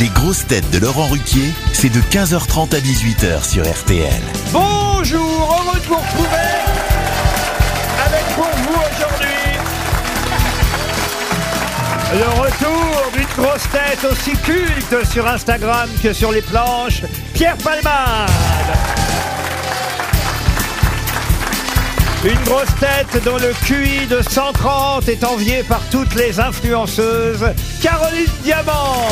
Les grosses têtes de Laurent Ruquier, c'est de 15h30 à 18h sur RTL. Bonjour, heureux de vous retrouver avec pour vous aujourd'hui le retour d'une grosse tête aussi culte sur Instagram que sur les planches, Pierre Palmade. Une grosse tête dont le QI de 130 est envié par toutes les influenceuses, Caroline Diamant.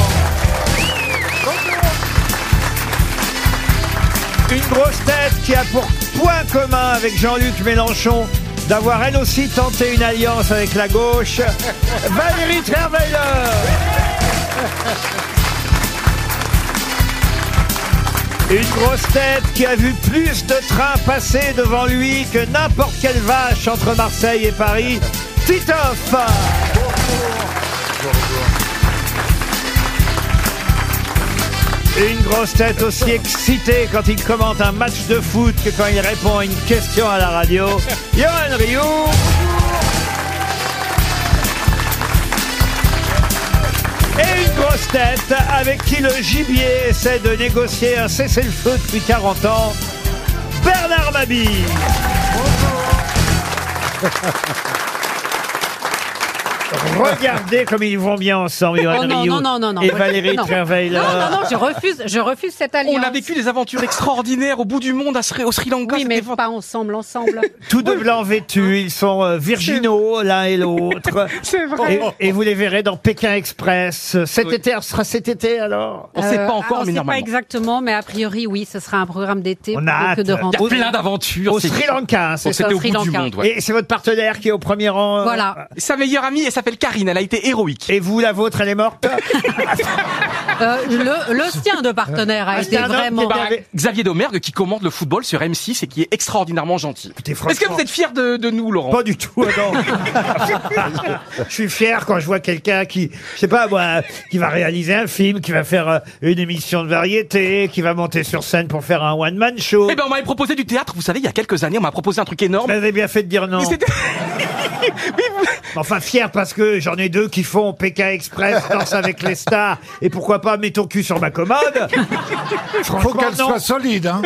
Une grosse tête qui a pour point commun avec Jean-Luc Mélenchon d'avoir elle aussi tenté une alliance avec la gauche, Valérie Trierweiler. Une grosse tête qui a vu plus de trains passer devant lui que n'importe quelle vache entre Marseille et Paris, Titoff. Une grosse tête aussi excitée quand il commente un match de foot que quand il répond à une question à la radio. Johan Rioux. Et une grosse tête avec qui le gibier essaie de négocier un cessez-le-feu depuis 40 ans. Bernard Mabille. Regardez comme ils vont bien ensemble, Johan Oh non, Rioux non, non, non, non. et Valérie Trierweiler. Non, non, non, je refuse, je refuse cette alliance. On a vécu des aventures extraordinaires au bout du monde, à Sri- au Sri Lanka. Oui, mais c'était fan- pas ensemble, ensemble. Tous deux blancs vêtus, ils sont euh, virginaux l'un et l'autre. Hein C'est vrai. Et, et vous les verrez dans Pékin Express. Cet été, ce sera cet été alors On sait pas encore, Euh, ah, on mais sait pas normalement. exactement, mais a priori, oui, ce sera un programme d'été On a hâte. plutôt que de Il y a rentrée. plein d'aventures. Au c'est- Sri Lanka, hein, c'est Oh, ça C'était au Sri bout du Lanka. monde, ouais. Et c'est votre partenaire qui est au premier rang. euh, Voilà. Sa meilleure amie, elle s'appelle Karine, elle a été héroïque. Et vous, la vôtre, elle est morte Euh, le, le sien de partenaire a Ah, été c'est un homme qui vraiment. parle. Regardez. Xavier Domergue qui commente le football sur M6 et qui est extraordinairement gentil. Est-ce que franchement- vous êtes fier de, de nous, Laurent Pas du tout, ah non. je suis fier quand je vois quelqu'un qui, je sais pas moi, qui va réaliser un film, qui va faire euh, une émission de variété, qui va monter sur scène pour faire un one-man show. Eh ben, on m'avait proposé du théâtre, vous savez, il y a quelques années, on m'a proposé un truc Vous énorme. avez bien fait de dire non. Mais c'était- Enfin, fier parce que j'en ai deux qui font Pékin Express, Danse avec les stars, et pourquoi pas Mets ton cul sur ma commode. Franchement, Faut qu'elle non. Ah soit solide, hein.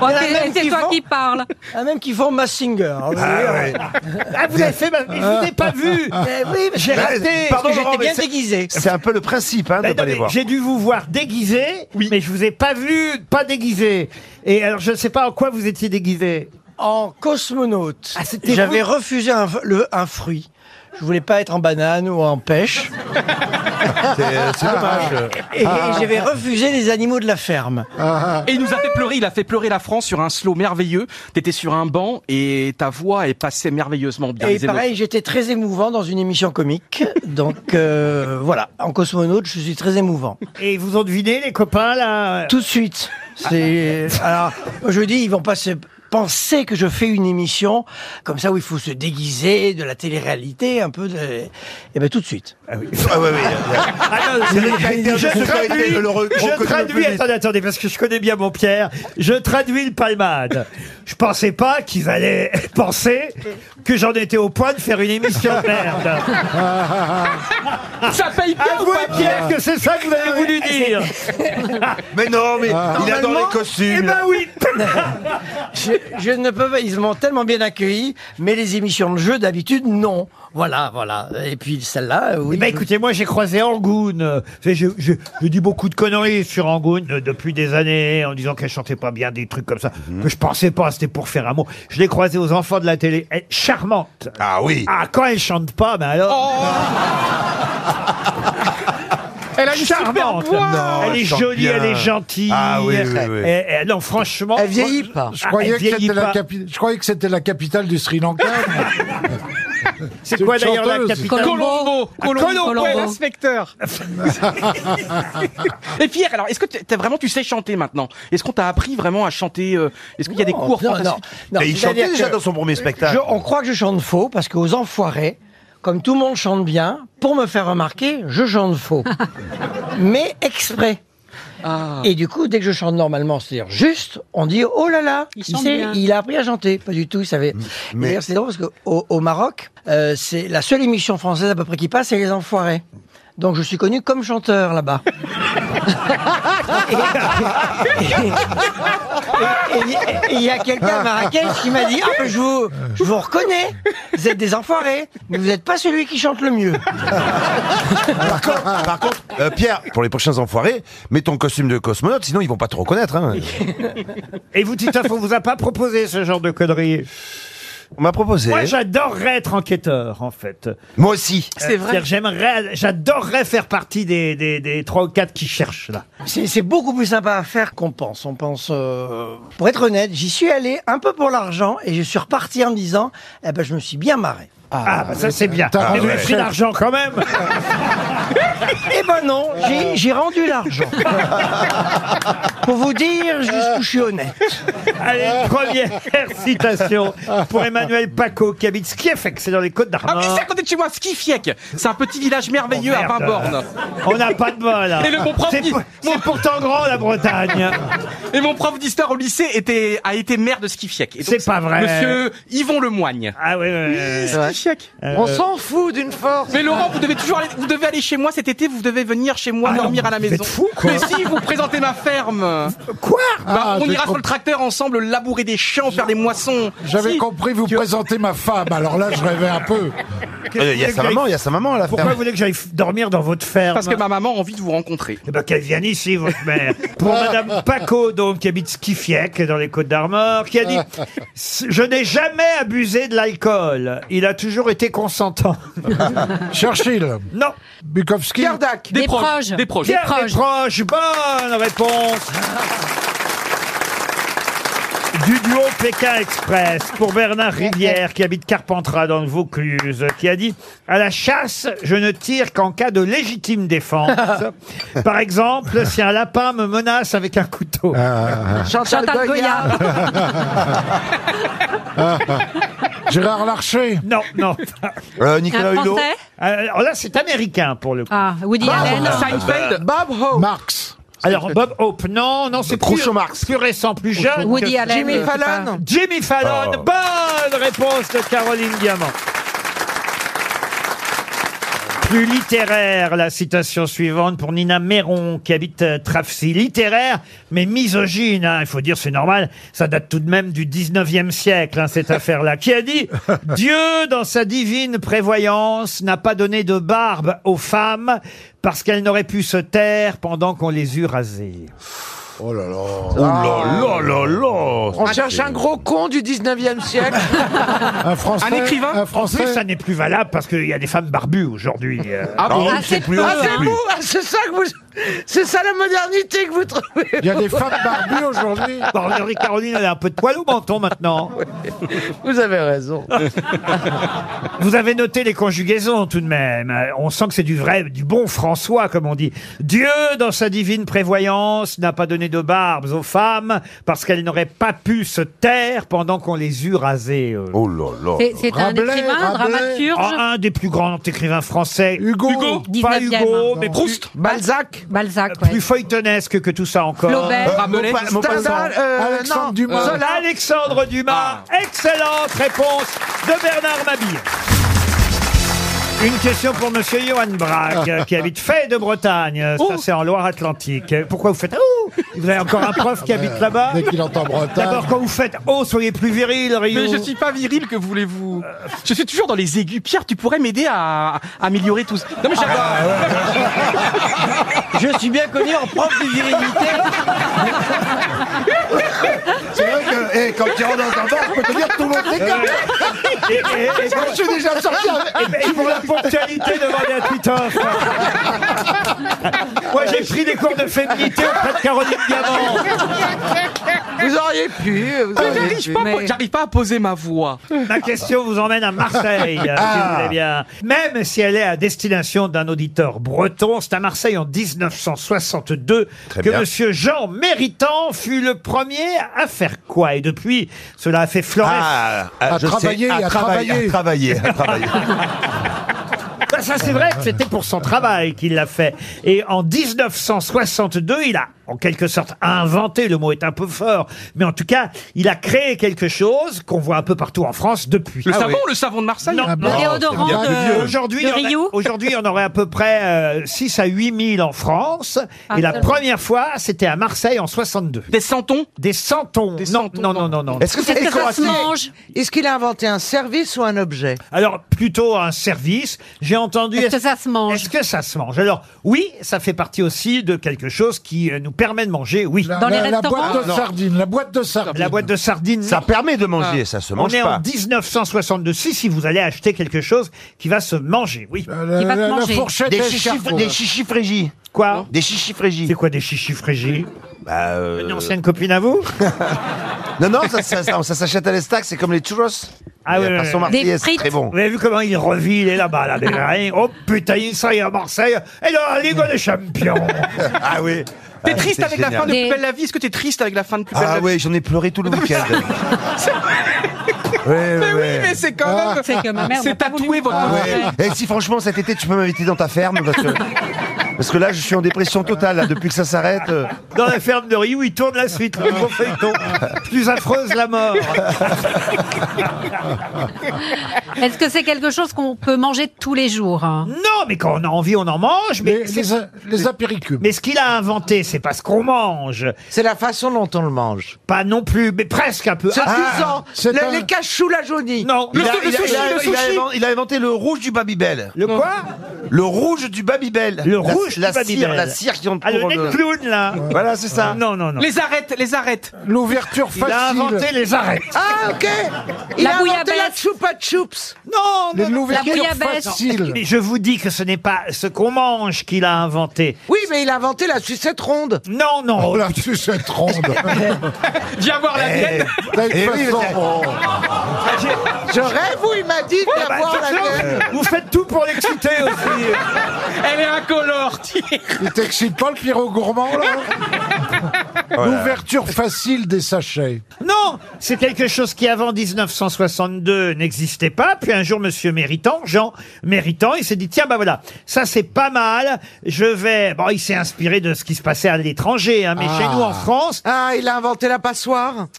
Oh, c'est- c'est toi qui parles. Ah, même qui font Massinger. hein, Ah, Ah, vous avez fait ma... mais Je vous ai pas vu Eh oui, mais J'ai raté parce que Ah. Laurent, j'étais mais bien c'est- déguisé. C'est un peu le principe hein, de Mais ne pas Bah, non, les mais voir. J'ai dû vous voir déguisé, mais je vous ai pas vu, pas déguisé. Et alors, je ne sais pas en quoi vous étiez déguisé. En cosmonaute, Ah, c'était j'avais vous refusé un, le- un fruit. Je voulais pas être en banane ou en pêche. C'est euh, c'est dommage. Ah. Et Ah. j'avais refusé les animaux de la ferme. Et il nous a fait pleurer, il a fait pleurer la France sur un slow merveilleux. T'étais sur un banc et ta voix est passée merveilleusement bien. Et les émotions. pareil, j'étais très émouvant dans une émission comique. Donc euh, voilà, en cosmonaute, je suis très émouvant. Et ils vous ont deviné, les copains, là Tout de suite. C'est alors je dis ils vont pas se penser que je fais une émission comme ça où il faut se déguiser de la télé-réalité un peu de et ben tout de suite. Ah ouais, ouais, ouais. Ah non, C'est le caractère je de sécurité, traduis, le re- je reconnu traduis- au public. attendez, attendez, parce que je connais bien mon Pierre, je traduis le palmade. Je pensais pas qu'ils allaient penser que j'en étais au point de faire une émission de merde. Ça paye bien ou Avouez, pas Pierre, que c'est ça que vous avez voulu dire. Mais non, mais il adore Normalement, les costumes. Eh ben oui Je, je ne peux pas, ils m'ont tellement bien accueilli, mais les émissions de jeu d'habitude non. Voilà, voilà. Et puis celle-là euh, oui. Eh ben, écoutez, moi j'ai croisé Angoune. Euh, Je, je, je- je dis beaucoup de conneries sur Angoune euh, depuis des années en disant qu'elle chantait pas bien des trucs comme ça Mhm. que je pensais pas, c'était pour faire un mot. Je l'ai croisée aux enfants de la télé. Elle est charmante. Ah oui. Ah, quand elle chante pas, ben alors. Elle a une super charmante. voix Non, elle est chante jolie, bien. elle est gentille. Ah oui, oui, oui. Elle- elle- non, franchement. Elle vieillit pas. Je croyais, Ah, elle que c'était vieillit la pas. capi- je croyais que c'était la capitale du Sri Lanka. C'est quoi une d'ailleurs la chanteuse. capitale Colombo, Colombo, Colombo. ouais, l'inspecteur. Et Pierre, alors est-ce que t'es- t'as vraiment tu sais chanter maintenant Est-ce qu'on t'a appris vraiment à chanter euh, Est-ce qu'il y a des Non, cours non, fantastiques non, non. Et il C'est-à-dire chantait déjà que dans son premier spectacle. je- on croit que je chante faux parce qu'aux enfoirés, comme tout le monde chante bien, pour me faire remarquer, je chante faux. mais exprès. Ah. Et du coup, dès que je chante normalement, c'est-à-dire juste, on dit oh là là, Il il, chante sait- bien. il a appris à chanter. Pas du tout, il savait. Et D'ailleurs, c'est drôle parce qu'au au Maroc, euh, c'est la seule émission française à peu près qui passe, c'est Les Enfoirés. Donc je suis connu comme chanteur là-bas. Et- et- et- et Il y a quelqu'un à Marrakech qui m'a dit Ah, mais je vous, je vous reconnais, vous êtes des enfoirés, mais vous n'êtes pas celui qui chante le mieux. Par contre, par contre, euh, Pierre, pour les prochains enfoirés, mets ton costume de cosmonaute, sinon ils vont pas te reconnaître. hein. Et vous, Titoff, on vous a pas proposé ce genre de conneries On m'a proposé. Moi, j'adorerais être enquêteur, en fait. Moi aussi. C'est vrai. C'est-à-dire, J'aimerais, j'adorerais faire partie des, des, des trois ou quatre qui cherchent, là. C'est c'est beaucoup plus sympa à faire qu'on pense. On pense. euh, Pour être honnête, j'y suis allé un peu pour l'argent et je suis reparti en me disant Eh ben, je me suis bien marré. Ah, bah, ça, c'est bien. t'as Mais vous raison. avez pris l'argent quand même. Eh ben non, j'ai- j'ai rendu l'argent. Pour vous dire jusqu'où je suis honnête. Allez, première citation pour Emmanuel Paco, qui habite Skiefek, c'est dans les Côtes Ah oui, d'Armor. c'est à côté de chez moi, Skifiek. C'est un petit village merveilleux Oh, à merde. 20 bornes. On n'a pas de bol, là. Et le bon prof C'est dit- pour- C'est pourtant grand, la Bretagne. Et mon prof d'histoire au lycée était, a été maire de Skifiek. Et donc, C'est pas vrai. Monsieur Yvon Lemoigne. Ah oui, oui, oui. Skifiek. On s'en Mais Laurent, vous devez toujours aller, vous devez aller chez moi cet été, vous devez venir chez moi Ah non, dormir à la vous maison. êtes fou, quoi. Mais si, vous présentez ma ferme. Quoi Bah, Ah, on j'ai ira sur compris. le tracteur ensemble labourer des champs, faire des moissons. J'avais Si. compris, vous présentez ma femme, alors là je rêvais un peu. Euh, Il y a sa maman, il y a sa maman à la Pourquoi vous ferme. voulez que j'aille f- dormir dans votre ferme Parce que ma maman a envie de vous rencontrer. Eh ben, qu'elle vienne ici, votre mère. Pour Madame Paco, donc, qui habite Skifiec, dans les Côtes d'Armor, qui a dit « Je n'ai jamais abusé de l'alcool. Il a toujours été consentant. Churchill, » Non. Bukowski, Des proches. Des proches. Pierre proches. Desproges, bonne réponse du duo Pékin Express pour Bernard Rivière qui habite Carpentras dans le Vaucluse qui a dit à la chasse je ne tire qu'en cas de légitime défense par exemple si un lapin me menace avec un couteau Ah, Chantal Goya. Gérard Larcher, non non Euh, Un Nicolas Hulot. français. alors là c'est américain pour le coup Ah, Woody Bah, Allen. Euh, Seinfeld. Marx, alors Bob Hope non non c'est plus, Groucho Marx. plus récent plus jeune Woody Allen. Jimmy Fallon. Jimmy Fallon. Oh. Bonne réponse de Caroline Diamant. Plus littéraire, la citation suivante pour Nina Méron, qui habite euh, Trafcy. Littéraire, mais misogyne, hein, il faut dire, c'est normal. Ça date tout de même du 19e siècle, hein, cette affaire-là. Qui a dit « Dieu, dans sa divine prévoyance, n'a pas donné de barbe aux femmes parce qu'elles n'auraient pu se taire pendant qu'on les eut rasées. » Oh là là là là. Ah, On cherche un gros con du 19e siècle. un français, Un écrivain un En plus, français, ça n'est plus valable parce qu'il y a des femmes barbues aujourd'hui. euh. Ah bah, bon Ah, c'est peu, Ah, c'est hein. vous Ah, C'est ça que vous... C'est ça la modernité que vous trouvez Bah, il y a des femmes barbues aujourd'hui. Bon, Henri Caroline, elle a un peu de poil au menton maintenant. Vous avez raison. Vous avez noté les conjugaisons tout de même. Euh, On sent que c'est du vrai, du bon François, comme on dit. Dieu, dans sa divine prévoyance, n'a pas donné de barbes aux femmes parce qu'elles n'auraient pas pu se taire pendant qu'on les eut rasées. euh. Oh là là. C'est- C'est un Rabelais, écrivain, un Rabelais. En dramaturge. un des plus grands écrivains français. Hugo, Hugo. Pas 19e. Hugo, mais plus, Proust. Balzac Balzac, ouais. plus feuilletonesque que tout ça encore. Euh, Flaubert. Rabelais. Stendhal euh, Alexandre non. Dumas. Zola. Alexandre Dumas. Ah, Excellente réponse de Bernard Mabille. Ah. Une question pour Monsieur Johan Ah. Braque, euh, qui habite Fay de Bretagne. Euh, Ça, Oh. c'est en Loire-Atlantique. Euh, Pourquoi vous faites Oh Vous avez encore un prof qui habite là-bas Euh, Dès qu'il entend Bretagne, D'abord, quand vous faites Oh, soyez plus viril, Rio. Mais je suis pas viril, que voulez-vous Je suis toujours dans les aigus. Pierre, tu pourrais m'aider à, à améliorer tout ça. Non mais j'adore. Je suis bien connu en prof de virilité. C'est vrai que eh, quand tu rentres dans un bar, je peux te dire que tout le monde s'écarte. Euh, Et, et- et- Je suis déjà sorti avec. et- et pour la ponctualité devant à Titoff. Moi, j'ai pris des cours de féminité auprès de Caroline Diamant. Vous auriez pu. euh, Vous auriez J'arrive pu. pas, à Mais- po- j'arrive pas à poser ma voix. Ma question vous emmène à Marseille, euh, si Ah. vous voulez bien. Même si elle est à destination d'un auditeur breton, c'est à Marseille en 1962 Très que bien. Monsieur Jean Méritant fut le premier à faire quoi. Et depuis, cela a fait florès. Ah, À je sais, travailler, à travailler. à travailler, à travailler. Bah, ça, c'est vrai que c'était pour son travail qu'il l'a fait. Et en 1962, il a en quelque sorte inventé, le mot est un peu fort, mais en tout cas, il a créé quelque chose qu'on voit un peu partout en France depuis. Le Ah savon, le savon de Marseille Non, Le déodorant bien, le de, vieux. Ah, Aujourd'hui, il euh, de y en a- Rio aujourd'hui, il y en aurait à peu près 6 à 8 000 en France. Ah, et la seulement. première fois, c'était à Marseille en 62. Des santons Des centons. Des non, centons, non, non, non, non. Est-ce que c'est Est-ce que ça se décoratif mange Est-ce qu'il a inventé un service ou un objet Alors, plutôt un service. J'ai entendu. Est-ce que ça se mange Est-ce que ça se mange Alors, oui, ça fait partie aussi de quelque chose qui euh, nous permet de manger, oui. La, Dans les la- la boîte restaurants de sardines, la boîte de sardines. La boîte de sardines. Ça permet de manger, ça se on mange est pas. en 1962. Si, si vous allez acheter quelque chose qui va se manger, oui. Euh, la, Qui va te la- la manger. fourchette et le charcot. chichifrégis. Quoi Des chichifrégis. C'est quoi des chichifrégis Bah, euh, Une ancienne copine à vous Non, non, ça, ça- ça- ça s'achète à l'estac, c'est comme les churros. Ah Et ouais, la ouais, façon ouais. marseillaise, Des c'est frites. très bon. Vous avez vu comment il revit, il est là-bas, là, derrière. Hein Oh putain, il s'est à Marseille. Et la Ligue des Champions. Ah oui. T'es Ah, triste c'est avec la fin génial. de Des- Plus belle la vie Est-ce que t'es triste avec la fin de Plus belle la Ah vie oui, j'en ai pleuré tout le week-end. Ouais, Mais oui, ouais. mais c'est quand même. C'est que ma mère n'a C'est pas tatoué votre. Ah portrait. ouais. Et si franchement cet été tu peux m'inviter dans ta ferme parce que, parce que là je suis en dépression totale là, depuis que ça s'arrête. euh. Dans la ferme de Rio, il tourne la suite, le gros feuilleton. Plus affreuse la mort. Est-ce que c'est quelque chose qu'on peut manger tous les jours hein Non, mais quand on a envie, on en mange. Mais, Les, c'est- les, a- les apéricules. mais ce qu'il a inventé, c'est pas ce qu'on mange. C'est la façon dont on le mange. Pas non plus, mais presque un peu. C'est Ah, ah, c'est un- les cachous la jaunie. non, Il le, a- le il a- sushi, il a- le il a sushi. inven- Il a inventé le rouge du Babybel. le quoi Le rouge du Babybel. Le La- rouge la du Babybel. cire, la cire qui ont Ah, le nez de clown, là. Voilà, c'est ça. Non, non, non. Les arêtes, les arêtes. L'ouverture Il a inventé facile. les arêtes. Ah, ok Il La a inventé la bouillabaisse. chupa chups. Non, Les- non, non. La L'ouverture bouillabaisse. facile. Mais je vous dis que ce n'est pas ce qu'on mange qu'il a inventé. Oui, mais il a inventé la sucette ronde. Non, non. Oh là, tu sais, te rendre. Viens voir la mienne. T'as une Eh oui, façon- mais t'as- oh. Je rêve où il m'a dit de Bah, l'avoir la attention, gueule. vous faites tout pour l'exciter aussi. Elle est incolore. Il t'excite pas le pyro gourmand, là L'ouverture facile des sachets. Non, c'est quelque chose qui avant 1962 n'existait pas. Puis un jour, Monsieur Méritant, Jean Méritant, il s'est dit tiens bah voilà, ça c'est pas mal. Je vais. Bon, il s'est inspiré de ce qui se passait à l'étranger, hein, mais chez nous en France. Ah, il a inventé la passoire.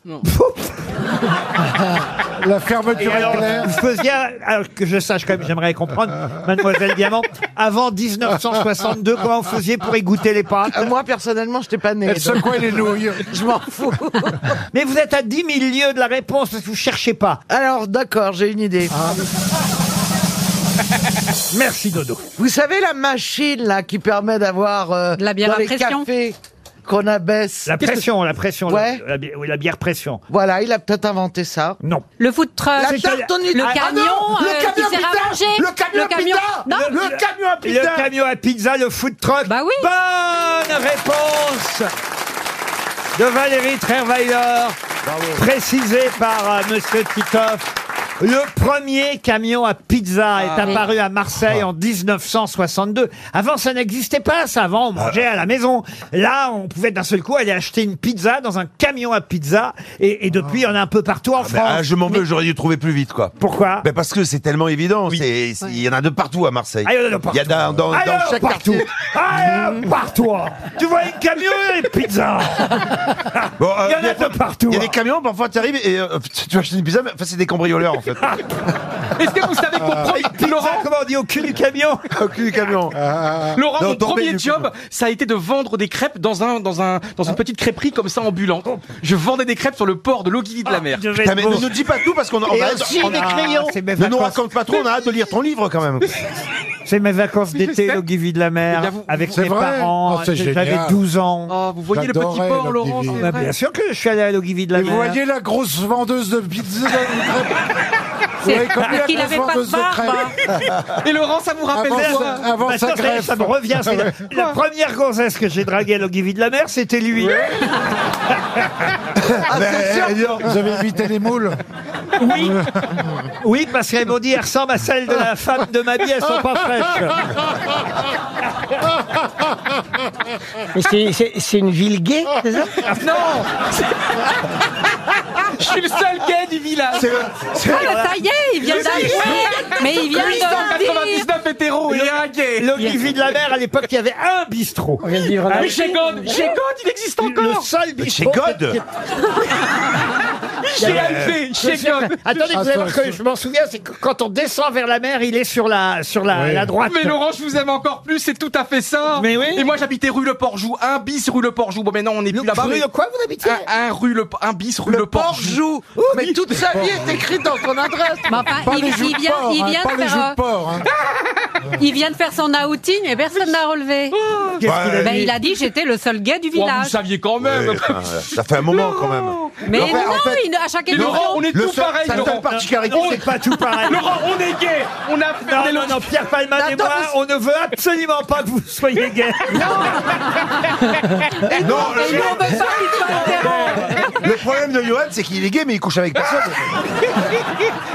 La Et fermeture alors, éclair. vous faisiez, alors que je sache quand même, j'aimerais comprendre, Mademoiselle Diamant, avant 1962, comment vous faisiez pour égoutter les pâtes Euh, Moi, personnellement, je t'ai pas né. Elle donc secouait les nouilles. Je m'en fous. Mais vous êtes à 10 000 lieues de la réponse parce que vous cherchez pas. Ah. Alors, d'accord, j'ai une idée. Merci Dodo. Vous savez la machine là qui permet d'avoir euh, De la bière dans à les pression cafés qu'on abaisse. La pression, la pression, Ouais. la, la bi- oui, la bière pression. Voilà, il a peut-être inventé ça. Non. Le food truck La C'est un- tarte au Le Nutella. Ah camion, non, euh, le qui camion sert à pizza, manger. le camion Le camion- pizza, Non. le, camion à pizza. Le camion à pizza, le food truck. Bah oui. Bonne réponse de Valérie Trerweiler, précisée par euh, Monsieur Titoff. Le premier camion à pizza est oui. apparu à Marseille en 1962. Avant, ça n'existait pas, ça. Avant, on mangeait à la maison. Là, on pouvait d'un seul coup aller acheter une pizza dans un camion à pizza. Et, et depuis, on a un peu partout en Ben, ah, France. je m'en veux, j'aurais dû trouver plus vite quoi. Pourquoi Ben parce que c'est tellement évident, c'est- c'est- il y en a de partout à Marseille. Ah, il y en a de Il y a dans, dans- dans Ailleurs, chaque partout. quartier. Ailleurs, partout. Tu vois un camion et des pizzas. Bon, euh, Il y en a des- de partout. hein. Il y a des camions, parfois tu arrives et euh, tu vas acheter une pizza, mais enfin c'est des cambrioleurs en fait. Euh, Est-ce que vous savez qu'on prend Laurent Pizza, comment on dit au cul du camion Aucun du camion. Laurent, Euh, Ah. Non, mon dormez, premier du coup. Ah. job, ça a été de vendre des crêpes dans un, dans un, dans une petite crêperie comme ça ambulante. Je vendais des crêpes sur le port de l'Ogivie de la mer. Je Oh. vais Putain, Ah, être mais beau. ne nous dis pas tout parce qu'on a, on Et a- aussi Bah, on a- les crayons. C'est mes Ne nous vacances. raconte pas trop, on a hâte de lire ton livre quand même. C'est mes vacances d'été, sais. l'Ogivie de la Eh bien, mer, vous- avec C'est mes vrai parents. Oh, c'est J'avais génial. 12 ans. Oh, vous voyez le petit J'adorais port, l'Ogivie. Laurent, c'est Bah, Bah, vrai. bien sûr que je suis allé à l'Ogivie de la Et mer. vous voyez la grosse vendeuse de pizza C'est- Ouais, comme il a Parce qu'il n'avait besoin pas de de barbe. secret. hein. Et Laurent, ça vous rappelle Avant, ça ça- avant Bah, sa ça, ça y est, greffe. ça me revient. c'est la- Ouais. La, première gonzesse que j'ai draguée à l'Ogivie de la mer, c'était lui. Vous avez évité les moules. Oui, oui parce qu'elles m'ont dit elle ressemble à celle de la femme de ma vie, elles sont pas fraîches. Mais c'est- c'est c'est une ville gay, c'est ça Non Je suis le seul gay du village Ah, mais ça y est, il vient d'arriver. Mais il vient de le dire. 899 et hétéro, il est ragué. L'Olivie de la mer, à l'époque, il y avait un bistrot. Ah, On vient de vivre un Mais chez God, chez God, il existe Le encore. seul Chez bistrot. God Euh, Chez Alphée, chez God. Attendez, vous allez voir que je m'en souviens, c'est que quand on descend vers la mer, il est sur la, sur Ah, la, la droite. Mais Laurent, je vous aime encore plus, c'est tout à fait ça. Mais oui. Et moi, j'habitais rue Le Porjou, un bis rue Le Porjou. Bon, mais non, on n'est plus là-bas. Rue mais- de quoi vous habitez un, un rue le, un bis rue Le, Porjou. Oh, Porjou Mais toute sa vie est écrite dans ton adresse Bah, enfin, Pas il, les il joues de vient, porc, il hein, vient pas de les joues faire, de porc. hein. euh, il vient de faire son outing et personne n'a relevé. Qu'est-ce qu'il a Ben, dit il a dit j'étais le seul gay du Oh, vous village. saviez quand même. Ça fait un moment quand même. mais Laurent, non, en fait, il- à chaque émission. Laurent, on est Le tout seul- pareil, sa seule Laurent. particularité, On c'est n'est Ah, pas tout pareil. Laurent, on est gay. On a fait Non, des non, non, Pierre Palman et Attends, moi, mais- on ne veut absolument pas que vous soyez gays. Non, Mais nous, on le, veut pas qu'il soit hétéro. le problème de Johan, c'est qu'il est gay, mais il couche avec personne.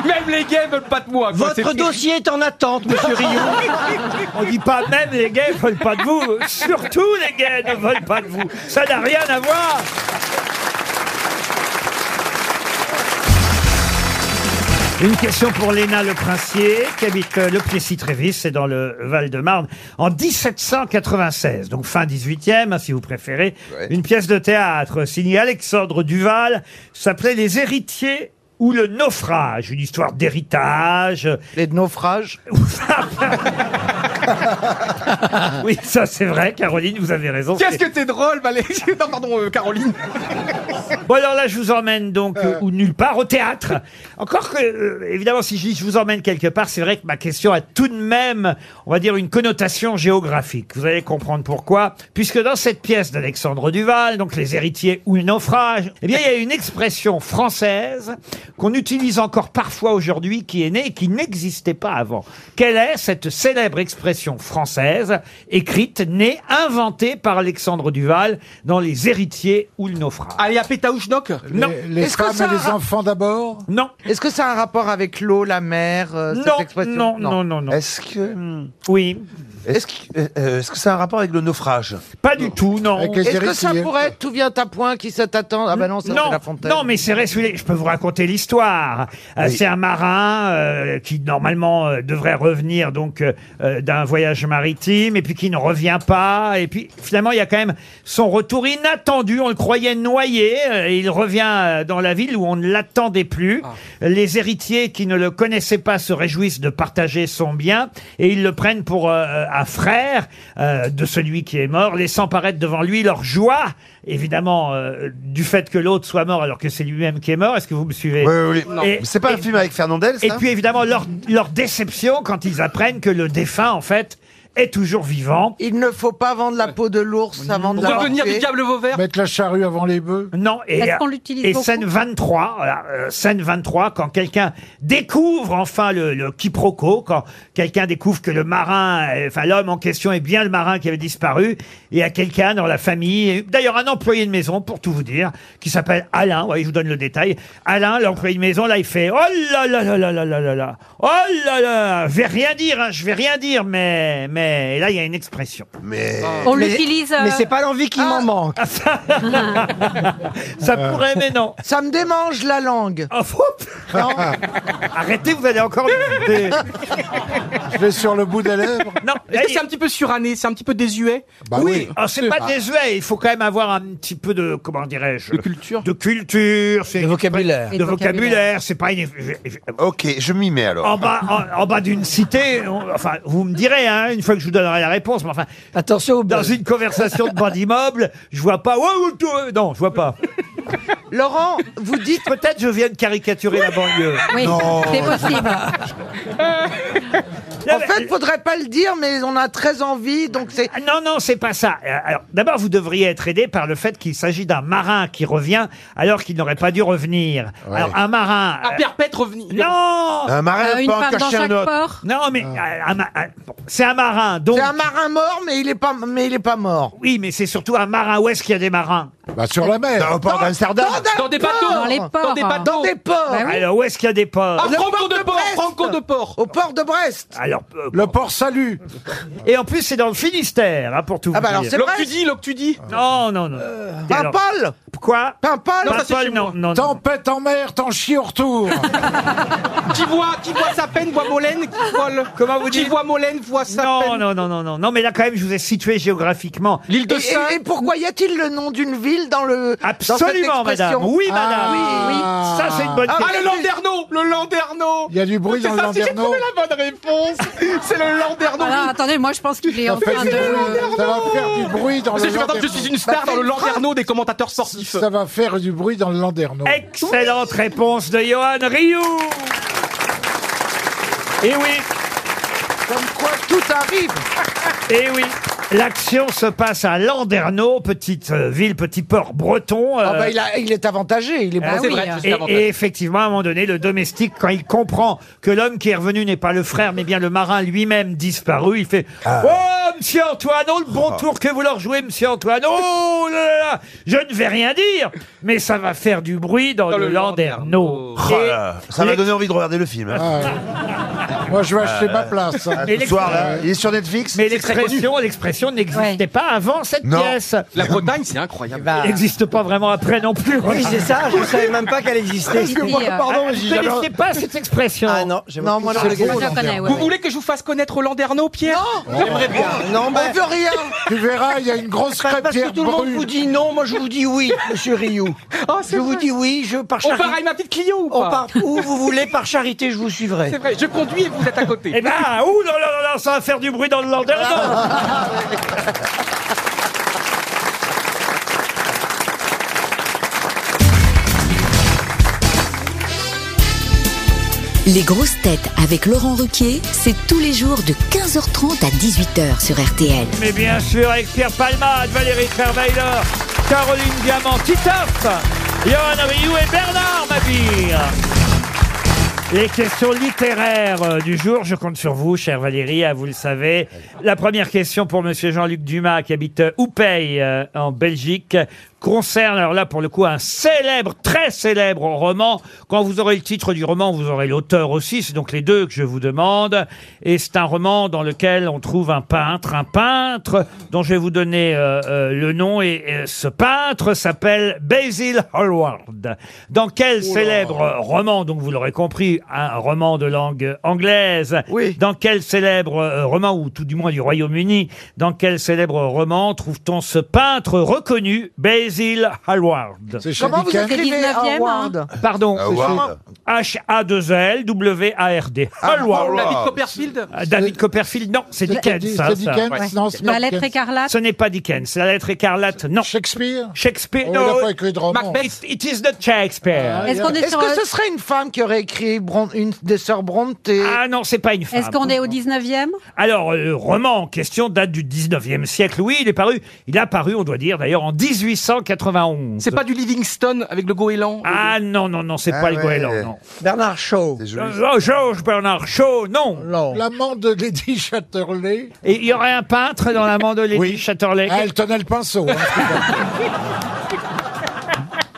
Même les gays veulent pas de moi. quoi. C'est- Votre dossier est en attente, monsieur Rio. On dit pas même les gays ne veulent pas de vous. Surtout les gays ne veulent pas de vous. Ça n'a rien à voir. Une question pour Léna Le Princier, qui habite euh, le Plessis-Trévis, c'est dans le Val-de-Marne, en 1796, donc fin 18e, hein, si vous préférez. Ouais. Une pièce de théâtre signée Alexandre Duval s'appelait Les Héritiers ou le naufrage, une histoire d'héritage, Les naufrages Oui, ça c'est vrai, Caroline, vous avez raison. Qu'est-ce que t'es drôle, Valé Non, pardon, euh, Caroline. Bon alors là, je vous emmène donc euh, ou nulle part au théâtre. Encore que, euh, évidemment, si je dis je vous emmène quelque part, c'est vrai que ma question a tout de même, on va dire, une connotation géographique. Vous allez comprendre pourquoi, puisque dans cette pièce d'Alexandre Duval, donc les héritiers ou le naufrage, eh bien, il y a une expression française qu'on utilise encore parfois aujourd'hui, qui est née et qui n'existait pas avant. Quelle est cette célèbre expression française écrite, née, inventée par Alexandre Duval dans les héritiers ou le naufrage? Allez, à Pétaouchnok. Non. Les, les Est-ce que femmes ça et les a- enfants d'abord. Non, Est-ce que ça a un rapport avec l'eau, la mer, euh, cette non, expression non, non, non, non. Est-ce que, hmm, Oui, est-ce que, euh, euh, est-ce que ça a un rapport avec le naufrage pas du tout, non. Avec les Est-ce que ça héritiers. pourrait être Tout vient à point qui se t'attend Ah bah non, ça Non, c'est la fontaine. non, mais c'est vrai, celui- je peux vous raconter l'histoire. Euh, Oui. C'est un marin euh, qui normalement euh, devrait revenir donc euh, euh, d'un voyage maritime et puis qui ne revient pas et puis finalement il y a quand même son retour inattendu. On le croyait noyé euh, et il revient euh, dans la ville où on ne l'attendait plus. Les héritiers qui ne le connaissaient pas se réjouissent de partager son bien et ils le prennent pour euh, euh, un frère euh, de celui qui est mort, laissant paraître devant lui leur joie, évidemment, euh, du fait que l'autre soit mort alors que c'est lui-même qui est mort. Est-ce que vous me suivez Oui, oui. Et- C'est pas un et- film avec Fernandel, ça Et puis évidemment, leur, leur déception quand ils apprennent que le défunt, en fait, est toujours vivant. Il ne faut pas vendre la peau de l'ours avant de On la va venir manger. du diable Vauvert. Mettre la charrue avant les bœufs. Non, et, Est-ce qu'on l'utilise et beaucoup scène 23, voilà, euh, scène 23, quand quelqu'un découvre enfin le, le quiproquo, quand quelqu'un découvre que le marin, euh, enfin l'homme en question est bien le marin qui avait disparu, et il y a quelqu'un dans la famille, et d'ailleurs un employé de maison, pour tout vous dire, qui s'appelle Alain, ouais, je vous donne le détail, Alain, l'employé de maison, là il fait « Oh là là là là là là là là Oh là là Je vais rien dire, hein, je vais rien dire, mais... » mais Et là il y a une expression. Mais On Mais- l'utilise. euh, Mais c'est pas Ah. l'envie qui m'en manque. Ça pourrait, mais non. Ça me démange la langue. Oh, hop. Arrêtez, vous allez encore... me- Je l'ai sur le bout des lèvres. Non, Est-ce là, que c'est un petit peu suranné, c'est un petit peu désuet Bah oui. Ah, c'est pas désuet, il faut quand même avoir un petit peu de, comment dirais-je, de culture de culture, c'est Le vocabulaire. de Et de vocabulaire, vocabulaire. c'est pas une... je- je- ok, je m'y mets alors. En bas, en, en bas d'une cité, on- enfin, vous me direz, hein, une fois que je vous donnerai la réponse, mais enfin, Attention au dans une conversation de bas d'immeuble, je vois pas... Ouais, ouais, tout, euh, non, je vois pas. Laurent, vous dites Peut-être je viens de caricaturer la banlieue. Oui, c'est possible. Non, En mais- fait, faudrait pas le dire, mais on a très envie, donc c'est. Ah, Non, non, c'est pas ça. Euh, Alors, d'abord, vous devriez être aidé par le fait qu'il s'agit d'un marin qui revient alors qu'il n'aurait pas dû revenir. Alors, un marin. À euh, perpète revenir. non Un Euh, marin une peut en femme dans cacher un chaque autre. port. Non, mais euh, un ma- un- bon, c'est un marin, donc. C'est un marin mort, mais il est pas, mais il est pas mort. Oui, mais c'est surtout un marin. Où est-ce qu'il y a des marins Bah sur la mer. Dans le port d'Amsterdam. Dans des bateaux. Dans les ports. hein. Dans des bateaux. Dans des ports. Bah oui. Alors, où est-ce qu'il y a des ports Ah, Le Franco port de de Port, Brest. Franco de Port. Au port de Brest. Alors, euh, Le port salut. Et en plus, c'est bah, dans le Finistère, hein, pour tout Ah vous bah alors dire. c'est Brest. L'Octudie, l'Octudie. Non, non, non. Et alors, Paimpol Quoi Paimpol Non, ça, c'est Paimpol, chez non, moi. non, non. Tempête en mer, t'en chies au retour. Qui voit, qui voit sa peine, voit Molène. qui voit le- Comment vous Qui dites voit Molène, voit sa Non, peine. Oh, non, non, non, non, non, mais là quand même, je vous ai situé géographiquement. L'île Et, de Saint. et- et pourquoi y a-t-il le nom d'une ville dans le dans cette Absolument, expression Ah madame. Ah, Oui, madame. Ça, c'est une bonne Ah, question. le Landerneau Le Landerneau Il y a du bruit C'est dans le ça, si j'ai landerneau. trouvé la bonne réponse C'est le Landerneau Voilà, attendez, moi je pense qu'il est en Ça fait train du bruit, de. ça va faire du bruit dans Parce le que je, m'attends que je suis landerneau. une star dans le Landerneau des commentateurs sportifs. Ça va faire du bruit dans le landerneau. Excellente réponse de Johan Rioux. Et Eh oui, Comme quoi tout arrive. et Eh oui. L'action se passe à Landerneau, petite euh, ville, petit port breton. euh, Ah bah, il, a- il est avantagé, il est Ah bon. c'est oui, vrai, hein. c'est Et, avantageux. et effectivement, à un moment donné, le domestique, quand il comprend que l'homme qui est revenu n'est pas le frère, mais bien le marin lui-même disparu, il fait Ah. Oh, monsieur Antoine, oh, le bon tour que vous leur jouez, monsieur Antoine, oh là là là Je ne vais rien dire, mais ça va faire du bruit dans, Dans le le Landerneau. Oh là là, ça m'a les- donné envie de regarder le film. hein. Moi, je vais acheter ma place. hein. Euh, Mais Ce soir, là, l'ex- il est sur Netflix. mais l'expression, l'expression n'existait Ouais. pas avant cette Non. pièce. La Bretagne, c'est incroyable. Bah, Elle n'existe pas vraiment après non plus. Ah, oui, c'est ça, je savais même pas qu'elle existait. que moi, euh, euh, pardon, ah, Vous ne connaissez pas cette expression. Ah non, j'ai Non, moi, non, C'est je beau, Je le connais, ouais, Vous ouais. voulez que je vous fasse connaître Landerneau, Pierre J'aimerais bien. Non, bah, On veut rien. Tu verras, il y a une grosse parce que crêpière tout le monde vous brune. dit non, moi je vous dis oui, monsieur Rioux. Oh, je vous dis oui, je par On part charité. avec ma petite Clio ou On pas part où vous voulez, par charité, je vous C'est suivrai. vrai, je conduis et vous êtes à côté. Eh ben, ouh là là là là, ça va faire du bruit dans le Landerneau. Les grosses têtes avec Laurent Ruquier, c'est tous les jours de 15h30 à 18h sur RTL. Mais bien sûr, avec Pierre Palmade, Valérie Trierweiler, Caroline Diamant, Titoff, Johan Rioux et Bernard Mabir. Les questions littéraires euh, du jour, je compte sur vous, chère Valérie, ah, vous le savez. La première question pour Monsieur Jean-Luc Dumas, qui habite euh, Oupey, euh, en Belgique, concerne, alors là, pour le coup, un célèbre, très célèbre roman. Quand vous aurez le titre du roman, vous aurez l'auteur aussi, c'est donc les deux que je vous demande. Et c'est un roman dans lequel on trouve un peintre, un peintre dont je vais vous donner euh, euh, le nom, et, et ce peintre s'appelle Basil Hallward. Dans quel célèbre roman, donc vous l'aurez compris, un roman de langue anglaise, Oui. dans quel célèbre euh, roman, ou tout du moins du Royaume-Uni, dans quel célèbre roman trouve-t-on ce peintre reconnu, Basil Hallward C'est chez Comment vous Dickens. C'est écrivez 19e, Howard Pardon, Howard. H-A-2-L-W-A-R-D. Ah, Hallward. David Howard. Copperfield Ah, David Copperfield, non, c'est Dickens. ça, C'est ça. Dickens, Ouais. non, c'est La pas lettre Dickens. écarlate. Ce n'est pas Dickens. La lettre écarlate, non. Shakespeare Shakespeare, Oh, Il no, n'a pas écrit de Ah, roman. Macbeth. it, it is not Shakespeare. Est-ce qu'on est Est-ce sur. que ce serait une femme qui aurait écrit Bron- une des sœurs Bronte et- Ah non, c'est pas une femme. Est-ce qu'on est au 19e Alors, le roman en question date du 19e siècle. Oui, il est paru, il a paru, on doit dire, d'ailleurs, en 1891. C'est pas du Livingstone avec le goéland Ah non, non, non, c'est Ah pas le ouais. goéland, non. Bernard Shaw. C'est joli. Euh, oh, Georges Bernard Shaw, non. Non. L'amant de Lady Chatterley. Et il y aurait un peintre dans la mandolée Oui. Chatterley. Ah, elle tenait le pinceau. hein.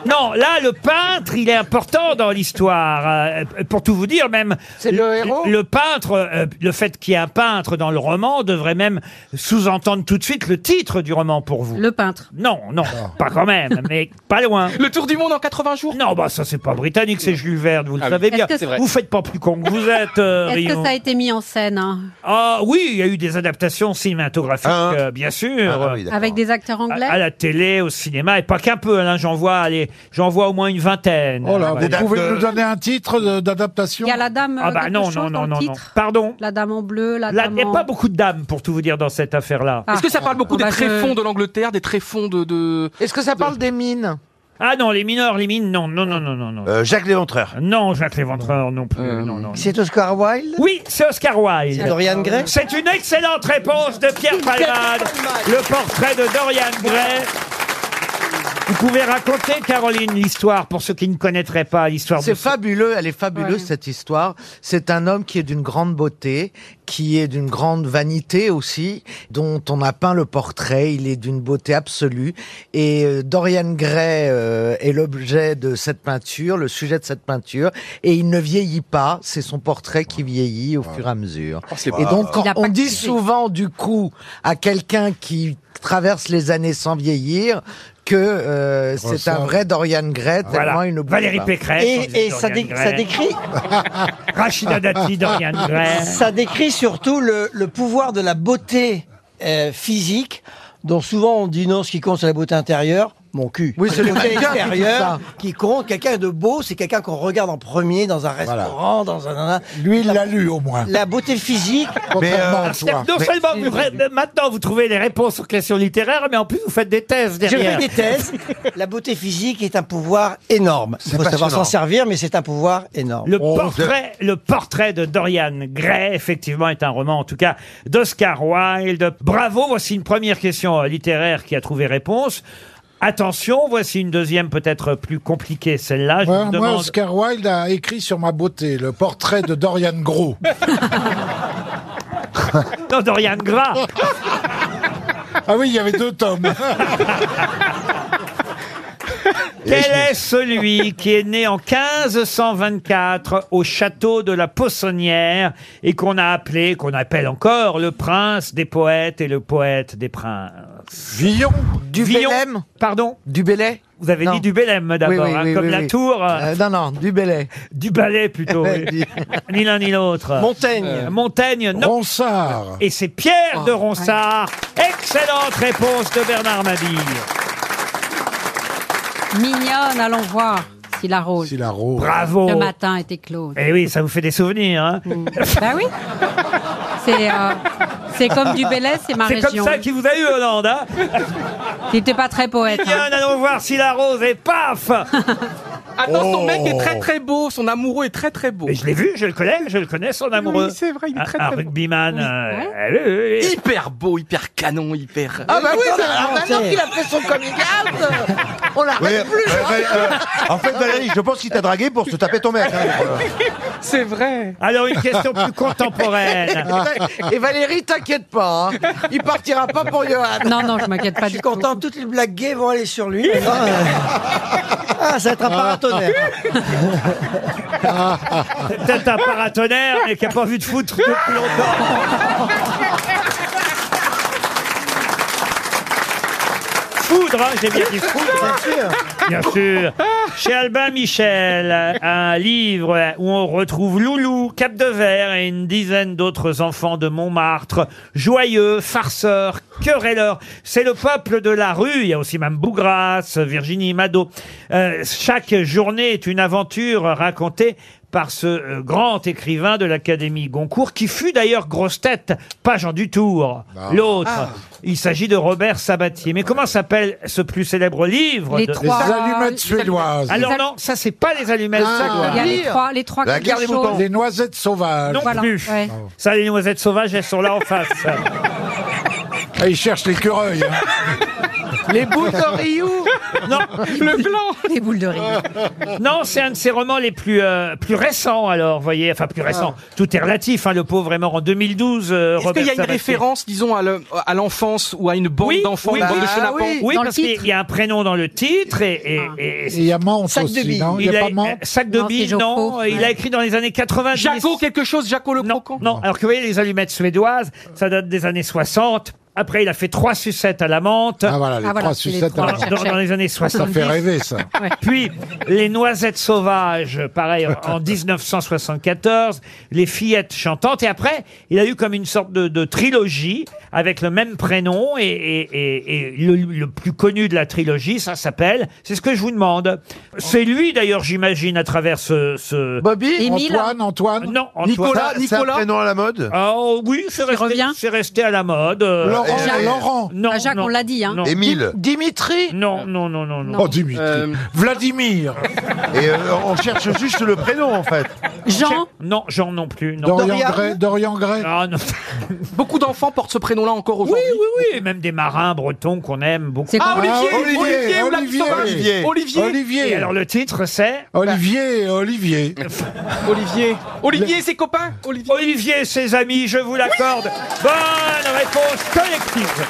Non, là, le peintre, il est important dans l'histoire. Euh, pour tout vous dire, même. C'est le héros Le peintre, euh, le fait qu'il y ait un peintre dans le roman devrait même sous-entendre tout de suite le titre du roman pour vous. Le peintre. Non, non, Ah. pas quand même, mais pas loin. Le tour du monde en 80 jours Ah Non, bah ça c'est pas britannique, c'est Jules Verne, vous le savez oui. bien. Est-ce que c'est vrai Vous faites pas plus con que vous êtes, euh, Est-ce que Rion. ça a été mis en scène hein, Ah oui, il y a eu des adaptations cinématographiques, Ah. euh, bien sûr. Ah, oui, d'accord. avec des acteurs à, anglais à la télé, au cinéma, et pas qu'un peu. Là, j'en vois, allez, j'en vois au moins une vingtaine. Oh là, vous Des dates pouvez de- nous donner un titre de- d'adaptation Il y a la dame. ah euh, bah quelque non, chose non, dans non, le non, non. titre Pardon. La dame en bleu, Là, la Il dame. n'y a en- pas beaucoup de dames pour tout vous dire dans cette affaire-là. Ah. Est-ce que ça parle beaucoup Ah, bah, des je- tréfonds de l'Angleterre, des tréfonds de... de... Est-ce que ça parle des mines Ah non, les mineurs, les mines, non, non, non, non, non, non. Euh, Jacques Léventreur. Non, Jacques Léventreur non plus. Euh, non, non. C'est Oscar Wilde Oui, c'est Oscar Wilde. C'est Dorian Gray C'est une excellente réponse de Pierre Palmade. Le portrait de Dorian Gray. Vous pouvez raconter, Caroline, l'histoire pour ceux qui ne connaîtraient pas l'histoire de C'est fabuleux, elle est fabuleuse Ouais. cette histoire. C'est un homme qui est d'une grande beauté, qui est d'une grande vanité aussi, dont on a peint le portrait. Il est d'une beauté absolue. Et euh, Dorian Gray euh, est l'objet de cette peinture, le sujet de cette peinture. Et il ne vieillit pas, c'est son portrait qui vieillit au fur et à mesure. et donc, Il a on pas dit cru. souvent, du coup, à quelqu'un qui traverse les années sans vieillir, que euh, c'est un Ressemble. vrai Dorian Gray, tellement Voilà. il ne bouge Valérie pas. Pécresse. on disait Et, et ça, Dorian dé- Gray. ça décrit, Rachida Dati, Dorian Gray. ça décrit surtout le, le pouvoir de la beauté euh, physique, dont souvent on dit non, ce qui compte c'est la beauté intérieure. Mon cul. Oui, c'est le beauté mannequin qui dit extérieure ça. qui compte. Quelqu'un de beau, c'est quelqu'un qu'on regarde en premier dans un restaurant, dans un. Lui, il l'a lu au moins. La beauté physique, Contrairement euh, à toi. Non seulement vous, maintenant vous trouvez les réponses aux questions littéraires, mais en plus vous faites des thèses J'ai fait derrière. des thèses. La beauté physique est un pouvoir énorme. Il faut savoir passionnant. s'en servir, mais c'est un pouvoir énorme. Le portrait, le portrait de Dorian Gray, effectivement, est un roman, en tout cas, d'Oscar Wilde. Bravo, voici une première question euh, littéraire qui a trouvé réponse. Attention, voici une deuxième peut-être plus compliquée, celle-là. Je Ouais, vous Ah, moi, demande, Oscar Wilde a écrit sur ma beauté le portrait de Dorian Gros. Non, Dorian Gras. Ah oui, il y avait deux tomes. Quel est celui qui est né en 1524 au château de la Poissonnière et qu'on a appelé, qu'on appelle encore le prince des poètes et le poète des princes Villon Du Villon- Bélem Pardon Du Bélé Vous avez Non. dit du Bélem d'abord, Oui, oui, hein, oui, comme oui, la oui. tour, euh, Euh, non, non, du Bélé. du ballet plutôt. oui. Du- ni l'un ni l'autre. Euh, Montaigne. Montaigne, non. Ronsard. Et c'est Pierre Ah, de Ronsard. Excellente réponse de Bernard Mabille. Mignonne, allons voir si la rose. C'est la rose. Bravo. Le matin était clos. Eh oui, ça vous fait des souvenirs. hein. bah oui. C'est euh, c'est comme du Bélez, c'est ma C'est région. comme ça qu'il vous a eu, Hollande. Hein Il était pas très poète. hein. Bien, allons voir si la rose est paf Attends, son Oh. mec est très très beau, son amoureux est très très beau. Mais je l'ai vu, je le connais, je le connais, son amoureux. Ah, Oui, c'est vrai, il est Un- très un très beau. rugbyman. ouais. euh, oui, oui, oui. Hyper beau, hyper canon, hyper. Ah bah oui, Attends, ça- alors non, maintenant c'est- qu'il a fait son coming out, on l'arrête plus. hein. euh, en fait, Valérie, je pense qu'il t'a dragué pour se taper ton mec. hein. C'est vrai. Alors, une question plus contemporaine. Et Valérie, t'inquiète pas, hein. il partira pas pour Johan. Non, non, je m'inquiète pas Je suis du tout. content, toutes les blagues gays vont aller sur lui. maintenant, euh. Ah, ça va être un paratonnerre. C'est peut-être un paratonnerre, mais qui n'a pas vu de foutre depuis longtemps. Foudre, hein, j'ai bien dit foudre. Bien sûr. Chez Albin Michel, un livre où on retrouve Loulou, Cap de Verre et une dizaine d'autres enfants de Montmartre, joyeux, farceurs, querelleurs. C'est le peuple de la rue. Il y a aussi Mme Bougras, Virginie Mado. Euh, chaque journée est une aventure racontée par ce euh, grand écrivain de l'Académie Goncourt, qui fut d'ailleurs grosse tête, pas Jean Dutour, l'autre. Il s'agit de Robert Sabatier. Mais comment s'appelle ce plus célèbre livre Les de- Les trois. allumettes suédoises. alors Les- non, ça c'est pas les allumettes. ça, Ah. Il y a les Lire. trois, les trois La quelque guerre des chose. boutons. Les noisettes sauvages. Non Voilà, plus. ouais. Ça, les noisettes sauvages, elles sont là en face. Ah, il cherche l'écureuil. hein. Les boules de Rioux. non, Le blanc. Les boules de rire. non, c'est un de ses romans les plus euh, plus récents. Alors, voyez, enfin plus récent. Tout est relatif. Hein, le pauvre est mort en 2012. euh, Est-ce Robert qu'il y a une Sabatier. référence, disons, à le- à l'enfance ou à une bande Oui, d'enfants, oui, bah une bande oui. de chenapans Ah oui. Oui, Dans le parce qu'il titre. y a un prénom dans le titre et, et- et- Et il y a Mante Sac de aussi, billes. non Il n'y a, pas Mante euh, sac de Non, c'est billes, Jaco. non. Il Ouais. a écrit dans les années 90. Jaco quelque chose, Jaco le Non, croquant. non. Alors que vous voyez, les allumettes suédoises, ça date des années 60. Après, il a fait trois sucettes à la menthe. Ah voilà, les Ah, voilà, trois c'est les sucettes. trois. à la dans, menthe. dans- dans les années Ça 60. fait rêver, ça. Puis les noisettes sauvages, pareil, en- en 1974, les fillettes chantantes. Et après, il a eu comme une sorte de, de trilogie avec le même prénom. Et, et- et- et le, le plus connu de la trilogie, ça s'appelle, c'est ce que je vous demande. C'est lui d'ailleurs, j'imagine, à travers ce... ce- Bobby, Émile, Antoine, Antoine. Non, Antoine. Nicolas, Ah, Nicolas. prénom à la mode Oh oui, c'est resté, revient c'est resté à la mode. euh, Laurent, Jacques. Laurent. Non, Ah, Jacques, non, on l'a dit, hein. Non, Émile. Dimitri. non, non, non, non. non. Oh, Dimitri. Euh, Vladimir. Et euh, on cherche juste le prénom, en fait. Jean, Non, Jean non plus. Non. Dorian Dorian. Gray. Dorian Gray. Ah, non. Beaucoup d'enfants portent ce prénom-là encore Oui, aujourd'hui. oui, oui. Et même des marins bretons qu'on aime beaucoup. c'est quoi Ah, Olivier, Ah, Olivier, Olivier, ou la Olivier, sauvage. Olivier. Olivier, Olivier, Olivier. Et alors le titre c'est Olivier, Olivier. Olivier, ses copains, Olivier. Olivier et ses amis, je vous l'accorde. Bonne réponse collective.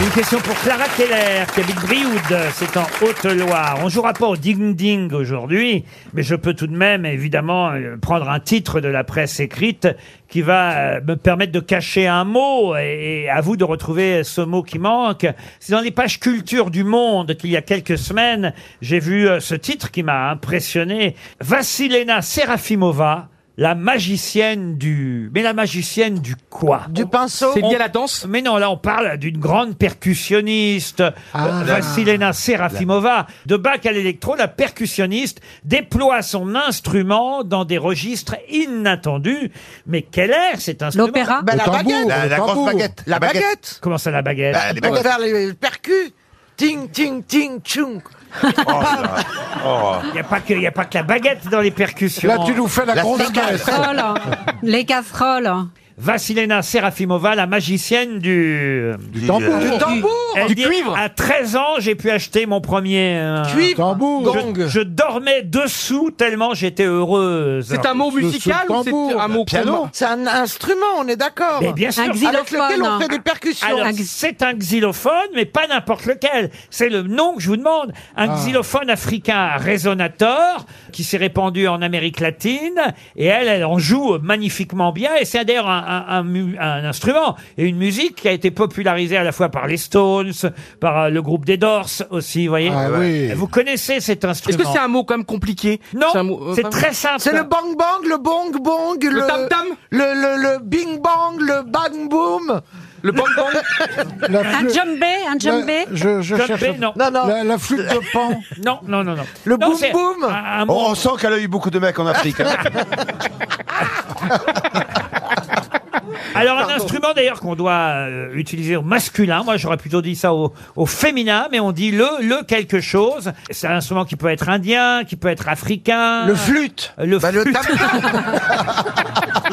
Une question pour Clara Keller, qui habite Brioude, c'est en Haute-Loire. On jouera pas au ding-ding aujourd'hui, mais je peux tout de même, évidemment, euh, prendre un titre de la presse écrite qui va euh, me permettre de cacher un mot et, et à vous de retrouver ce mot qui manque. C'est dans les pages culture du monde qu'il y a quelques semaines, j'ai vu euh, ce titre qui m'a impressionné. Vassilena Serafimova, la magicienne du... Mais la magicienne du quoi Du pinceau C'est lié à la danse Mais non, là on parle d'une grande percussionniste, euh, Vassilena Serafimova. De bac à l'électro, la percussionniste déploie son instrument dans des registres inattendus. Mais quel air cet instrument L'opéra Bah, la Le tambour, baguette. La- le la grosse tambour. baguette. La La baguette. baguette Comment ça la baguette Bah, les Pour baguettes. faire les percus. Ting, ting, ting, chung. Oh, là. Oh. Il n'y a, pas que- y a pas que la baguette dans les percussions. Là, tu nous fais la, La grosse fringale. caisse. Casseroles, hein. Les casseroles. hein. Vassilena Serafimova, la magicienne du... Du tambour. euh, Du tambour Elle Du dit, cuivre. À 13 ans, j'ai pu acheter mon premier... euh, Cuivre Tambour. Je, je dormais dessous tellement j'étais heureuse. C'est un mot musical ou c'est tambour, un mot piano. C'est un instrument, on est d'accord. Mais bien sûr. Un Avec lequel on xylophone. fait des percussions. Alors, Un xy- c'est un xylophone, mais pas n'importe lequel. C'est le nom que je vous demande. Un xylophone africain à résonateur qui s'est répandu en Amérique latine. Et elle, elle en joue magnifiquement bien. Et c'est d'ailleurs un, un- un mu- un instrument et une musique qui a été popularisée à la fois par les Stones, par euh, le groupe des Doors aussi, vous voyez. Ah oui. Vous connaissez cet Est-ce instrument que c'est un mot quand même compliqué C'est un mot, Non, euh, c'est pas- très simple. C'est le bang bang, le bong bong, le. tam-tam Le, le, le bing bang, le bang boom. Le bang bang La Un flûte- djembé, un djembé. la- Je, je Jumpé, cherche. non. Non, non. La, la flûte de pan. Non, non, non, non. Le Non, boum c'est boum. un- un Oh, mot- on sent qu'elle a eu beaucoup de mecs en Afrique. hein. Alors un instrument d'ailleurs qu'on doit euh, utiliser au masculin. Moi j'aurais plutôt dit ça au, au féminin, mais on dit le le quelque chose. C'est un instrument qui peut être indien, qui peut être africain. Le flûte. Le Bah, le flûte, tam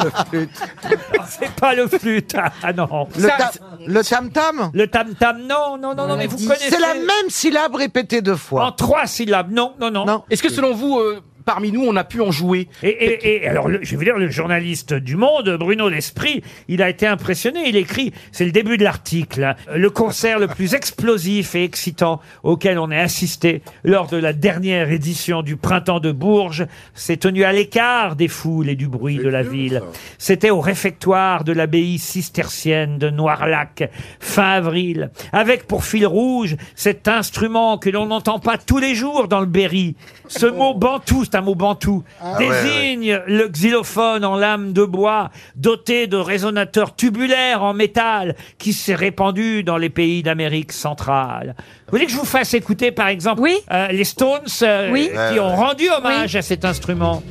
c'est pas le flûte. Ah non. le, ta- le tam tam. Le tam tam, non, non, non, non, mais vous connaissez. C'est la même syllabe répétée deux En fois. trois syllabes, non, non, non. Non. Est-ce que selon vous, euh, parmi nous, on a pu en jouer Et, et- et alors, le- je vais vous dire, le journaliste du Monde, Bruno L'Esprit, il a été impressionné. Il écrit, c'est le début de l'article, hein, le concert le plus explosif et excitant auquel on ait assisté lors de la dernière édition du Printemps de Bourges s'est tenu à l'écart des foules et du bruit de la ville. C'était au réfectoire de l'abbaye cistercienne de Noirlac, fin avril, avec pour fil rouge cet instrument que l'on n'entend pas tous les jours dans le Berry. Ce mot bantou, c'est un mot bantou, désigne le xylophone en lame de bois, doté de résonateurs tubulaires en métal, qui s'est répandu dans les pays d'Amérique centrale. Vous voulez que je vous fasse écouter, par exemple, Oui. euh, les Stones, euh, Oui. qui ont rendu hommage à cet instrument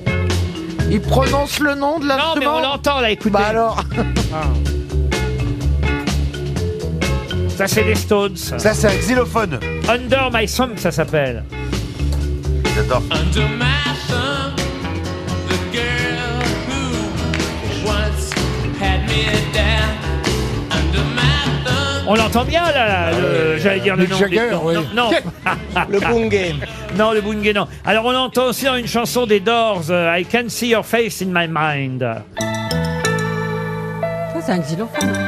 Il prononce le nom de Non, mais on l'instrument. l'entend, là, écoutez. Bah alors. Ça, c'est les Stones. Ça, c'est un xylophone. Under My Thumb, ça s'appelle. J'adore. On l'entend bien, là, Ah là, le- j'allais dire le Mick nom. Jagger, des- non, oui. non, non. Le bungé. Non, le Bungay, non. Alors, on l'entend aussi dans une chanson des Doors, euh, I Can See Your Face in My Mind. Ça, c'est un xylophone. hein.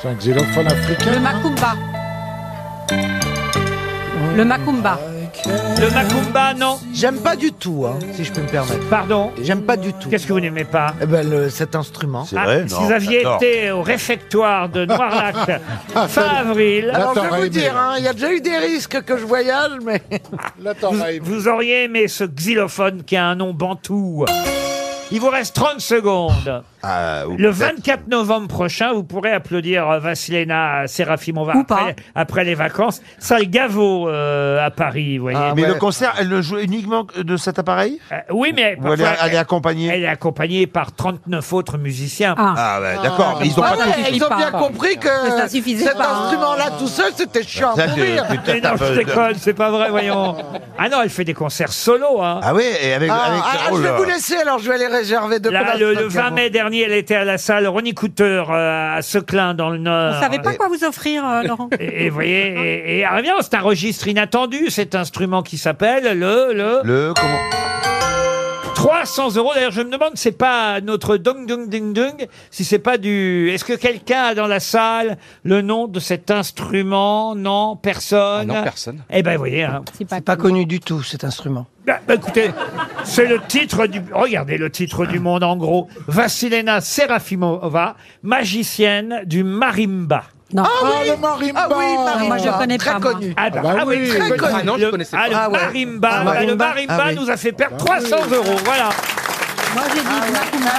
C'est un xylophone Le africain. macumba. Le macumba. Le Macumba, non. J'aime pas du tout, hein, si je peux me permettre. Pardon. J'aime pas du tout. Qu'est-ce que vous n'aimez pas Eh ben, le- cet instrument. C'est vrai, Ah, Si non, vous aviez j'adore. été au réfectoire de Noirlac fin avril, Ah, Alors, je vais t'aurais vous aimé, dire, là. hein, il y a déjà eu des risques que je voyage, mais. Là, vous, t'aurais aimé. vous auriez aimé ce xylophone qui a un nom bantou. Il vous reste 30 secondes. Ah, ou Le peut-être. 24 novembre prochain, vous pourrez applaudir euh, Vassilena Serafimova Ou après, pas. après les vacances. Salle Gaveau euh, à Paris, vous voyez. Ah, Mais ouais. le concert, elle le joue uniquement de cet appareil Euh, oui, mais Ou elle est, parfois, elle est accompagnée elle est accompagnée par 39 autres musiciens. Ah. Ah, ouais, d'accord, mais ils ont Ah pas ouais, compris. ils ont bien Pas. compris que Mais ça suffisait cet pas, hein. instrument-là tout seul, c'était chiant à Ça, c'est- mourir. putain, Mais non, t'as je pas- déconne, c'est pas vrai, voyons. Ah non, elle fait des concerts solo. Hein. Ah ouais, et avec. Ah, avec ah, oh je vais là. vous laisser, alors je vais les réserver de Là, place, le, le donc, 20 avant. mai dernier, elle était à la salle Ronnie Cooter euh, à Seclin, dans le Nord. On savait pas quoi vous offrir, euh, Laurent. Et, et vous voyez, et, et ah, bien, c'est un registre inattendu, cet instrument qui s'appelle le... le... Le. Comment 300 euros. D'ailleurs, je me demande, c'est pas notre dong dong ding dong, si c'est pas du. Est-ce que quelqu'un a dans la salle le nom de cet instrument Non, personne. Ah non, personne. Eh ben, vous voyez. hein. C'est pas, Pas connu du tout cet instrument. Bah, bah, écoutez, c'est le titre du. Regardez le titre du monde en gros. Vassilena Serafimova, magicienne du marimba. Non. Ah, le marimba Ah oui, marimba. moi, je connais très pas, moi. connu. Ah, bah, bah ah oui, oui, très oui. connu. Ah non, je Le- connaissais ah, pas. le Ah ouais. marimba, Ah, bah, le marimba. marimba Ah oui. nous a fait perdre 300 euros. Voilà. Moi, j'ai dit Nakuma.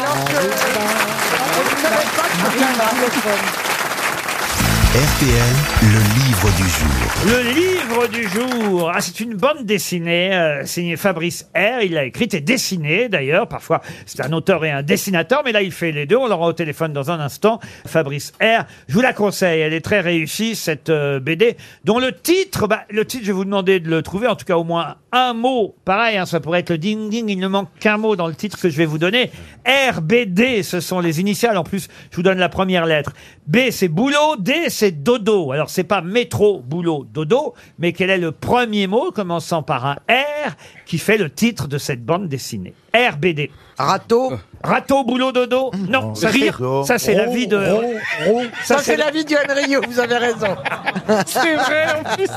RTL, le livre du jour. Le livre du jour. Ah, c'est une bande dessinée euh, signée Fabrice R. Il l'a écrite et dessinée d'ailleurs. Parfois, c'est un auteur et un dessinateur, mais là, il fait les deux. On l'aura au téléphone dans un instant. Fabrice R. Je vous la conseille. Elle est très réussie, cette euh, BD, dont le titre, bah, le titre, je vais vous demander de le trouver. En tout cas, au moins un mot. Pareil, hein, ça pourrait être le ding-ding. Il ne manque qu'un mot dans le titre que je vais vous donner. RBD, ce sont les initiales. En plus, je vous donne la première lettre. B, c'est boulot. D, c'est dodo. Alors, c'est pas métro, boulot, dodo, mais quel est le premier mot commençant par un R qui fait le titre de cette bande dessinée RBD. Râteau. Râteau, boulot, dodo Non, rire. Ça, c'est la vie de. Ça, c'est la- la vie du Enrio, vous avez raison. C'est vrai en plus.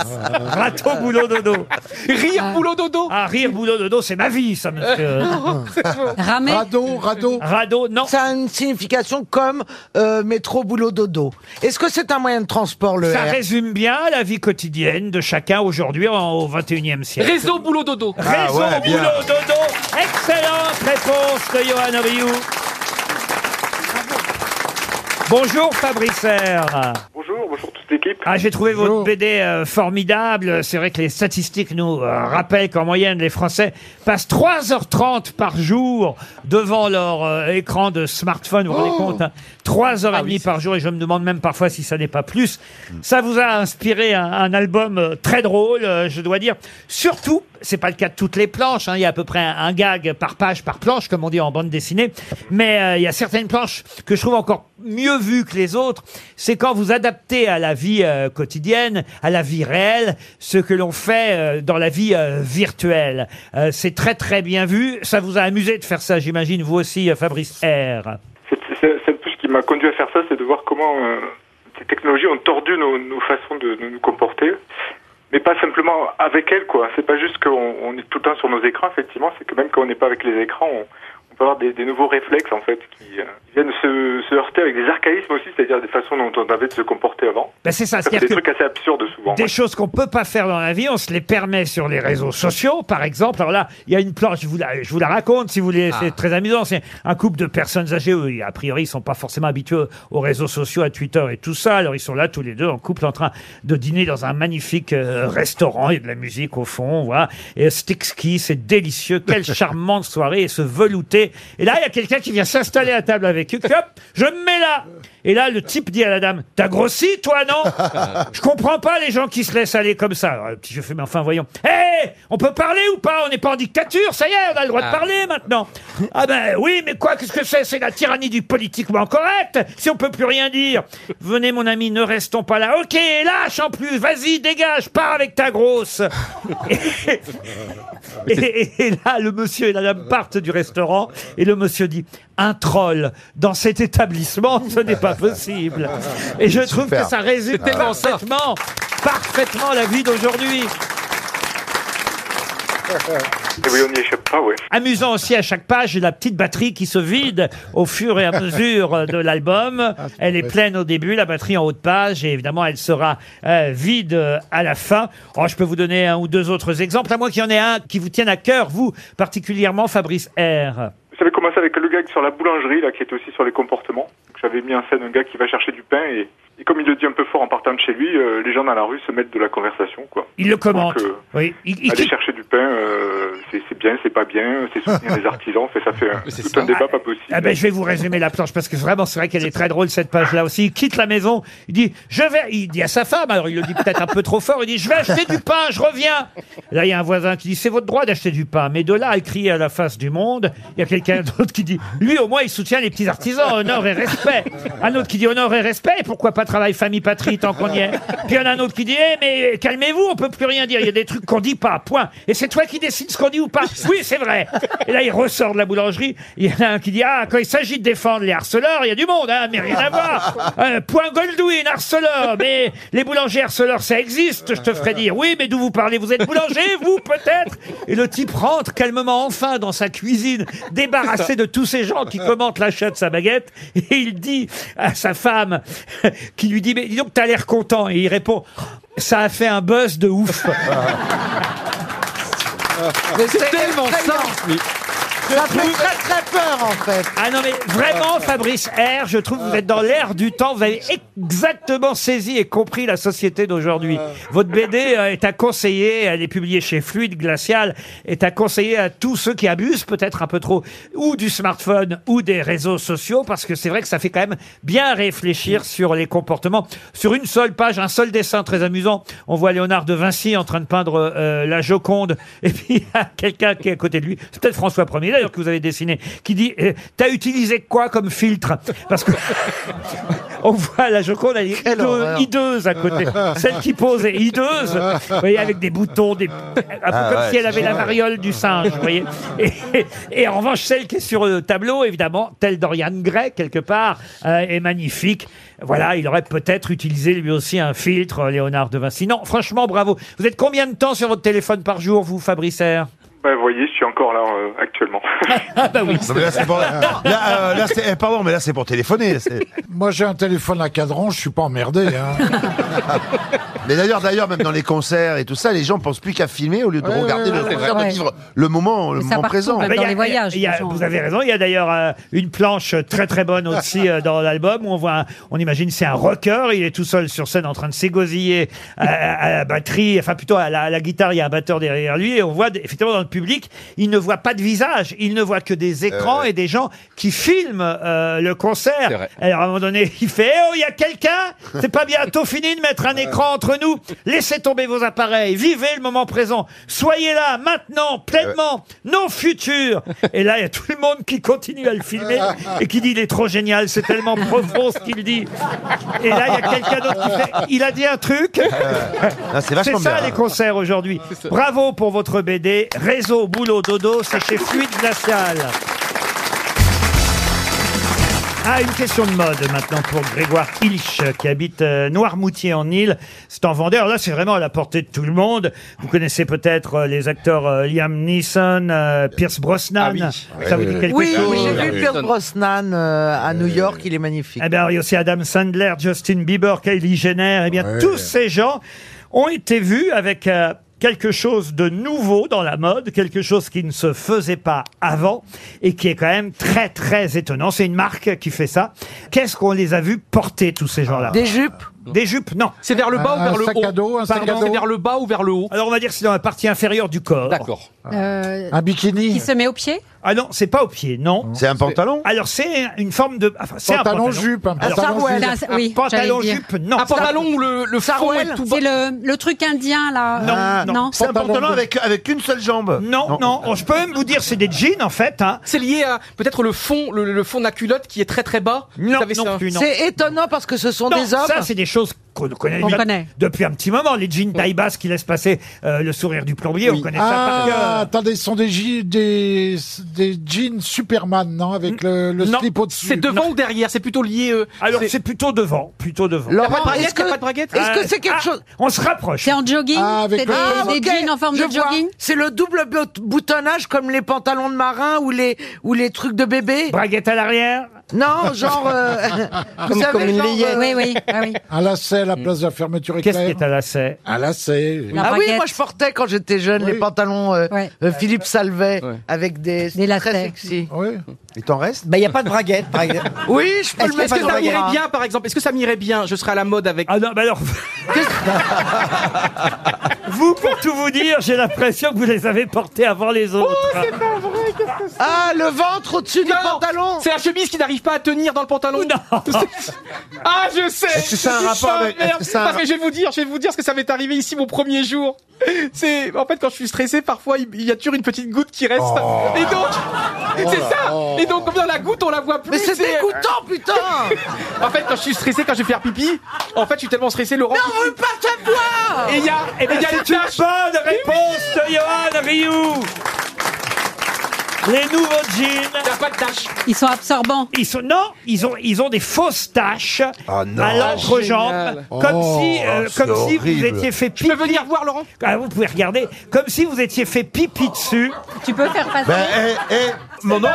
Râteau, boulot, dodo. Rire, boulot, dodo. Ah, rire, boulot, dodo, c'est ma vie, ça, monsieur. Ramé. Radeau, radeau. Rado, non. Ça a une signification comme euh, métro, boulot, dodo. Est-ce que c'est un moyen de transport, le Ça R résume bien la vie quotidienne de chacun aujourd'hui en- au 21e siècle. Réseau, boulot, dodo. Ah Réseau ouais, bien. boulot dodo. Excellente réponse de Johan Rioux. Bonjour Fabrice R. Bonjour, bonjour toute l'équipe. Ah, j'ai trouvé votre BD euh, formidable. C'est vrai que les statistiques nous euh, rappellent qu'en moyenne, les Français passent 3h30 par jour devant leur euh, écran de smartphone. Vous vous rendez compte 3h30 par jour. Et je me demande même parfois si ça n'est pas plus. Ça vous a inspiré un, un album euh, très drôle, euh, je dois dire. Surtout, c'est pas le cas de toutes les planches. hein. Il y a à peu près un, un gag par page, par planche, comme on dit en bande dessinée. Mais euh, il y a certaines planches que je trouve encore mieux vues que les autres. C'est quand vous adaptez à la vie euh, quotidienne, à la vie réelle, ce que l'on fait euh, dans la vie euh, virtuelle. Euh, c'est très très bien vu. Ça vous a amusé de faire ça, j'imagine, vous aussi, euh, Fabrice R. C'est c'est- c'est un peu ce qui m'a conduit à faire ça, c'est de voir comment euh, ces technologies ont tordu nos, nos façons de, de nous comporter. Mais pas simplement avec elles, quoi. C'est pas juste qu'on on est tout le temps sur nos écrans, effectivement, c'est que même quand on n'est pas avec les écrans, on, on peut avoir des, des nouveaux réflexes, en fait, qui, euh, qui viennent se, se heurter avec des archaïsmes aussi, c'est-à-dire des façons dont on avait de se comporter avant. Ben, c'est ça, Ça fait c'est-à-dire des que trucs assez absurdes souvent. Des choses qu'on peut pas faire dans la vie, on se les permet sur les réseaux sociaux, par exemple. Alors là, il y a une planche, je vous la, je vous la raconte si vous voulez, c'est très amusant. C'est un couple de personnes âgées, eux, a priori, ils sont pas forcément habitués aux réseaux sociaux, à Twitter et tout ça. Alors ils sont là tous les deux en couple en train de dîner dans un magnifique euh, restaurant. Il y a de la musique au fond, voilà. Et c'est exquis, c'est délicieux. Quelle charmante soirée et ce velouté. Et là, il y a quelqu'un qui vient s'installer à table avec eux. qui fait, Hop, je me mets là. Et là, le type dit à la dame, t'as grossi, toi, non? Je comprends pas les gens qui se laissent aller comme ça. Alors, le petit jeu fait, mais enfin, voyons. Hé Eh, On peut parler ou pas On n'est pas en dictature, ça y est, on a le droit de parler maintenant. Ah ben oui, mais quoi, qu'est-ce que c'est C'est la tyrannie du politiquement correct, si on peut plus rien dire. Venez, mon ami, ne restons pas là. Ok, lâche en plus, vas-y, dégage, pars avec ta grosse. Et- et, et- et là, le monsieur et la dame partent du restaurant et le monsieur dit un troll dans cet établissement, ce n'est pas possible. Et je trouve que ça résume parfaitement, parfaitement la vie d'aujourd'hui. Et oui, on n'y échappe pas, ouais. Amusant aussi à chaque page, j'ai la petite batterie qui se vide au fur et à mesure de l'album. Elle est pleine au début, la batterie en haut de page, et évidemment, elle sera euh, vide euh, à la fin. Oh, je peux vous donner un ou deux autres exemples, à moins qu'il y en ait un qui vous tienne à cœur, vous, particulièrement Fabrice R. J'avais commencé avec le gag sur la boulangerie, là, qui était aussi sur les comportements. Donc, J'avais mis en scène un gars qui va chercher du pain et, et comme il le dit un peu fort en partant de chez lui, euh, les gens dans la rue se mettent de la conversation, quoi. Il le commente. Donc, euh, Oui, il, il Aller quitte- chercher du pain, euh, c'est c'est bien, c'est pas bien, c'est soutenir les artisans, c'est- ça fait un, tout c'est un débat pas possible. Ah ben, je vais vous résumer la planche parce que vraiment c'est vrai qu'elle est très drôle cette page là aussi. Il quitte la maison, il dit je vais, il dit à sa femme, alors il le dit peut-être un peu trop fort, il dit je vais acheter du pain, je reviens. Là il y a un voisin qui dit c'est votre droit d'acheter du pain, mais de là à le crier à la face du monde, il y a quelqu'un d'autre qui dit lui au moins il soutient les petits artisans, hein, honneur et respect. Un autre qui dit honneur et respect, et pourquoi pas travail, famille, patrie tant qu'on y est. Puis il y en a un autre qui dit Eh, mais calmez-vous, on peut plus rien dire, il y a des trucs qu'on dit pas, point. Et c'est toi qui décides ce qu'on dit ou ou pas Oui, c'est vrai. Et là, il ressort de la boulangerie. Il y en a un qui dit Ah, quand il s'agit de défendre les harceleurs, il y a du monde, hein, mais rien à voir. Euh, point Goldwyn, harceleur. Mais les boulangers harceleurs, ça existe, je te ferai dire. Oui, mais d'où vous parlez Vous êtes boulanger, vous, peut-être Et le type rentre calmement, enfin, dans sa cuisine, débarrassé de tous ces gens qui commentent l'achat de sa baguette. Et il dit à sa femme, qui lui dit Mais dis donc, t'as l'air content. Et il répond Ça a fait un buzz de ouf. C'est tellement simple. Ça fait très très peur en fait. Ah non mais vraiment Fabrice R, je trouve que vous êtes dans l'air du temps, vous avez exactement saisi et compris la société d'aujourd'hui. Votre BD euh, est à conseiller, elle est publiée chez Fluide Glacial, est à conseiller à tous ceux qui abusent peut-être un peu trop ou du smartphone ou des réseaux sociaux parce que c'est vrai que ça fait quand même bien réfléchir sur les comportements. Sur une seule page, un seul dessin très amusant, on voit Léonard de Vinci en train de peindre euh, la Joconde et puis il y a quelqu'un qui est à côté de lui, c'est peut-être François Ier d'ailleurs que vous avez dessiné, qui dit euh, t'as utilisé quoi comme filtre Parce que on voit la Joconde, elle est hideux- horreur. hideuse à côté, celle qui pose est hideuse, vous voyez avec des boutons, des... un peu Ah comme ouais, si elle c'est avait la génial. variole du singe, vous voyez. Et, et en revanche celle qui est sur le tableau, évidemment, telle Dorian Gray quelque part, euh, est magnifique. Voilà, il aurait peut-être utilisé lui aussi un filtre, euh, Léonard de Vinci. Non, franchement, bravo. Vous êtes combien de temps sur votre téléphone par jour, vous, Fabrice R Bah, vous voyez, je suis encore là euh, actuellement. Ah bah oui. Non, mais là, c'est pour- là, euh, là, c'est- eh, pardon, mais là, c'est pour téléphoner. là, c'est- Moi, j'ai un téléphone à cadran, je suis pas emmerdé. Hein. Mais d'ailleurs, d'ailleurs, même dans les concerts et tout ça, les gens pensent plus qu'à filmer au lieu de Ouais, regarder ouais, le ouais, concert, ouais. de vivre le moment, le Mais ça moment partout, présent. même dans les voyages, il y a- vous avez raison. Il y a d'ailleurs euh, une planche très très bonne aussi euh, dans l'album où on voit, un- on imagine c'est un rocker. Il est tout seul sur scène en train de s'égosiller à, à- à la batterie, enfin plutôt à la, à la guitare. Il y a un batteur derrière lui et on voit d- effectivement dans le public, il ne voit pas de visage, il ne voit que des écrans et des gens qui filment euh, le concert. Alors à un moment donné, il fait Eh oh, il y a quelqu'un C'est pas bientôt fini de mettre un écran entre nous Laissez tomber vos appareils, vivez le moment présent, soyez là maintenant pleinement, non futur. Et là, il y a tout le monde qui continue à le filmer et qui dit il est trop génial, c'est tellement profond ce qu'il dit. Et là, il y a quelqu'un d'autre qui fait il a dit un truc. Ah, c'est vachement ça bien. les concerts aujourd'hui. Bravo pour votre BD Réseau Boulot Dodo, c'est chez Fluide Glacial. Ah, une question de mode maintenant pour Grégoire Hilch qui habite euh, Noirmoutier en Île. C'est en Vendée. Alors là, c'est vraiment à la portée de tout le monde. Vous connaissez peut-être euh, les acteurs euh, Liam Neeson, euh, Pierce Brosnan. Ça vous dit quelque Ah oui, Ah chose Oui, j'ai vu Pierce Brosnan euh, à New York, il est magnifique. Eh bien, il y a aussi Adam Sandler, Justin Bieber, Kylie Jenner. Eh bien, Ouais. tous ces gens ont été vus avec euh, quelque chose de nouveau dans la mode, quelque chose qui ne se faisait pas avant et qui est quand même très, très étonnant. C'est une marque qui fait ça. Qu'est-ce qu'on les a vus porter, tous ces gens-là Des jupes Des jupes, non. C'est vers le bas ou vers le haut Pardon, C'est vers le bas ou vers le haut Alors, on va dire que c'est dans la partie inférieure du corps. D'accord. Euh, bikini Qui se met au pied ah non, c'est pas au pied, non. C'est un pantalon Alors c'est une forme de enfin, Bah, c'est un Pantalon pantalon jupe, un Alors, pantalon jupe. Ah, ça, Un oui, pantalon j'allais jupe, non. Un pantalon où le, le Sarwell, C'est le, le truc indien là. Non, Euh, non. C'est un pantalon euh, avec, avec une seule jambe. Non, non, Oh, je peux même vous dire c'est des jeans en fait. Hein. C'est lié à peut-être le fond, le, le fond de la culotte qui est très très bas. Non, non ça plus, non. C'est étonnant parce que ce sont Non, des hommes. Ça, c'est des choses qu'on connaît, On bien- connaît. depuis un petit moment. Les jeans taille basse qui laissent passer euh, le sourire du plombier, on connaît ça par Ah, cœur. attendez, ce sont des, je- des, des jeans Superman, non Avec le, le slip au-dessus. C'est devant ou derrière C'est plutôt lié. euh, Alors c'est plutôt devant, plutôt devant. Laurent, T'as pas de braguette, est-ce que- t'as pas de braguette est-ce Euh, que c'est quelque chose Ah, On se rapproche. C'est en jogging Ah, avec C'est le- des, Ah, des ok, jeans en forme je de vois. jogging C'est le double bout- boutonnage comme les pantalons de marin ou les, ou les trucs de bébé. Braguette à l'arrière Non, genre. euh, vous savez, genre, euh, Oui, oui, ah oui. Un lacet à la place de la fermeture éclair. Qu'est-ce qui est à lacet Un lacet. Ah oui, moi je portais quand j'étais jeune les pantalons euh, euh, Philippe Salvet avec des, des très sexy. Il t'en reste Bah, il n'y a pas de braguette, par exemple. Oui, je peux Est-ce le mettre est-ce que sur ça le bras. m'irait bien, par exemple Est-ce que ça m'irait bien Je serais à la mode avec. Ah non, bah alors. Vous, pour tout vous dire, j'ai l'impression que vous les avez portés avant Oh, les autres. Ah, le ventre au-dessus du pantalon. C'est la chemise qui n'arrive pas à tenir dans le pantalon. ah, je sais. Est-ce que ça a un Je rapport suis un avec- est-ce merde. que ça a un- Parce que je vais vous dire, je vais vous dire ce que ça m'est arrivé ici mon premier jour. C'est en fait quand je suis stressé, parfois il il y a toujours une petite goutte qui reste. Et donc, Oh c'est ça. Et donc comme dans la goutte, on la voit plus. Mais c'est dégoûtant, putain En fait, quand je suis stressé, quand je vais faire pipi, en fait, je suis tellement stressé, Laurent. Mais on veut pas savoir Et il y a, Eh et bien, Ah, il y a une c'est une tache. bonne réponse de Johan Rioux. Les nouveaux jeans. pas de taches. Ils sont absorbants. Ils sont non, ils ont ils ont des fausses taches Ah non. à l'entrejambe, Ah, Génial. comme Oh, si euh, c'est comme si vous horrible. étiez fait pipi. Je peux venir voir Laurent. vous pouvez regarder comme si vous étiez fait pipi dessus. Tu peux faire passer. Ben, eh, mon nom.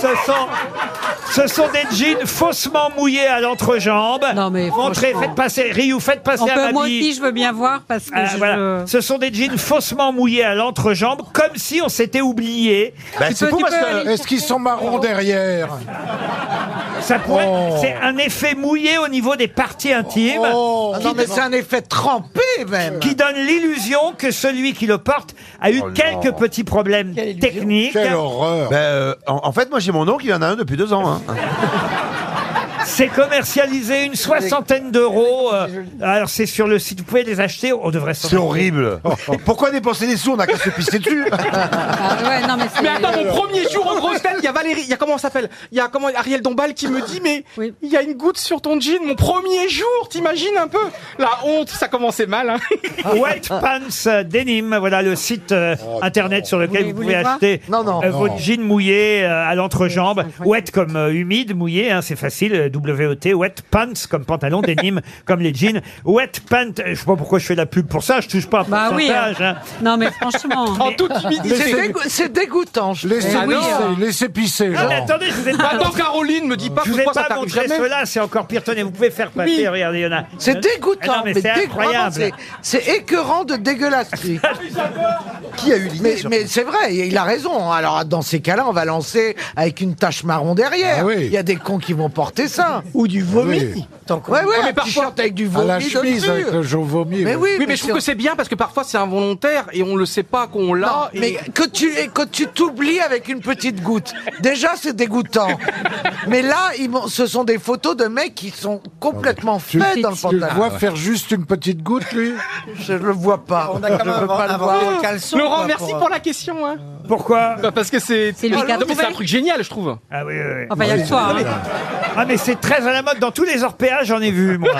Ce sont, ce sont des jeans faussement mouillés à l'entrejambe. Non mais montrez, franchement. Ah, faites passer, Ryu, faites passer On à peut- moi Mabie. aussi, je veux bien voir parce que Ah, je- voilà. Ce sont des jeans faussement mouillés à l'entrejambe, comme si on s'était oublié. Bah, Tu c'est peux- fou tu parce peux que- aller Est-ce qu'ils sont marrons derrière Ça pourrait. Oh. C'est un effet mouillé au niveau des parties intimes. Oh. Ah non, mais c'est un effet trempé, même. Qui donne l'illusion que celui qui le porte a Oh, eu quelques petits problèmes techniques. Ben, euh, en, en fait, moi j'ai mon oncle, il en a un depuis deux ans. hein. C'est commercialisé une soixantaine d'euros. euh, alors c'est sur le site, vous pouvez les acheter, on devrait s'en C'est horrible. Pourquoi dépenser des sous On a qu'à se pisser dessus. Ah ouais, non, mais c'est- Mais attends, mon premier jour en grosse tête, il y a Valérie, il y a comment on s'appelle Il y a comment Ariel Dombal qui me dit mais il y a une goutte sur ton jean, mon premier jour, t'imagines un peu La honte, ça commençait mal. Hein. Wet Pants euh, Denim, voilà le site euh, internet sur lequel Oh, Vous vous voulez pouvez voir acheter Non, non. euh, Non. votre jean mouillé euh, à l'entrejambe. Wet comme euh, humide, mouillé, hein, c'est facile, euh, W-E-T. Wet Pants comme pantalon, Denim comme les jeans. Wet Pants, euh, je sais pas pourquoi je fais la pub pour ça, je touche pas à Bah oui, pourcentage. hein. Non, mais franchement. En toute Mais c'est dégo- C'est dégoûtant. je Laissez trouve. pisser, laissez pisser. Ah, mais genre. attendez, je vous ai pas. Attends, Caroline, me dis pas je vous ai pourquoi ça pas t'arrive montré jamais. cela, c'est encore pire. Tenez, vous pouvez faire passer, Oui. regardez, il y en a. C'est dégoûtant, Ah non, mais, mais c'est dé- vraiment, incroyable. Ah, c'est- C'est écœurant de dégueulasse. Qui a eu l'idée Mais, mais c'est vrai, il a raison. hein. Alors dans ces cas-là, on va lancer avec une tache marron derrière. Ah oui. Il y a des cons qui vont porter ça. Ou du vomi. Oui. Tant qu'on- ouais, ouais, Ah, mais un parfois- t-shirt avec du À vomi la dessus. chemise avec le jaune vomi. Mais oui. oui, Oui, mais je trouve que c'est bien parce que parfois c'est involontaire et on le sait pas qu'on Non, l'a. et- Oh, mais que tu et que tu t'oublies avec une petite goutte. Déjà, c'est dégoûtant. mais là, ils m'ont- ce sont des photos de mecs qui sont complètement Tu, faits dans le tu le pantalon. vois faire juste une petite goutte, lui Je le vois pas. On a quand même pas le voir. Laurent, merci euh, pour la question. Hein. Pourquoi Bah, parce que c'est C'est lui Non, qui a mais c'est un trouvé. truc génial, je trouve. Ah oui, oui, oui. Enfin, il y a que toi. hein. Ah mais c'est très à la mode dans tous les orpéages, j'en ai vu moi.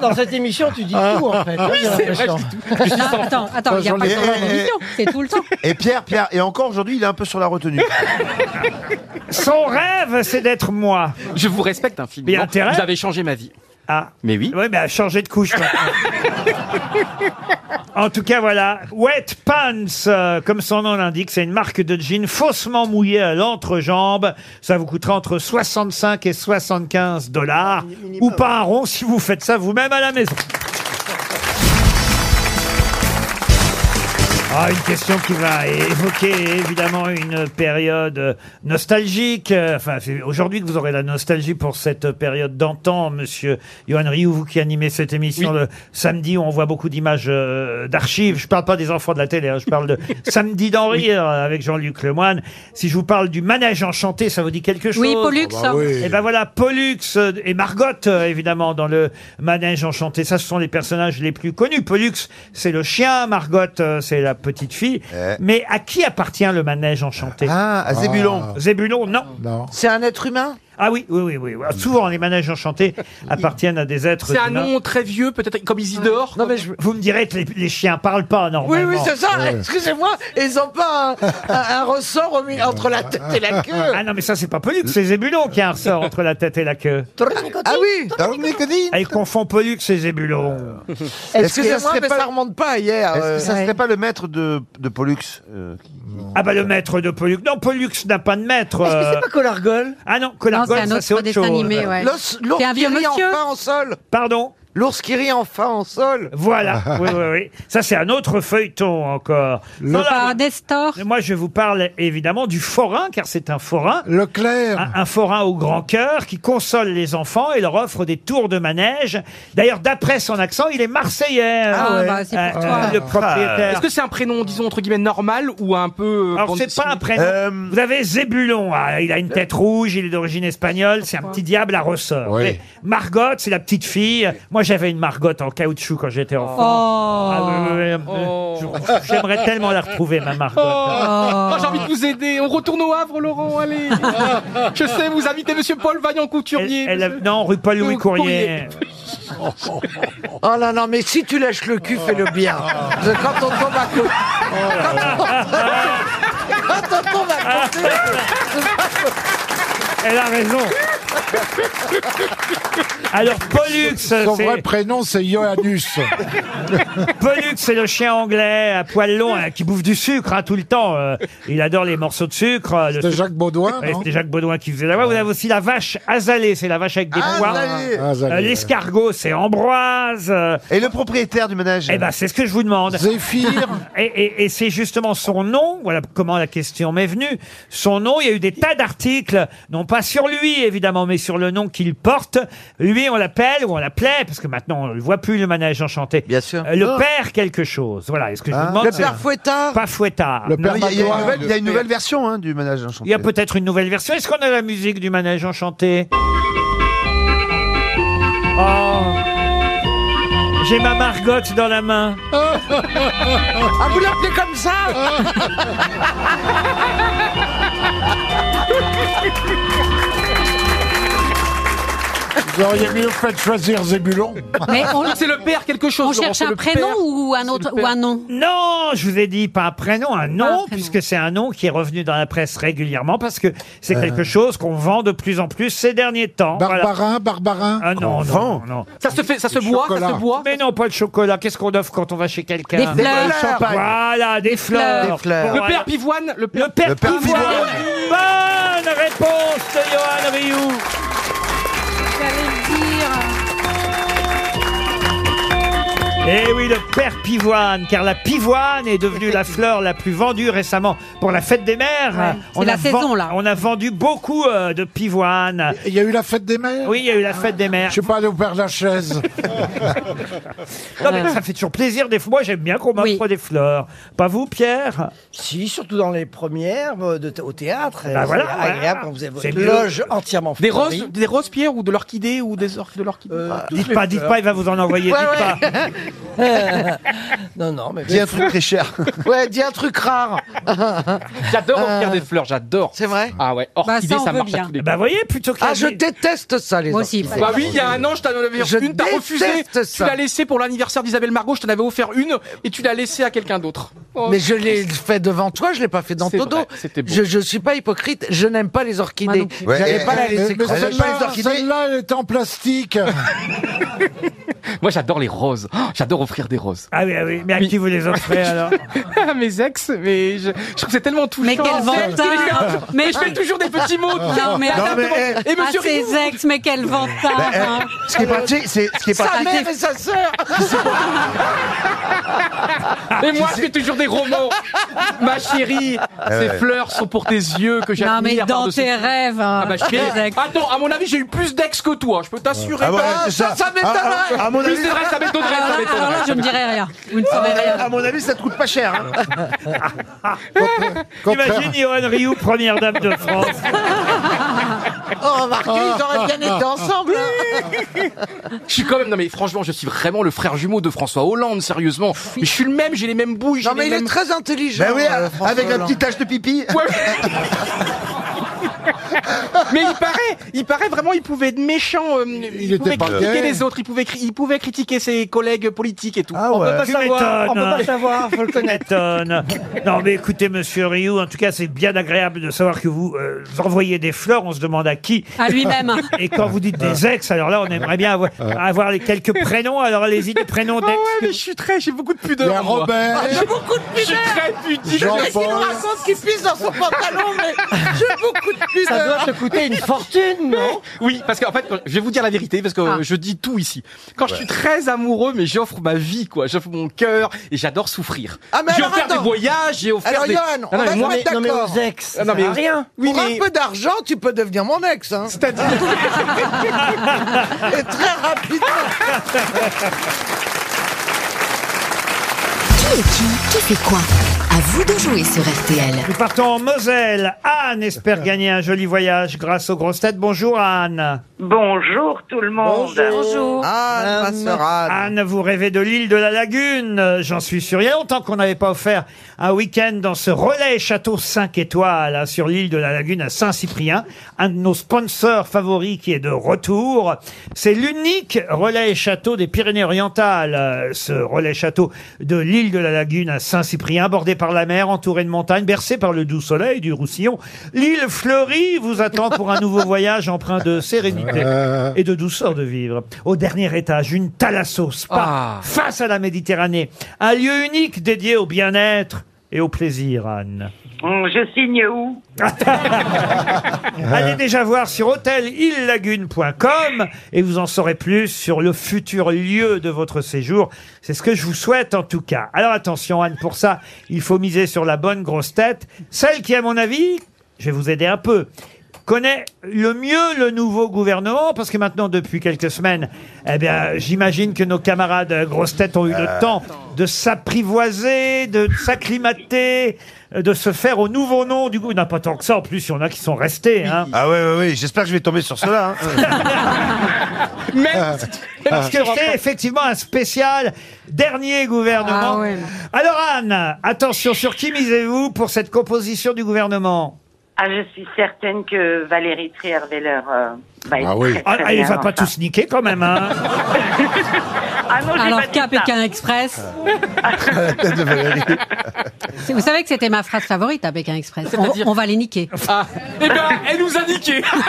Dans cette émission, tu dis tout, en fait. Ah. Oui, Non, attends, attends, il n'y a pas Eh, que toi dans eh, l'émission, C'est tout le temps. Et Pierre, Pierre, et encore aujourd'hui, il est un peu sur la retenue. Son rêve, c'est d'être moi. Je vous respecte infiniment. Mais intérêt. Vous avez changé ma vie. Ah. Mais oui. Oui, mais à changer de couche. maintenant. en tout cas, voilà. Wet Pants, euh, comme son nom l'indique, c'est une marque de jeans faussement mouillé à l'entrejambe. Ça vous coûtera entre 65 et 75 dollars. Ou pas un rond si vous faites ça vous-même à la maison. Ah, une question qui va évoquer évidemment une période euh, nostalgique. Euh, Enfin, c'est aujourd'hui que vous aurez la nostalgie pour cette période d'antan, monsieur Johan Rioux, vous qui animez cette émission le samedi où on voit beaucoup d'images euh, d'archives. Je parle pas des enfants de la télé, hein, je parle de Samedi d'en rire euh, avec Jean-Luc Lemoine. Si je vous parle du manège enchanté, ça vous dit quelque chose Oui, Pollux. Ah bah oui. et ben voilà, Pollux euh, et Margot, euh, évidemment, dans le manège enchanté. Ça, ce sont les personnages les plus connus. Pollux, c'est le chien. Margot, euh, c'est la petite fille. Eh. Mais à qui appartient le manège enchanté Ah, à Zébulon. Zébulon, non. Non. C'est un être humain Ah oui, oui, oui, oui. oui. Souvent, les manèges enchantés appartiennent à des euh, êtres. C'est un humains. nom très vieux, peut-être comme Isidore. Non, mais je... Vous me direz que les, les chiens parlent pas, Oui, normalement. oui, c'est ça. Excusez-moi, ils ont pas un, un- un ressort au mi- entre la tête et la queue. Ah non, mais ça, c'est pas Pollux, c'est Zébulon qui a un ressort entre la tête et la queue. Ah oui Ah, il confond Pollux et Zébulon. Est-ce que ça Excusez-moi, serait mais pas- ça remonte pas à hier. Est-ce euh. que ça serait pas le maître de, de Pollux euh, qui- Ah bah, le maître de Pollux. Non, Pollux n'a pas de maître. Est-ce que euh. c'est pas Colargol Ah non, Non, c'est Colargol, un ça, c'est autre autre dessin chose. animé, ouais. L'ours l'ours C'est un qui vieux rit monsieur. enfin en sol. Pardon L'ours qui rit enfin en sol. Voilà, oui, oui, oui. Ça, c'est un autre feuilleton encore. Non, là, Par Nestor. moi, je vous parle évidemment du forain, car c'est un forain. Leclerc. Un, un forain au grand cœur qui console les enfants et leur offre des tours de manège. D'ailleurs, d'après son accent, il est marseillais. Ah, euh, bah, c'est pour toi. le propriétaire. Est-ce que c'est un prénom, disons, entre guillemets, normal ou un peu. euh, Alors, bande c'est pas un dessinée prénom. Euh, Vous avez Zébulon. Ah, il a une tête rouge, il est d'origine espagnole. C'est un petit diable à ressort. Oui. Mais Margot, c'est la petite fille. Moi, j'avais une Margot en caoutchouc quand Oh. j'étais enfant. Ah, oui, oui, oui. Je- J'aimerais tellement la retrouver, ma Margot. Oh, j'ai envie de vous aider. On retourne au Havre, Laurent, allez. je sais, vous invitez Monsieur Paul Vaillant Couturier. Elle- elle a- non, rue Paul-Louis Louis Courrier. Courrier. Oh non, non, mais si tu lâches le cul, fais-le bien. Parce que Quand on tombe à côté... Oh. Quand on tombe à côté... Elle a raison. Alors, Pollux, Son c'est- vrai prénom, c'est Johanus. Pollux, c'est le chien anglais à poil long hein, qui bouffe du sucre hein, tout le temps. euh, il adore les morceaux de sucre. euh, le C'était sucre- Jacques Baudouin, Ouais, non C'était Jacques Baudouin qui faisait la voix. Vous avez aussi la vache azalée, c'est la vache avec des poires. Azalée. Euh, Ah, Azalée, ouais. L'escargot, c'est Ambroise. euh, Et le propriétaire du ménage eh ben, c'est ce que je vous demande. Zéphyr. Et, et- et c'est justement son nom, voilà comment la question m'est venue. Son nom, il y a eu des tas d'articles, non pas sur lui évidemment, mais sur le nom qu'il porte. Lui, on l'appelle ou on l'appelait, parce que maintenant on ne le voit plus le manège enchanté. Bien sûr. Euh, le Ah. père quelque chose. Voilà, est-ce que Ah. je vous demande Le c'est- père Fouettard Pas Fouettard. Le Non, père Il y a- il y a une Baudouin. nouvelle- il y a une nouvelle version hein, du ménage Il y enchanté. a peut-être une nouvelle version. Est-ce qu'on a la musique du manège enchanté Oh J'ai ma Margotte dans la main. Ah, vous l'appelez comme ça Vous auriez mieux fait de choisir Zébulon. Mais on, Ah, C'est le père quelque chose. on Laurent, cherche c'est un le prénom père. ou un C'est autre le ou père. un nom Non, je vous ai dit pas un prénom, un nom, Ah, un prénom. puisque c'est un nom qui est revenu dans la presse régulièrement parce que c'est Euh. quelque chose qu'on vend de plus en plus ces derniers temps. Voilà. Barbarin, Barbarin. Ah non, Qu'on non, vend. non, non. Ça se fait, ça se Le boit, ça chocolat. se boit. Mais non, pas le chocolat. Qu'est-ce qu'on offre quand on va chez Des quelqu'un fleurs. Voilà, des fleurs. fleurs. Des fleurs. Le Voilà. père pivoine, le père. Le père, Le père Pivoine. Pivoine. Bonne réponse de Johan Rioux. Eh oui, le père Pivoine, car la pivoine est devenue la fleur la plus vendue récemment pour la fête des mères. Ouais, c'est la a saison, là. On a vendu beaucoup euh, de pivoine. Il y a eu la fête des mères Oui, il y a eu la fête des mères. Je sais pas, nous perdre la chaise. Non, mais ça fait toujours plaisir. Des fois, moi, j'aime bien qu'on m'offre Oui. des fleurs. Pas vous, Pierre Si, surtout dans les premières euh, de- au théâtre. Bah euh, voilà, c'est voilà. agréable quand vous avez C'est votre mieux. loge entièrement Des fleurie. roses, des roses pierres ou de l'orchidée ou des or- de l'orchidée. Euh, toutes Ah. Dites les pas, dites fleurs. pas, il va vous en envoyer. Ouais, dites ouais. pas. Non, non, mais Dis un truc très cher. Ouais, dis un truc rare. J'adore offrir des fleurs, j'adore. C'est vrai Ah ouais, orchidée, Bah, ça, on ça, veut marche bien. à tous les Bah, voyez, plutôt que. Ah, je déteste ça, les Moi enfants. aussi. Bah oui, il y a un an, je t'en avais Je offert une, t'as refusé. déteste Tu ça. l'as laissée pour l'anniversaire d'Isabelle Margot, je t'en avais offert une et tu l'as laissée à quelqu'un d'autre. Oh. Mais je l'ai fait devant toi, je l'ai pas fait dans C'est ton dos. vrai, c'était beau. Je, je suis pas hypocrite, je n'aime pas les Moi orchidées. non plus. Ouais, J'allais et- pas la Mais, laisser mais croire. Elle aime pas les celle-là, orchidées. celle-là, elle est en plastique. Moi, j'adore les roses. Oh, j'adore offrir des roses. Ah oui, ah oui, mais à qui vous les offrez alors Ah, mes ex, mais je, je trouve que c'est tellement touchant. Mais quel vantard Mais hein. Je fais toujours des petits mots. Non, mais Non, mais, eh, Et à monsieur Rigou, ses ex, mais quel vantard eh, hein. ce qui Ah, est pratique, c'est ce qui est Sa pratique- mère et sa sœur et moi, je fais toujours des romans. Ma chérie, ces Eh ouais. fleurs sont pour tes yeux que Non, mais j'admire dans par-dessus tes rêves hein, Ah bah, je tes fais- ex. Attends, à mon avis, j'ai eu plus d'ex que toi, je peux t'assurer. Bah, Ah ouais, Ah, c'est ça, ça Ah, m'étonnerait. ah, ah, à mon Plus avis- Ah, de reste, ça m'étonnerait, ça Alors là, alors m'étonnerait. là, je ne dirai rien. Vous ne saurez rien. à mon avis, ça te coûte pas cher. hein. hein. Imagine Johan Rioux, première dame de France. Oh, remarquez, ils auraient bien été ensemble Je suis quand même, non mais franchement, je suis vraiment le frère jumeau de François Hollande, sérieusement. Mais je suis le même, j'ai les mêmes bouilles, j'ai Non, mais les il est mêmes. très intelligent. Ben oui, euh, François avec la Hollande. petite tache de pipi. Ouais, mais- mais il paraît, il paraît vraiment, il pouvait être méchant, euh, il, était pouvait pas critiquer gay. les autres, il pouvait, cri- il pouvait critiquer ses collègues politiques et tout. Ah ouais. Tu m'étonnes. savoir, faut le Tu m'étonnes. Non, mais écoutez, monsieur Rioux, en tout cas, c'est bien agréable de savoir que vous, euh, vous envoyez des fleurs. On se demande à qui. À lui-même. Et quand vous dites des ex, alors là, on aimerait bien avoir, avoir les quelques prénoms. Alors allez-y, des prénoms Ah d'ex. ouais, que mais je suis très, j'ai beaucoup de Il y a pudeur. moi. Robert. Ah, Ah, J'ai beaucoup de Je suis pudeur très pudique. Qu'est-ce qu'il nous Jean-Paul. raconte qu'il pisse dans son pantalon, mais j'ai beaucoup de Ça pudeur doit te coûter une fortune, non Oui, parce qu'en fait, je vais vous dire la vérité, parce que euh, Ah. je dis tout ici. Quand je suis très amoureux, mais j'offre ma vie, quoi. J'offre mon cœur et j'adore souffrir. Ah, mais j'ai alors, offert des attends. voyages, j'ai offert Alors, des. Johan, Non, on non, va mais se moi- mettre Ah Non, mais d'accord. aux ex, ça Ah, non, sert à mais- rien. Oui, Pour mais un peu d'argent, tu peux devenir mon ex, hein. c'est-à-dire. Et très rapidement. Qui est qui Qui fait quoi À vous de jouer sur RTL. Nous partons en Moselle. Anne espère gagner un joli voyage grâce aux grosses têtes. Bonjour Anne. Bonjour Ah. tout le monde. Anne, Anne, vous rêvez de l'île de la Lagune, euh, j'en suis sûr. Il y a longtemps qu'on n'avait pas offert un week-end dans ce relais château 5 étoiles hein, sur l'île de la Lagune à Saint-Cyprien. Un de nos sponsors favoris qui est de retour. C'est l'unique relais château des Pyrénées-Orientales, euh, ce relais château de l'île de la Lagune à Saint-Cyprien, bordé par la mer, entouré de montagnes, bercé par le doux soleil du Roussillon. L'île fleurie vous attend pour un nouveau voyage empreint de sérénité et de douceur de vivre. Au dernier étage, une thalasso spa Ah. face à la Méditerranée. Un lieu unique dédié au bien-être et au plaisir, Anne. Hum, Je signe où Allez déjà voir sur hôtelillagune.com et vous en saurez plus sur le futur lieu de votre séjour. C'est ce que je vous souhaite en tout cas. Alors attention Anne, pour ça, il faut miser sur la bonne grosse tête, celle qui à mon avis, je vais vous aider un peu, connaît le mieux le nouveau gouvernement parce que maintenant depuis quelques semaines, eh bien, j'imagine que nos camarades euh, grosses têtes ont eu le Euh, temps de s'apprivoiser, de s'acclimater, euh, de se faire au nouveau nom du goût. N'a pas tant que ça. En plus, il y en a qui sont restés. Hein. Ah ouais, ouais, ouais, j'espère que je vais tomber sur cela. hein. Ah. Mais parce parce que que c'est effectivement un spécial dernier gouvernement. Alors Anne, attention, sur qui misez-vous pour cette composition du gouvernement Ah, je suis certaine que Valérie Trierweiler euh, va être très, très Ah, il bien va dans pas tous niquer quand même. Hein. Ah non, j'ai Alors pas dit qu'à ça. Pékin Express. C'est- Vous savez que c'était ma phrase favorite à Pékin Express. On, C'est-à-dire on va les niquer. Ah. Eh ben, elle nous a niqué. Alors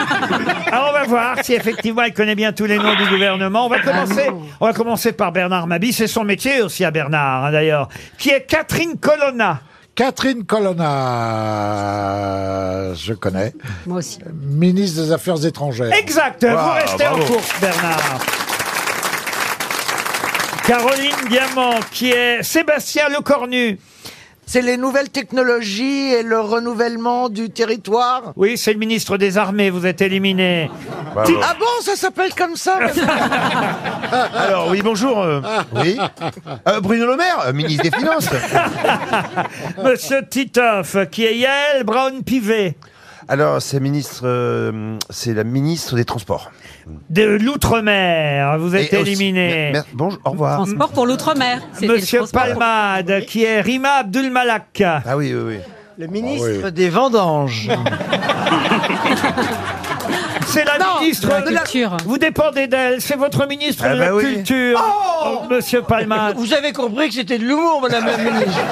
Ah, on va voir si effectivement elle connaît bien tous les noms du gouvernement. On va commencer, on va commencer par Bernard Mabi, c'est son métier aussi à Bernard hein, d'ailleurs, qui est Catherine Colonna. Catherine Colonna, je connais. Moi aussi. Ministre des Affaires étrangères. Exact, vous restez en course Bernard. Caroline Diamant, qui est Sébastien Lecornu. C'est les nouvelles technologies et le renouvellement du territoire. Oui, c'est le ministre des Armées, vous êtes éliminé. Ti- Ah bon, ça s'appelle comme ça Alors, oui, bonjour. euh, Ah. oui. Euh, Bruno Le Maire, euh, ministre des Finances. Monsieur Titoff, qui est Yael Brown-Pivet. Alors, c'est ministre, euh, c'est la ministre des Transports. de l'Outre-mer, vous êtes Et aussi- éliminé. Mer- mer- bonjour, au revoir. Transport pour l'Outre-mer. C'était le Monsieur transport. Palmade, qui est Rima Abdulmalak. Ah oui, oui, oui. Le ministre oui. des vendanges. C'est la ministre de la culture. Vous dépendez d'elle, c'est votre ministre Ah de bah la oui. culture, Oh, Monsieur Palmade. Vous avez compris que c'était de l'humour, madame la ministre.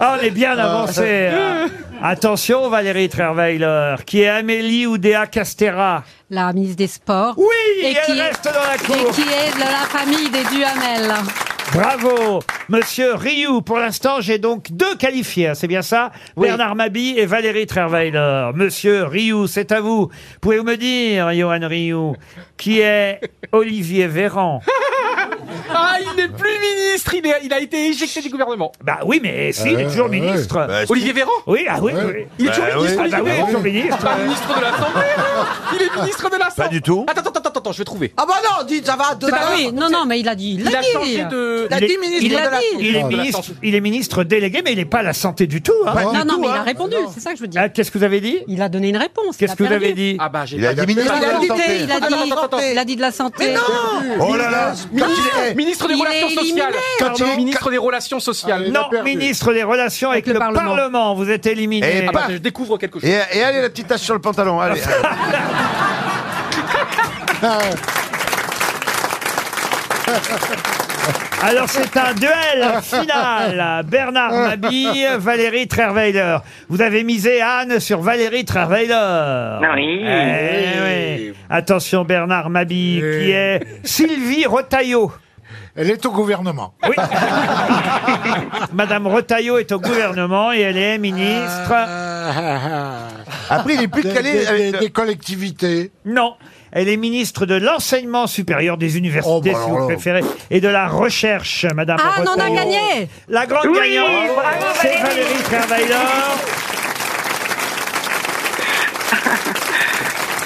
Ah, on est bien Ah. avancé. hein. Attention, Valérie Trierweiler, qui est Amélie Oudéa Castera. La ministre des Sports. Oui, et elle qui reste est, dans la cour. Et qui est de la famille des Duhamel. Bravo, Monsieur Rioux. Pour l'instant, j'ai donc deux qualifiés, hein, c'est bien ça Bernard Mabi et Valérie Trierweiler. Monsieur Rioux, c'est à vous. Pouvez-vous me dire, Johan Rioux, qui est Olivier Véran Ah, il n'est plus ministre. Il, est- il a été éjecté du gouvernement. Bah oui, mais si, il est toujours ministre. Olivier Véran Oui, ah oui, oui, oui. Il est toujours ministre, Ah bah oui, Olivier Véran toujours ministre. Pas ministre de l'Assemblée. hein. Il est ministre de l'Assemblée. Pas du tout. Attends, attends, attends, attends, je vais trouver. Ah bah non, dites, ça va, Bah oui, non, non, mais il a dit. Il, Il l'a a dit. changé de- Il a est- dit ministre il est- de la il est ministre- il est ministre délégué, mais il n'est pas à la santé du tout. hein. Non, non, mais il a répondu, c'est ça que je veux dire. Ah, Qu'est-ce que vous avez dit Il a donné une réponse. Qu'est-ce il a que vous perdu. avez dit Ah bah, j'ai Il a Il a dit, il a dit, Attends, attends, attends. il a dit de la santé. Mais non Oh là là Ministre, ministre des Ah, Il Ah, Relations est éliminé. sociales. Quand il- Pardon, ministre des Relations sociales. Non, ministre des Relations avec, le, Parlement. vous êtes éliminé. Eh, Et paf. Je découvre quelque chose. Et, et allez, la petite tache sur le pantalon, allez. Ah Alors c'est un duel final. Bernard Mabille, Valérie Trierweiler. Vous avez misé Anne sur Valérie Trierweiler. Oui. Eh oui. Attention Bernard Mabille qui est Sylvie Retailleau. Elle est au gouvernement. Oui. Madame Retailleau est au gouvernement et elle est ministre. Euh, Après, il est plus Des- calé des- avec des- le- des collectivités. Non. Elle est ministre de l'enseignement supérieur des universités, Oh, bah alors si vous là. préférez, et de la recherche, Madame Ah, non, on a Retailleau. gagné Ah, La grande Oui, gagnante, bravo, c'est Valérie. Valérie Trierweiler.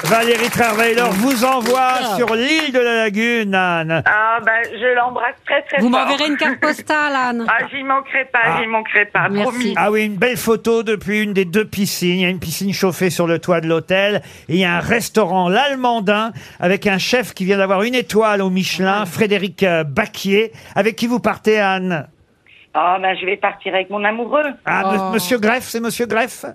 Valérie Ah. Trierweiler vous envoie sur l'île de la Lagune, Anne. Ah ben, je l'embrasse très très Vous fort. m'enverrez une carte postale, Anne. Ah, j'y manquerai pas, j'y manquerai pas, bah, promis. Ah oui, une belle photo depuis une des deux piscines. Il y a une piscine chauffée sur le toit de l'hôtel. Et il y a un restaurant, l'Allemandin, avec un chef qui vient d'avoir une étoile au Ah. Michelin, Frédéric euh, Baquier. Avec qui vous partez, Anne Ah ben, je vais partir avec mon amoureux. Ah, Oh. Oh. m- Monsieur Greff, c'est Monsieur Greff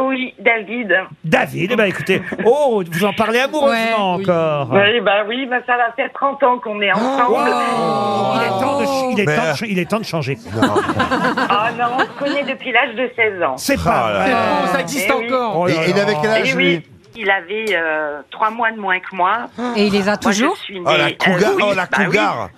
Oui, David. David, eh ben écoutez, oh, vous en parlez amoureusement encore. Oui, bah oui, bah ça va faire 30 ans qu'on Oh. est ensemble. Il est temps de ch- il est Mais- temps de ch- il est temps de changer. Ah non, on se connaît depuis l'âge de 16 ans. C'est pas vrai. Ah, Non, ça existe eh oui. encore. Oh là Et- et il là. avait quel âge, Eh oui, lui Il avait 3 mois de moins que moi. Ah. Et il les a Moi, je toujours suis Oh, la née- cougar- oui, oh, la bah oui. cougar.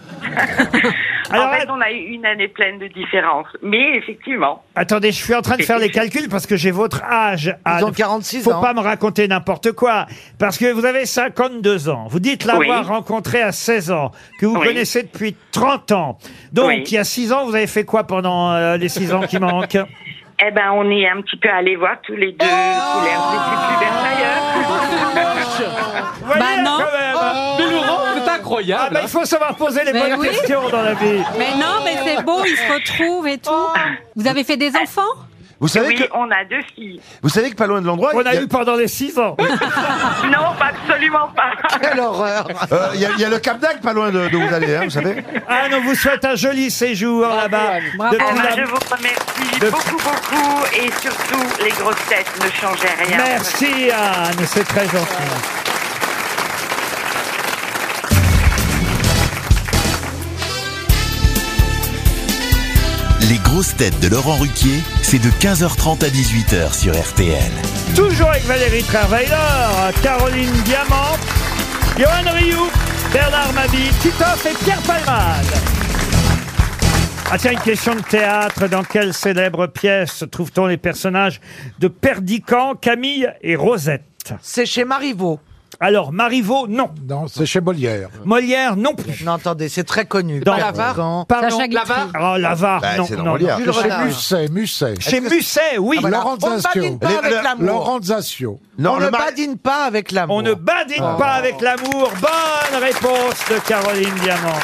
en fait, on a eu une année pleine de différences. Mais effectivement. Attendez, je suis en train de faire les calculs parce que j'ai votre âge. Anne. ont 46 Faut ans. pas me raconter n'importe quoi. Parce que vous avez 52 ans. Vous dites l'avoir Oui. rencontré à 16 ans. Que vous Oui. connaissez depuis 30 ans. Donc, Oui. il y a 6 ans, vous avez fait quoi pendant euh, les 6 ans qui manquent Eh ben, on est un petit peu allés voir tous les deux Oh sous l'air du plus Oh. Voyez, quand même. Mais Laurent, c'est incroyable. Ah bah, il faut savoir poser les Mais bonnes oui. questions dans la vie. Mais non, mais c'est beau, ils se retrouvent et tout. Vous avez fait des enfants Vous savez oui, que- on a deux filles. Vous savez que pas loin de l'endroit. On a eu pendant les 6 ans. non, pas absolument pas. Quelle horreur Il Euh, y, a- y a le Cap d'Agde pas loin de, de où vous allez, hein, vous savez. Ah non, vous souhaite un joli séjour Ah, là-bas. Eh Depuis ben, la- je vous remercie beaucoup, beaucoup. Et surtout, les grosses têtes ne changeaient rien. Merci Anne, c'est très gentil. Les grosses têtes de Laurent Ruquier, c'est de 15h30 à 18h sur RTL. Toujours avec Valérie Travailleur, Caroline Diamant, Johan Rioux, Bernard Mabie, Titoff et Pierre Palmade. Ah tiens, une question de théâtre. Dans quelle célèbre pièce trouve-t-on les personnages de Perdican, Camille et Rosette C'est chez Marivaux. Alors, Marivaux, non. Non, c'est chez Molière. Molière, non plus. Non, attendez, c'est très connu. Dans- Pardon. Ah, Pardon. Oh, L'avare, Bah, non, non, non. Chez Musset, Musset. Chez Musset, oui. Ah bah, Laurenzazio. On ne badine pas avec l'amour. Laurenzazio. on ne badine pas avec l'amour. On ne badine Oh. pas avec l'amour. Bonne réponse de Caroline Diamant.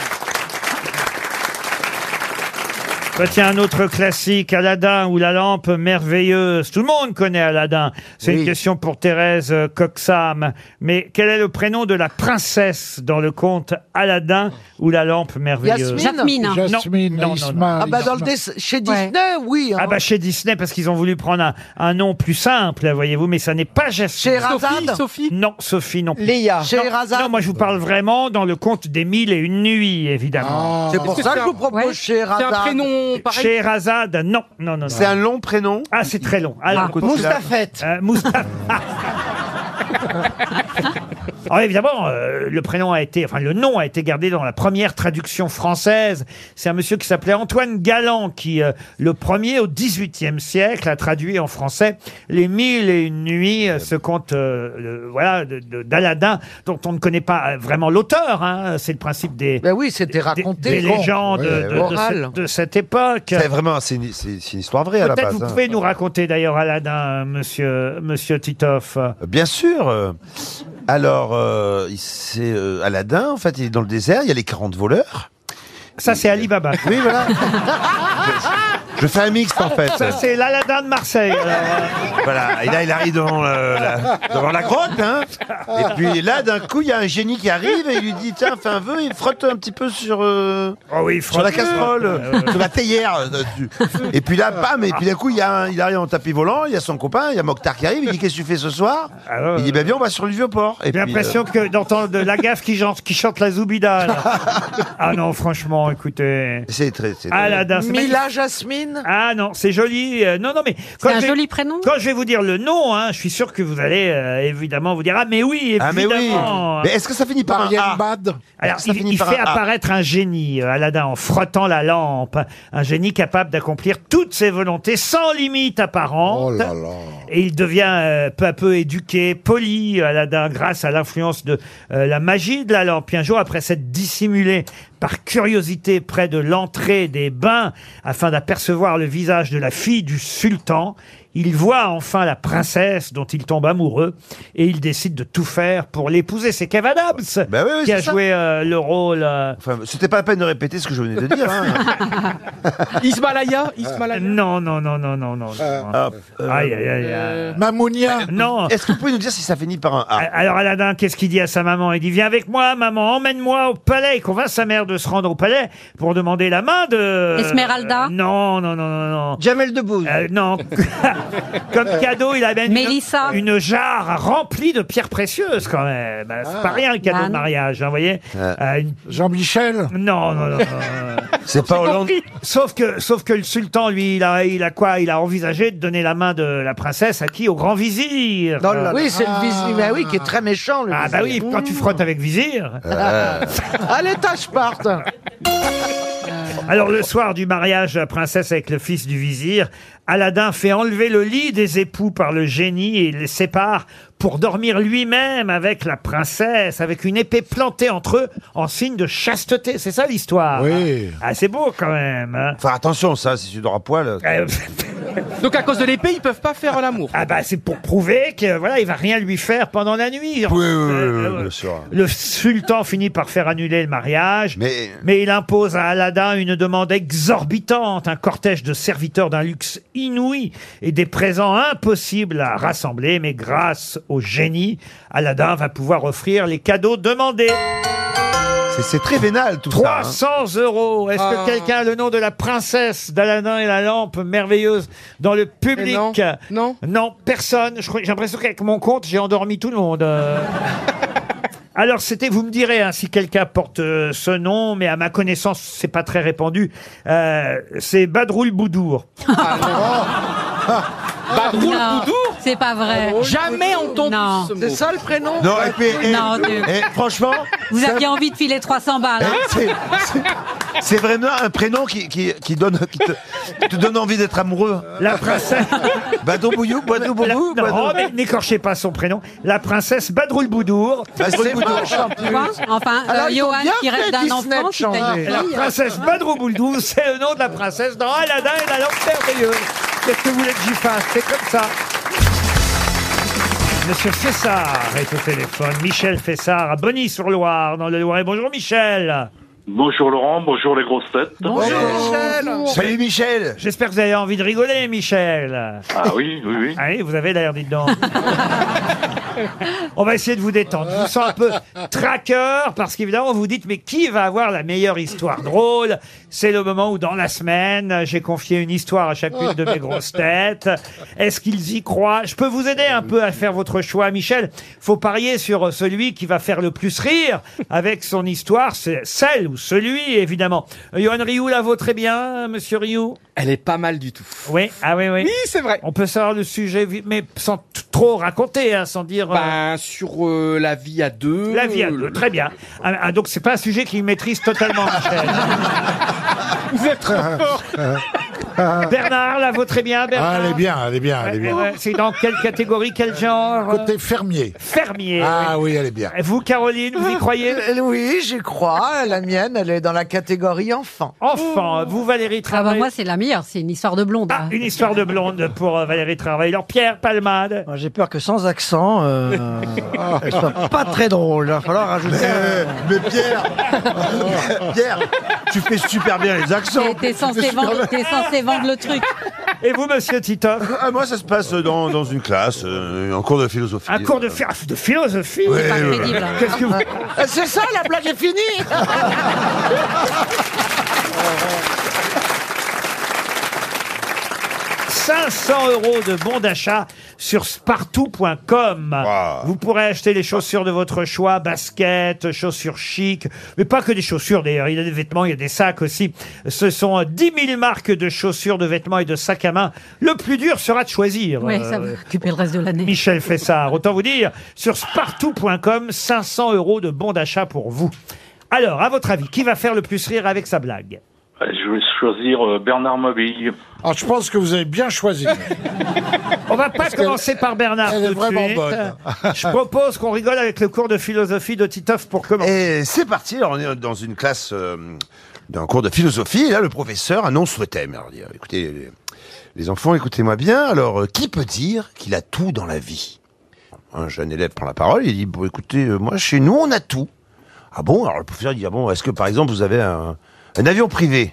Bah, Tiens, un autre classique, Aladdin ou la lampe merveilleuse. Tout le monde connaît Aladdin. C'est une question pour Thérèse euh, Coxam. Mais quel est le prénom de la princesse dans le conte Aladdin ou la lampe merveilleuse Jasmine. Non, Jasmine, non, non, non. Isma, Ah bah dans le dess- chez Disney, oui. hein. Ah bah chez Disney parce qu'ils ont voulu prendre un, un nom plus simple, voyez-vous, mais ça n'est pas Jasmine. Sherazade Sophie Non, Sophie non. plus. Léa. Non, Sherazade non, moi je vous parle vraiment dans le conte des mille et une nuits, évidemment. Ah. C'est pour ça que je vous propose chez Razad. Chez Razad, non, non, non. C'est un long prénom. Ah, c'est très long. Alors, Ah, Moustafette. Euh, Moustaf- Alors évidemment, euh, le prénom a été, enfin le nom a été gardé dans la première traduction française. C'est un monsieur qui s'appelait Antoine Galland qui, euh, le premier au XVIIIe siècle, a traduit en français les Mille et une nuits, euh, ce conte, euh, euh, voilà, de- de- d'Aladin, dont on ne connaît pas euh, vraiment l'auteur. hein. C'est le principe des, Ben oui, c'était raconté. des légendes Ouais, de- de- de Orales. cette- de cette époque. C'est vraiment, c'est une, c'est- c'est une histoire vraie à la Peut-être base. vous hein. pouvez nous raconter d'ailleurs Aladdin, euh, monsieur, monsieur Titoff. Bien sûr. euh, Alors, euh, il- c'est euh, Aladdin, en fait, il est dans le désert, il y a les 40 voleurs. Ça, c'est Alibaba. Oui, voilà. Je fais un mixte, en fait. Ça, c'est l'Aladin de Marseille. alors. hein. Voilà, et là, il arrive devant, euh, la, devant la grotte, hein. Et puis là, d'un coup, il y a un génie qui arrive et il lui dit Tiens, fais un vœu, il frotte un petit peu sur, euh, Oh oui, sur la franchement. casserole, Euh, euh, sur la théière. euh, dessus. Et puis là, bam, et puis d'un coup, il, y a un- il arrive en tapis volant, il y a son copain, il y a Mokhtar qui arrive, il dit Qu'est-ce que tu fais ce soir Alors, Il dit Ben viens, on va sur le vieux port. Et J'ai puis, euh, l'impression que d'entendre de la gaffe qui chante, qui chante la Zoubida. là. Ah non, franchement, écoutez. euh, c'est très. c'est- Aladdin, Ah, c'est magnifique. Mila Jasmine. Ah non, c'est joli. Euh, Non, non, mais quand C'est un je vais- joli prénom. Quand je vais vous dire le nom, hein, je suis sûr que vous allez euh, évidemment vous dire ah mais oui évidemment. Ah, mais oui Mais est-ce que ça finit par un Marianne A Bad. Alors, Ça il, finit il par fait un A. apparaître un génie, euh, Aladdin, en frottant la lampe. Un génie capable d'accomplir toutes ses volontés sans limite Oh apparente. là là. Et il devient euh, peu à peu éduqué, poli, Aladdin, grâce à l'influence de euh, la magie de la lampe. Puis un jour, après s'être dissimulé par curiosité près de l'entrée des bains afin d'apercevoir le visage de la fille du sultan, Il voit enfin la princesse dont il tombe amoureux et il décide de tout faire pour l'épouser. C'est Kev Adams Ben qui a c'est ça. joué euh, le rôle. C'était pas la peine de répéter ce que je venais de dire. hein. Ismalaya, Ismalaya. Euh, Non, non, non, non, non, non. Ah, euh, Aïe, aïe, aïe, aïe. Mamounia Non Bah, Est-ce que vous pouvez nous dire si ça finit par un A Alors Aladdin, qu'est-ce qu'il dit à sa maman Il dit Viens avec moi, maman, emmène-moi au palais. Il convainc sa mère de se rendre au palais pour demander la main de. Esmeralda Euh, Non, non, non, non, non. Jamel Debbouze Non. Comme cadeau, il amène Mélissa. une, une jarre remplie de pierres précieuses quand même. Bah, C'est Ah. pas rien le cadeau Nan. de mariage, hein, vous voyez Jean-Michel Non, non, non. non, non. C'est pas Hollande. Sauf que, sauf que le sultan, lui, il a, il a quoi Il a envisagé de donner la main de la princesse à qui Au grand vizir. Oh là là. Oui, c'est le vizir, mais oui, qui est très méchant. Le Ah bah oui, quand tu frottes avec vizir. Ah. Allez, tâche parte. Alors le soir du mariage de la princesse avec le fils du vizir, Aladdin fait enlever le lit des époux par le génie et les sépare pour dormir lui-même avec la princesse, avec une épée plantée entre eux en signe de chasteté. C'est ça l'histoire. Oui. Ah c'est beau quand même. hein. Enfin, attention, ça, si tu dors à poil. Donc à cause de l'épée, ils peuvent pas faire l'amour. Ah bah c'est pour prouver que voilà, il va rien lui faire pendant la nuit. Oui, oui, oui, oui, euh, bien sûr. Le sultan finit par faire annuler le mariage, mais, il impose à Aladdin une demande exorbitante, un cortège de serviteurs d'un luxe inouï et des présents impossibles à rassembler, mais grâce au génie, Aladdin va pouvoir offrir les cadeaux demandés. C'est très vénal tout ça. hein. 300 euros. Est-ce Ah. que quelqu'un a le nom de la princesse d'Aladin et la lampe merveilleuse dans le public non. non. personne. Je crois- J'ai l'impression qu'avec mon compte, j'ai endormi tout le monde. Euh, Alors c'était, vous me direz hein, si quelqu'un porte euh, ce nom, mais à ma connaissance c'est pas très répandu. Euh, c'est Badroul Boudour. Badroul Ah, Non, C'est pas vrai. Ah, Jamais entendu ce mot. C'est ça le prénom Non, et puis, et- Non, Dieu. et franchement, Vous ça- Eh, aviez envie de filer 300 balles. hein c'est- c'est- c'est vraiment un prénom qui, qui, qui donne, qui te, qui te donne envie d'être amoureux. La princesse. Badou Bouyou, Badou La- Boubou, non, Badou- mais n'écorchez pas son prénom. La princesse Badroul Boudour. hein. Badroul Boudour. Tu vois Enfin, euh, Alors, ils ont Johan bien qui fait rêve d'un Disney enfant, de qui t'a changer. une La fille. princesse Badrou Bouldou, c'est le nom de la princesse dans Aladdin et la lampe merveilleuse. Qu'est-ce que vous voulez que j'y fasse C'est comme ça. Monsieur Fessard est au téléphone. Michel Fessard à Bonny-sur-Loire, dans le Loiret. Bonjour Michel. Bonjour Laurent, bonjour les grosses têtes. Salut Michel. J'espère que vous avez envie de rigoler, Michel. Ah oui, oui, oui. Ah oui, vous avez l'air, dites donc. on va essayer de vous détendre. Je vous sens un peu traqueur parce qu'évidemment, vous dites, mais qui va avoir la meilleure histoire drôle C'est le moment où, dans la semaine, j'ai confié une histoire à chacune de mes grosses têtes. Est-ce qu'ils y croient Je peux vous aider un peu à faire votre choix, Michel. Faut parier sur celui qui va faire le plus rire avec son histoire. C'est celle ou celui, évidemment. Euh, Johan Rioux la vaut très bien, monsieur Rioux Elle est pas mal du tout. Oui, ah oui, oui. Oui, c'est vrai. On peut savoir le sujet, vi- mais sans t- trop raconter, hein, sans dire. euh, Ben, sur euh, la vie à deux. La vie à deux, très bien. Ah, ah, donc c'est pas un sujet qu'il maîtrise totalement, Michel. Vous êtes trop fort. Euh, Bernard, la vaut très bien, Bernard. Ah, elle est bien, elle est bien, elle est bien. Ouais, C'est dans quelle catégorie, quel genre euh, Côté fermier. Fermier. Ah oui, elle est bien. Et Vous, Caroline, vous y croyez Euh, Oui, j'y crois. La mienne, elle est dans la catégorie enfant. Enfant, vous, Valérie Travail. Ah bah moi, c'est la meilleure, c'est une histoire de blonde. hein. Une histoire de blonde pour euh, Valérie Travail. Alors Pierre Palmade. J'ai peur que sans accent, euh, elle soit pas très drôle. Il va falloir rajouter. Mais, mais Pierre, Pierre, tu fais super bien les accents. T'es- T'es censé, vendre- t'es censé vendre le truc. Et vous, monsieur Titoff Ah, Moi, ça se passe dans, dans une classe, euh, en cours de philosophie. Un cours de, philo- de philosophie Ouais, C'est pas ouais. crédible. Qu'est-ce que vous... Euh, C'est ça, la blague est finie. Wow. 500 euros de bon d'achat sur spartou.com. Vous pourrez acheter les chaussures de votre choix, baskets, chaussures chic, mais pas que des chaussures d'ailleurs. Il y a des vêtements, il y a des sacs aussi. Ce sont euh, 10 000 marques de chaussures, de vêtements et de sacs à main. Le plus dur sera de choisir. Euh, Ouais, ça va occuper le reste de l'année. Michel Fessard. Autant vous dire, sur spartou.com, 500 euros de bon d'achat pour vous. Alors, à votre avis, qui va faire le plus rire avec sa blague Euh, Je vais choisir euh, Bernard Mabille. Alors, Ah, je pense que vous avez bien choisi. On va pas Parce que commencer par Bernard. elle est tout de vraiment suite. bonne. Je propose qu'on rigole avec le cours de philosophie de Titoff pour commencer. Et c'est parti, alors on est dans une classe euh, d'un cours de philosophie, et là le professeur annonce le thème. Alors, il dit, écoutez, les- Les enfants, écoutez-moi bien. Alors, euh, qui peut dire qu'il a tout dans la vie Un jeune élève prend la parole, il dit Bon, écoutez, euh, moi, chez nous, on a tout. Ah bon Alors, le professeur dit Ah bon, est-ce que par exemple, vous avez un, un avion privé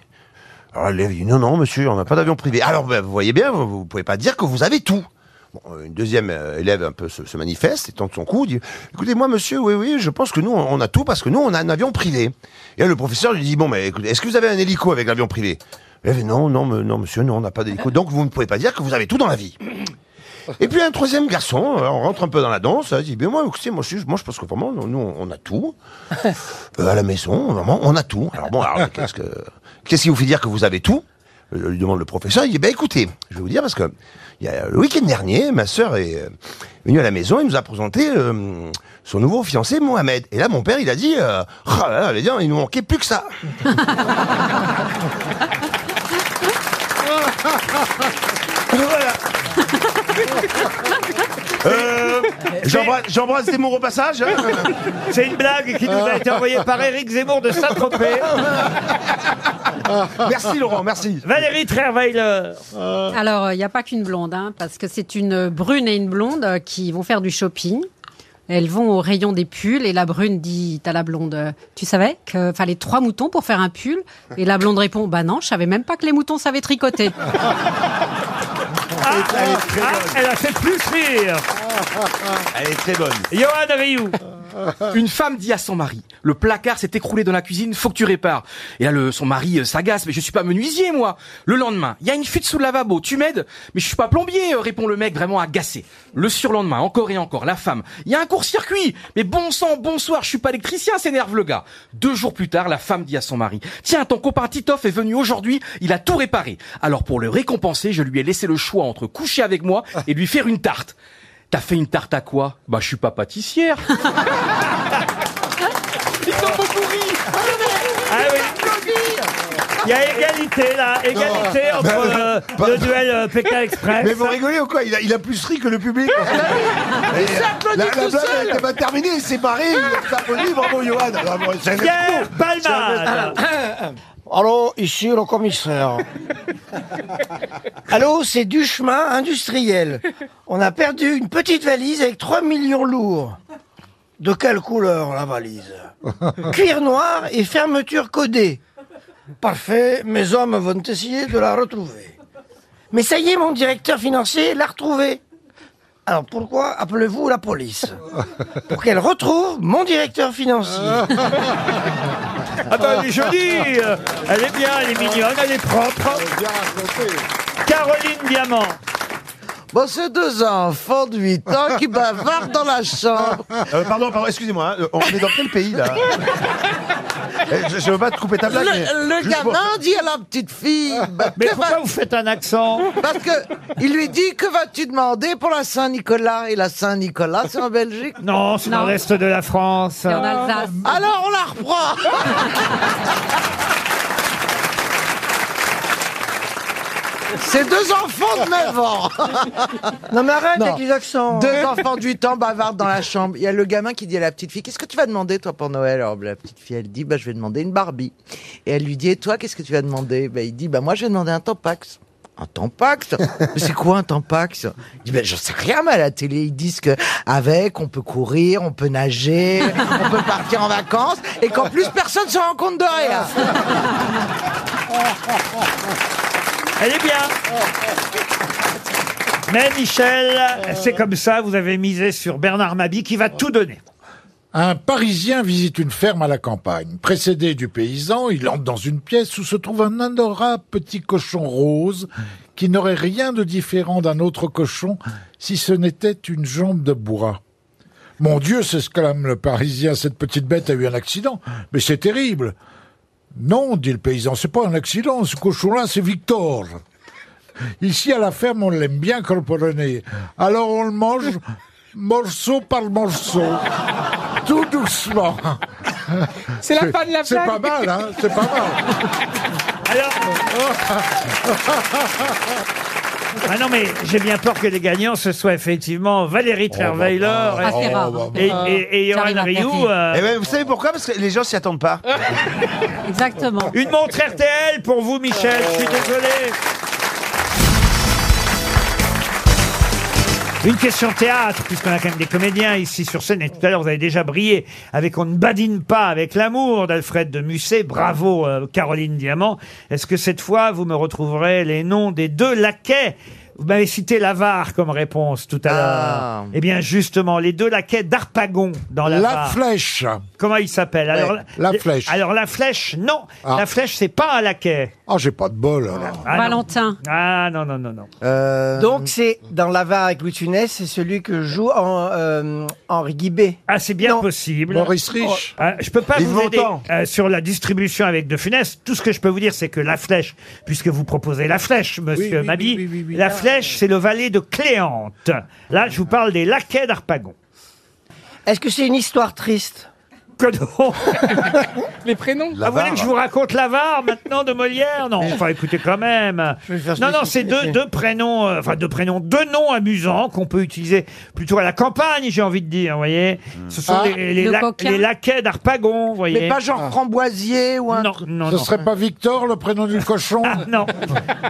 Alors, l'élève dit Non, non, monsieur, on n'a pas d'avion privé. Alors, ben, vous voyez bien, vous ne pouvez pas dire que vous avez tout. Bon, une deuxième euh, élève un peu se, se manifeste et tente son coup, dit Écoutez-moi, monsieur, oui, oui, je pense que nous, on a tout parce que nous, on a un avion privé. Et là, le professeur lui dit Bon, mais écoutez, est-ce que vous avez un hélico avec l'avion privé L'élève, Non, non, me- non, monsieur, non, on n'a pas d'hélico. Donc, vous ne pouvez pas dire que vous avez tout dans la vie. Et puis un troisième garçon, euh, on rentre un peu dans la danse, il dit, ben moi, écoutez, moi, je, moi, je pense que vraiment, nous, nous, on a tout. Euh, à la maison, vraiment, on a tout. Alors bon, alors, qu'est-ce que, qu'est-ce qui vous fait dire que vous avez tout Euh, lui demande le professeur, il dit, ben écoutez, je vais vous dire parce que il y a, le week-end dernier, ma sœur est euh, venue à la maison, il nous a présenté euh, son nouveau fiancé, Mohamed. Et là, mon père, il a dit, euh, Ah là là, les gars, il nous manquait plus que ça. voilà. Euh, j'embrasse- J'embrasse Zemmour au passage. hein. C'est une blague qui nous a été envoyée par Éric Zemmour de Saint-Tropez. Merci Laurent, merci. Valérie Trierweiler. Alors, il n'y a pas qu'une blonde, hein, parce que c'est une brune et une blonde euh, qui vont faire du shopping. Elles vont au rayon des pulls et la brune dit à la blonde euh, Tu savais qu'il fallait trois moutons pour faire un pull Et la blonde répond Bah non, je savais même pas que les moutons savaient tricoter. Ah, elle a fait plus rire. Elle est très bonne. Johan Rioux. Une femme dit à son mari Le placard s'est écroulé dans la cuisine, faut que tu répares. Et là, le, son mari euh, s'agace Mais je suis pas menuisier, moi Le lendemain, il y a une fuite sous le lavabo, tu m'aides Mais je suis pas plombier, euh, répond le mec vraiment agacé. Le surlendemain, encore et encore, la femme Il y a un court-circuit Mais bon sang, bonsoir, je suis pas électricien, s'énerve le gars. Deux jours plus tard, la femme dit à son mari Tiens, ton copain Titoff est venu aujourd'hui, il a tout réparé. Alors pour le récompenser, je lui ai laissé le choix entre coucher avec moi et lui faire une tarte. T'as fait une tarte à quoi Bah, je suis pas pâtissière. Ah oui. Il y a égalité là, Ah, égalité Non. entre Bah, euh, bah, le duel euh, Pékin Express. Ah Mais vous rigolez ou quoi il a, il a plus ri que le public. Et, euh, s'applaudit la, la tout blague seul. elle était pas terminée, il s'est barré, il a applaudi, bravo Johan. Bravo, c'est- Pierre c'est un- Palmade. Allô, ici le commissaire. Allô, c'est du chemin industriel. On a perdu une petite valise avec 3 millions lourds. De quelle couleur la valise Cuir noir et fermeture codée. Parfait, mes hommes vont essayer de la retrouver. Mais ça y est, mon directeur financier l'a retrouvée. Alors pourquoi appelez-vous la police Pour qu'elle retrouve mon directeur financier. Ah bah elle est jolie euh, Elle est bien, elle est mignonne, elle est propre. Caroline Diamant. Bon, c'est deux enfants de 8 ans qui bavardent dans la chambre. Euh, pardon, pardon, excusez-moi, hein, euh, on est dans quel pays là Euh, Eh, je, je veux pas te couper ta blague. mais Le, le juste pour- gamin dit à la petite fille. bah, Mais que pourquoi va- vous faites un accent Parce que il lui dit que vas-tu demander pour la Saint-Nicolas Et la Saint-Nicolas, c'est en Belgique. Non, c'est dans le reste de la France. en Alsace. Alors on la reprend. C'est deux enfants de 9 ans. Non mais arrête Non. avec les accents. Deux enfants de 8 ans bavardent dans la chambre. Il y a le gamin qui dit à la petite fille Qu'est-ce que tu vas demander, toi, pour Noël Alors, la petite fille, elle dit bah, Je vais demander une Barbie. Et elle lui dit Et toi, qu'est-ce que tu vas demander bah, Il dit bah, Moi, je vais demander un Tampax. Un Tampax Mais c'est quoi un Tampax Il dit bah, J'en sais rien, mais à la télé, ils disent que avec, on peut courir, on peut nager, on peut partir en vacances, et qu'en plus, personne se rend compte de rien. Elle est bien. Mais Michel, c'est comme ça, vous avez misé sur Bernard Mabi qui va tout donner. Un Parisien visite une ferme à la campagne. Précédé du paysan, il entre dans une pièce où se trouve un adorable petit cochon rose qui n'aurait rien de différent d'un autre cochon si ce n'était une jambe de bois. Mon Dieu, s'exclame le Parisien, cette petite bête a eu un accident. Mais c'est terrible. Non, dit le paysan, c'est pas un accident, ce cochon-là, c'est Victor. Ici, à la ferme, on l'aime bien, comprenez. Alors, on le mange morceau par morceau. Tout doucement. C'est la fin de la C'est blague. pas mal, hein C'est pas mal. Alors. Ah non, mais j'ai bien peur que les gagnants, ce soient effectivement Valérie Trierweiler Ah, c'est et- rare. et, et, et Johan J'arrive à Rioux. percer. euh, Eh ben, vous savez pourquoi Parce que les gens s'y attendent pas. Exactement. Une montre RTL pour vous, Michel. Je suis désolé. Une question théâtre, puisqu'on a quand même des comédiens ici sur scène. Et tout à l'heure, vous avez déjà brillé avec On ne badine pas avec l'amour d'Alfred de Musset. Bravo, euh, Caroline Diamant. Est-ce que cette fois, vous me retrouverez les noms des deux laquais vous m'avez cité l'avare comme réponse tout à Ah. l'heure. Eh bien, justement, les deux laquais d'Arpagon dans La l'avare. flèche. Comment il s'appelle Ouais, alors la flèche. Alors la flèche, non. La flèche, c'est pas un laquais. Ah, j'ai pas de bol. Ah, non. Valentin. Ah non, non, non, non. Donc c'est dans l'avare avec Louis de Funès, c'est celui que joue en, euh, Henri Guibé. Ah c'est bien possible. Ah, je peux pas Yves vous aider Montand. euh, sur la distribution avec De Funès. Tout ce que je peux vous dire, c'est que la flèche, puisque vous proposez la flèche, monsieur oui, Mabi, oui, oui, oui, la ah, flèche, c'est le valet de Cléante. Là, je vous parle des laquais d'Arpagon. Est-ce que c'est une histoire triste Que non Les prénoms. Ah, vous voulez que je vous raconte l'avare maintenant de Molière Non, enfin écoutez quand même. Non, non, c'est deux, deux prénoms, euh, enfin deux prénoms, deux noms amusants qu'on peut utiliser plutôt à la campagne, j'ai envie de dire, vous voyez. Ce sont Ah, les, les le la- coquin. Ah. les laquais d'Arpagon, vous voyez. Mais pas genre framboisier ou un. Non, non, Ce non. serait pas Victor, le prénom du cochon Non.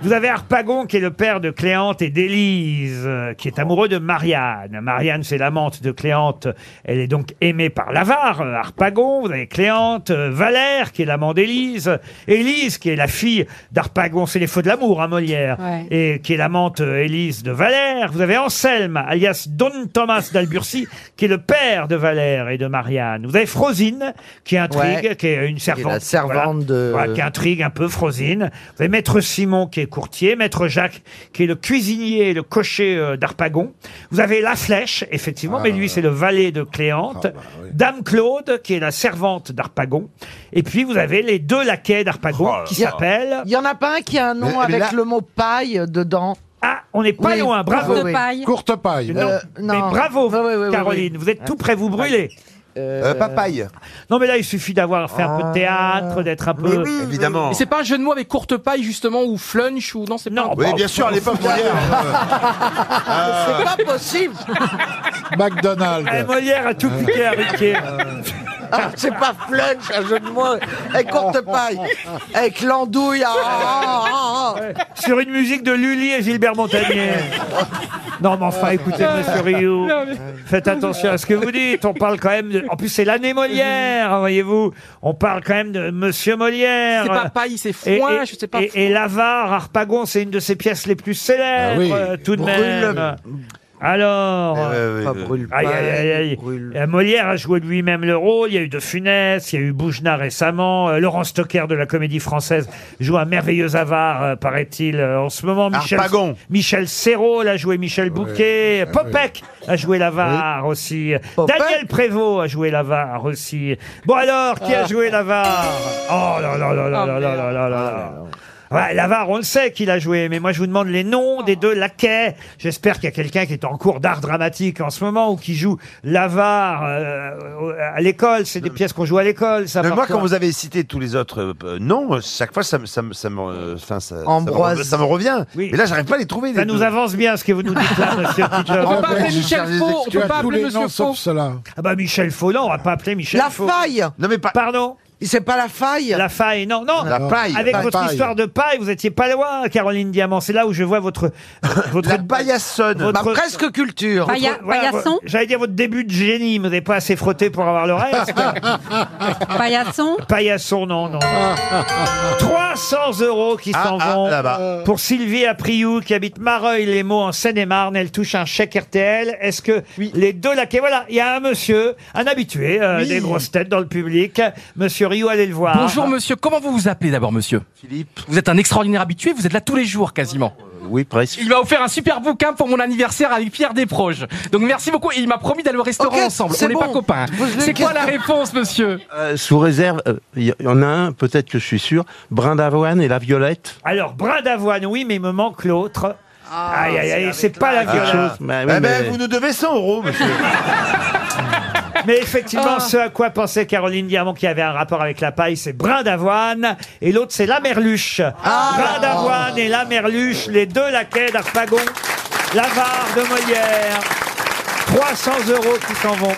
Vous avez Harpagon qui est le père de Cléante et d'Élise, euh, qui est amoureux de Marianne. Marianne, c'est l'amante de Cléante. Elle est donc aimée par l'avare, euh, Harpagon. Vous avez Cléante, euh, Valère, qui est l'amant d'Élise. Élise, qui est la fille d'Harpagon. C'est les feux de l'amour, hein, Molière. Ouais. Et qui est l'amante euh, Élise de Valère. Vous avez Anselme, alias Don Thomas d'Alburcy, qui est le père de Valère et de Marianne. Vous avez Frosine, qui intrigue, Ouais. qui est une Qui est la servante. servante de- qui intrigue un peu frosine. Vous avez Maître Simon qui est courtier, Maître Jacques qui est le cuisinier, et le cocher euh, d'Arpagon. Vous avez La Flèche, Ah, effectivement, mais lui c'est le valet de Cléante. bah, Dame Claude qui est la servante d'Arpagon. Et puis vous avez les deux laquais d'Arpagon Oh qui s'appellent... Il y en a pas un qui a un nom Mais- mais avec là- le mot paille dedans. Ah, on n'est pas Oui, loin, bravo. courte paille. Courte paille. Non, Euh, mais non. bravo, Ouais, ouais, ouais, ouais, Caroline, ouais. vous êtes tout prêt, vous brûlez. Euh, Ah. papaye. Non, mais là, il suffit d'avoir fait un peu de théâtre, d'être un peu. Et c'est pas un jeu de mots avec courte paille justement ou flunch ou non c'est pas. bah, Oui, bien sûr, à l'époque, Molière, Ah. C'est bah. pas possible. McDonald's. Eh, Molière a tout piqué à Riquet. Ah, c'est pas flunch, un jeu de mots. Avec courte paille. Avec l'andouille. ah, ah, ah, ah. Sur une musique de Lully et Gilbert Montagnier. Non, mais enfin, écoutez, monsieur Rioux, faites attention à ce que vous dites. On parle quand même de... En plus, c'est l'année Molière, voyez-vous. On parle quand même de monsieur Molière. C'est pas paille, c'est foin, je sais pas, Et, et l'avare, Harpagon, c'est une de ses pièces les plus célèbres, Ah oui. euh, tout de Brûle- même. Alors, Pas brûle Oh. Aïe, paille, aïe, aïe, aïe. brûle- Euh, Molière a joué lui-même le rôle. Il y a eu De Funès, il y a eu Boujna récemment. Euh, Laurent Stocker de la Comédie Française joue un merveilleux avare, euh, paraît-il, euh, en ce moment. Michel, Harpagon. Michel Serrault l'a joué Michel Bouquet. Ah Popek a joué l'avare aussi. Daniel Prévost a joué l'avare aussi. Bon alors, qui a Ah. joué l'avare Oh là là là là là là là là là là. Ouais, L'avare, on le sait qu'il a joué, mais moi je vous demande les noms des deux laquais. J'espère qu'il y a quelqu'un qui est en cours d'art dramatique en ce moment ou qui joue l'avare euh, à l'école. C'est des pièces qu'on joue à l'école, ça. Mais moi, parfois. quand vous avez cité tous les autres euh, euh, noms, chaque fois, ça, me- ça, me- ça, me, euh, enfin, ça, ça me Ambroise. re- ça me revient. Oui. Mais là, j'arrive pas à les trouver. Ça les nous deux. avance bien ce que vous nous dites là, monsieur Tito. On peut pas appeler Michel Faux, on peut pas appeler Monsieur Faux. Ah bah Michel Faux, non, on va pas appeler Michel La Faux. faille. Non mais Pardon C'est pas la faille. La faille, non, non. La paille. Avec La votre paille. histoire de paille, vous étiez pas loin, Caroline Diamant. C'est là où je vois votre. euh, votre la paillassonne. Ma Bah, presque culture. Pailla- paillasson J'allais dire votre début de génie, mais vous n'avez pas assez frotté pour avoir le reste. Paillasson Paillasson, non, non. 300 euros qui s'en vont pour Sylvie Apriou qui habite Mareuil-les-Maux en Seine-et-Marne. Elle touche un chèque RTL. Est-ce que les deux laquais... Voilà, il y a un monsieur, un habitué euh, Oui. des grosses têtes dans le public. Monsieur Rioux, allez le voir. Euh, Bonjour monsieur, comment vous vous appelez d'abord monsieur Philippe. Vous êtes un extraordinaire habitué, vous êtes là tous les jours quasiment. Euh, Oui, presque. Il m'a offert un super bouquin pour mon anniversaire avec Pierre Desproges. Donc merci beaucoup et il m'a promis d'aller au restaurant Ok, ensemble. c'est On n'est pas bon. copains. hein. Posez-lui C'est une quoi la question. réponse monsieur Euh, sous réserve, euh, il y en a un, peut-être que je suis sûr, Brin d'Avoine et la Violette. Alors, brin d'avoine, oui, mais il me manque l'autre. aïe, aïe, aïe, c'est pas la Quelque violence. chose, bah oui, Eh ben, mais- vous nous devez 100 euros, monsieur. mais effectivement, Ah. ce à quoi pensait Caroline Diamant qui avait un rapport avec la paille, c'est brin d'avoine et l'autre, c'est la merluche. Ah. brin d'avoine et la merluche, les deux laquais d'Arpagon, l'avare de Molière. 300 euros qui s'en vont.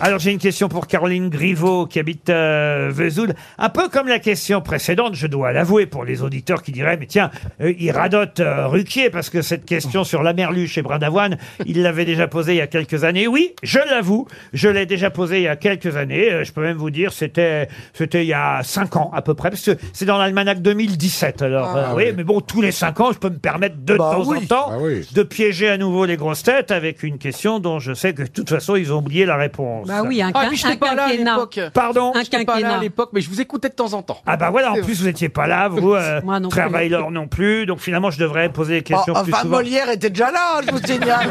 Alors j'ai une question pour Caroline Griveau qui habite euh, Vesoul. Un peu comme la question précédente, je dois l'avouer pour les auditeurs qui diraient mais tiens, euh, il radote euh, Ruquier parce que cette question sur la merluche et Brindavoine, il l'avait déjà posée il y a quelques années. Oui, je l'avoue, je l'ai déjà posée il y a quelques années. Euh, je peux même vous dire c'était c'était il y a cinq ans à peu près parce que c'est dans l'almanach 2017. Alors Ah, euh, ah oui, oui. mais bon tous les cinq ans, je peux me permettre de Bah temps en oui. temps de piéger à nouveau les grosses têtes avec une question dont je sais que de toute façon ils ont oublié la réponse. Bah oui, un, Ah, et quin- puis je un n'étais pas là à quinquennat. l'époque. Pardon Un J'étais pas là à quinquennat. l'époque, mais je vous écoutais de temps en temps. Ah bah voilà, en plus vous n'étiez pas là, vous, euh, Moi non plus. Frère Baylor non plus, donc finalement je devrais poser des questions Oh, plus enfin, souvent. Molière était déjà là, hein, je vous signale.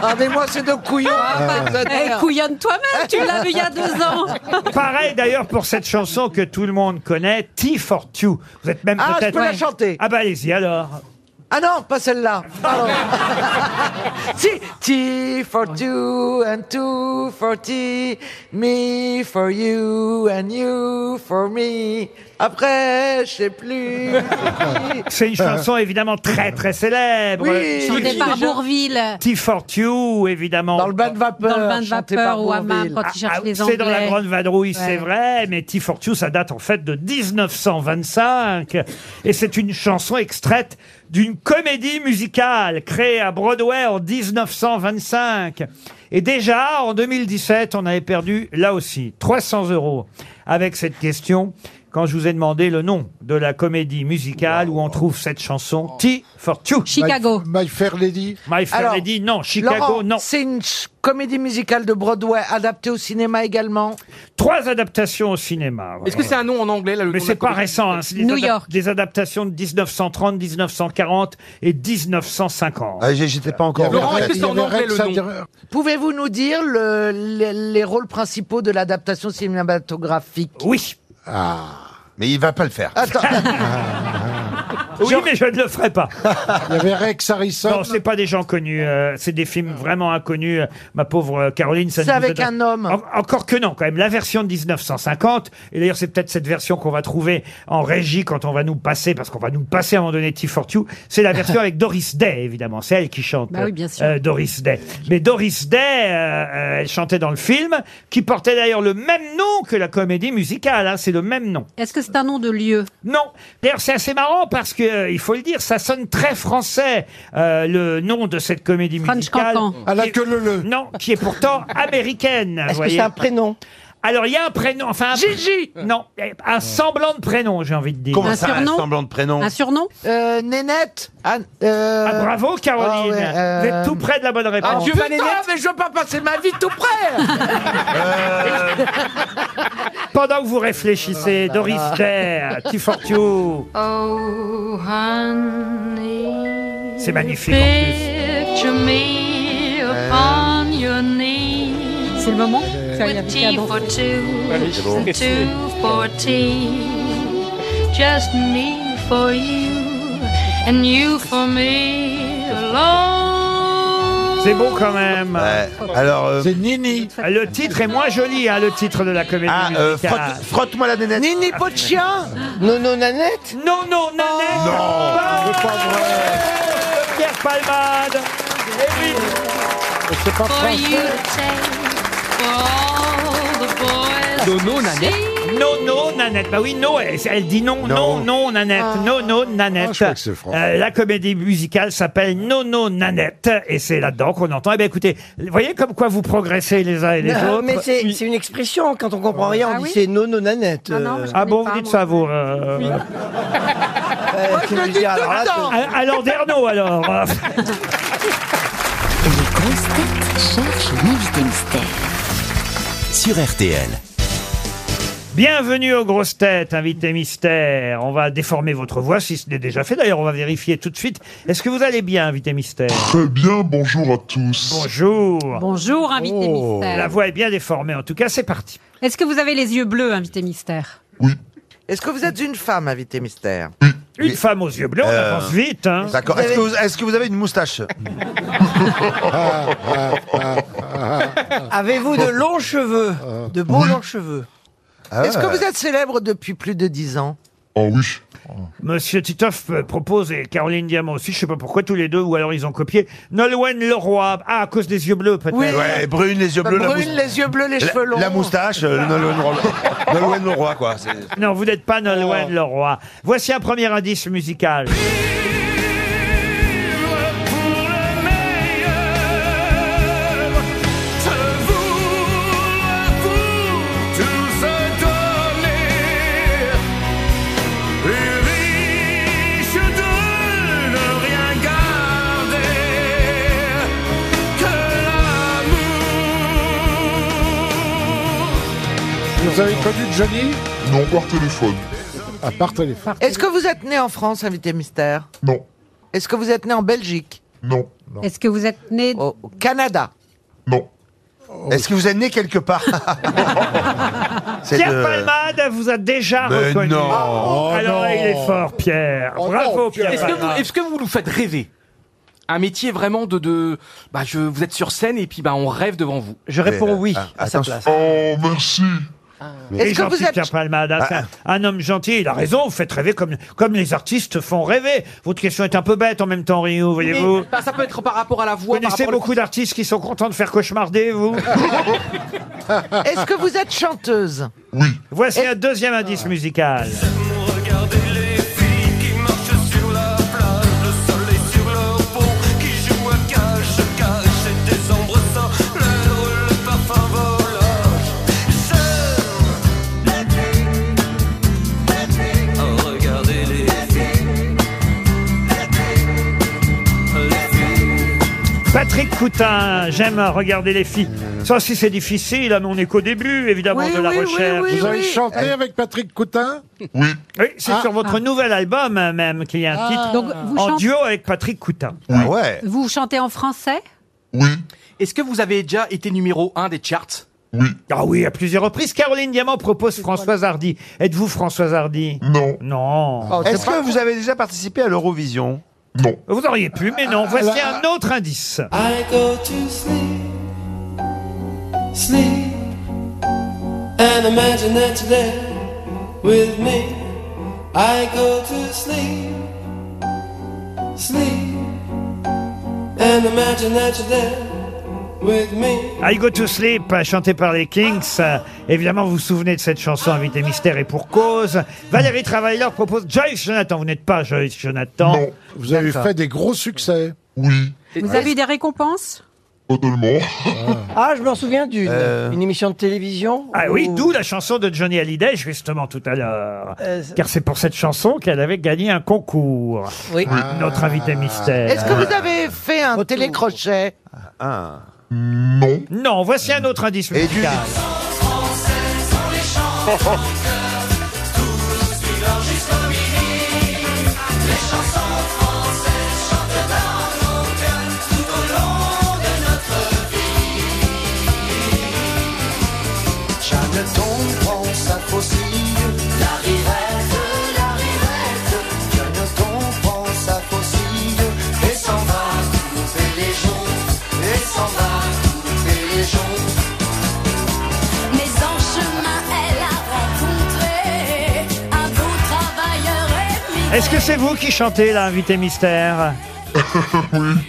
ah, mais moi, c'est de couillon. Eh, couillonne toi-même, tu l'as vu il y a deux ans. Pareil d'ailleurs pour cette chanson que tout le monde connaît, T for Two. Vous êtes même Ah, je peut-être... peux la chanter. Ah bah allez-y alors. Ah non, pas celle-là. Pardon. si, T for two and two for T, me for you and you for me. Après, je sais plus. Euh. C'est une Ah. chanson évidemment très très célèbre. Oui, Chantée par Bourville. T for Two, évidemment. Dans le bain de vapeur. euh, Dans le bain de chanté vapeur par ou à Bourville. Mame, quand ils cherchent les C'est dans la Anglais. grande vadrouille, c'est Ouais. vrai, mais T for Two, ça date en fait de 1925. Et c'est une chanson extraite d'une comédie musicale créée à Broadway en 1925. Et déjà, en 2017, on avait perdu, là aussi, 300 euros avec cette question. Quand je vous ai demandé le nom de la comédie musicale où on trouve cette chanson, T for Two. Chicago. My Fair Lady. My Fair Alors, Lady, non. Chicago, Laurent, non. C'est une ch- comédie musicale de Broadway adaptée au cinéma également. Trois adaptations au cinéma. Est-ce que c'est un nom en anglais là le Mais nom de c'est la pas comédie récent. hein. C'est des New adap- York. Des adaptations de 1930, 1940 et 1950. Ah, j'ai- j'étais pas encore. Laurent, en est-ce fait. que c'est en Il y avait anglais, Rex le nom Anderer. Pouvez-vous nous dire le- les, les rôles principaux de l'adaptation cinématographique Oui. Ah. Mais il va pas le faire. Attends. Oui, mais je ne le ferai pas. Il y avait Rex Harrison. Non, c'est pas des gens connus. euh, c'est des films vraiment inconnus. Euh, Ma pauvre euh, Caroline. ça ne C'est vous avec un donne- homme. En- encore que non, quand même. La version de 1950. Et d'ailleurs, c'est peut-être cette version qu'on va trouver en régie quand on va nous passer, parce qu'on va nous passer à un moment donné T for Two. C'est la version avec Doris Day, évidemment. C'est elle qui chante. Bah oui, bien sûr. euh, Doris Day. Mais Doris Day, euh, euh, elle chantait dans le film, qui portait d'ailleurs le même nom que la comédie musicale. hein, c'est le même nom. Est-ce que c'est un nom de lieu Non. D'ailleurs, c'est assez marrant parce que, euh, il faut le dire, ça sonne très français, euh, le nom de cette comédie musicale. Cancan. À la queue le Non, qui est pourtant américaine. Est-ce vous que voyez. c'est un prénom Alors, il y a un prénom, enfin. un- Gigi Non, un semblant de prénom, j'ai envie de dire. Comment Un ça, un surnom semblant de prénom Un surnom euh, Nénette Ah, euh, Ah, bravo, Caroline. ah ouais, euh, Vous êtes tout près de la bonne réponse. Ah, Dieu Putain, m'a Nénette. mais je veux pas passer ma vie tout près Pendant que vous réfléchissez, Ah, Doris Day, Tifortio. Oh, honey. C'est magnifique, en plus. Picture me Euh, upon your knee. C'est le moment Ça, il y a With plus qu'à tea for danser. two, Ouais, c'est bon. two for tea. Just me for you, and you for me alone. C'est beau quand même. Alors, euh, c'est Nini. Le titre est moins joli, hein, le titre de la comédie Ah, euh, musicale. Ah, frotte- frotte-moi la nénette. Nini Pochien Non, non, Nanette Non, non, Nanette Ah, Non, c'est pas vrai. Pierre Palmade. Eh oui. C'est pas For you français. to take, for all the boys. Nono, Nanette Non, non, Nanette. Bah oui, non, elle, elle dit non, non, non, Nanette. Non, non, Nanette. Ah, Euh, la comédie musicale s'appelle Non, non, Nanette. Et c'est là-dedans qu'on entend. Eh bien, écoutez, vous voyez comme quoi vous progressez les uns et les Non, autres. Mais c'est c'est une expression, quand on comprend rien, on dit c'est non, non, nanette. Euh, Ah bon, vous dites ça, vous euh, euh, c'est bizarre, alors là, c'est- À- Alain Dernaud, alors. Les grosses têtes cherchent l'invité mystère. Sur RTL. Bienvenue aux grosses têtes, invité mystère. On va déformer votre voix si ce n'est déjà fait. D'ailleurs, on va vérifier tout de suite. Est-ce que vous allez bien, invité mystère Euh, Très bien, bonjour à tous. Bonjour. Oh. Bonjour, invité mystère. La voix est bien déformée. En tout cas, c'est parti. Est-ce que vous avez les yeux bleus, invité mystère Est-ce que vous êtes une femme, invité mystère Une femme aux yeux bleus, on Euh, avance vite. hein. D'accord. Est-ce que, vous- est-ce que vous avez Ah, une moustache ah. Avez-vous de longs cheveux De beaux longs cheveux ah. Est-ce que vous êtes célèbre depuis plus de dix ans Oh oui. Monsieur Titoff euh, propose, et Caroline Diamant aussi, je sais pas pourquoi tous les deux, ou alors ils ont copié, Nolwenn Leroy. Ah, à cause des yeux bleus, peut-être. Oui. Ouais, brune, les yeux bleus, la Bah, Brune, mous- les yeux bleus, les La- cheveux longs. la moustache, euh, le Nolwenn Leroy. Nolwenn Leroy, quoi, c'est- Non, vous n'êtes pas Nolwenn Leroy. Voici un premier indice musical. Tout se donner, plus riche de ne rien garder que Vous avez connu Johnny Non, par téléphone. À part téléphone. Est-ce que vous êtes né en France, invité mystère Non. Est-ce que vous êtes né en Belgique Non. Est-ce que vous êtes né au, au Canada Non. Oh. Est-ce que vous êtes né quelque part C'est Pierre de- Palmade vous a déjà Mais reconnu. non. Oh, Oh, alors non. il est fort, Pierre. Bravo, Pierre Est-ce que, vous, Palmade. est-ce que vous nous faites rêver Un métier vraiment de, de bah je, vous êtes sur scène et puis bah on rêve devant vous. Je euh, réponds euh, oui ah, à sa place. Oh, merci. Ah. Il est gentil, Pierre Palmade, Ah. hein, c'est un- un homme gentil, il a raison, vous faites rêver comme, comme les artistes font rêver. Votre question est un peu bête en même temps, Rio, voyez-vous. Mais, bah, ça peut être par rapport à la Vous voix. par connaissez rapport beaucoup d'artistes qui sont contents de faire cauchemarder, vous Est-ce que vous êtes chanteuse Ah. Oui. Voici un deuxième indice musical. sur la plage, le soleil sur le pont qui joue à cache-cache et des ombres sans l'heure, le parfum volage. J'aime la nuit, la nuit, à regarder Oh, les filles, la nuit, les filles. Patrick Coutin, j'aime regarder les filles. Ça aussi c'est difficile, hein, mais on est qu'au début évidemment Oui, de la oui, oui, recherche. oui, Vous avez oui. chanté Euh, avec Patrick Coutin Oui. c'est Ah. sur votre Ah. nouvel album euh, même qu'il y a un Ah. titre Donc, vous en chante- duo avec Patrick Coutin. ouais. Vous chantez en français à- Est-ce que vous avez déjà été numéro un des charts Oui. Ah oui, à plusieurs reprises. Caroline Diamant propose Françoise Hardy. Êtes-vous Françoise Hardy Non. Non. Oh, Est-ce que vous avez déjà participé à l'Eurovision Non. Vous auriez pu, mais non. Voici Ah, un autre indice. I go to sleep, sleep, and imagine that you're there with me. I go to sleep, sleep, and imagine that you're there with me. I Go To Sleep, chanté par les Kings. Euh, Évidemment, vous vous souvenez de cette chanson Invité Mystère et pour cause. Valérie Travailleur propose Joyce Jonathan. Vous n'êtes pas Joyce Jonathan. Non. Vous avez D'accord. fait des gros succès. Oui. Vous avez eu des récompenses Totalement. Ah, je m'en souviens d'une. Euh. Une émission de télévision. Ah où- oui, d'où la chanson de Johnny Hallyday, justement, tout à l'heure. Euh, c'est- Car c'est pour cette chanson qu'elle avait gagné un concours. Ah. Oui. Notre invité mystère. Euh, Est-ce que vous Euh, avez fait un télécrochet Non. Ah. Non, voici un autre indice musical. Oh, Jonathan prend sa faucille. La rivette, la rivette. Jonathan prend sa faucille et s'en va couper les joncs. Et s'en va couper les joncs. Mais en chemin, elle a rencontré un bon travailleur émigré. Est-ce que c'est vous qui chantez, là, invité mystère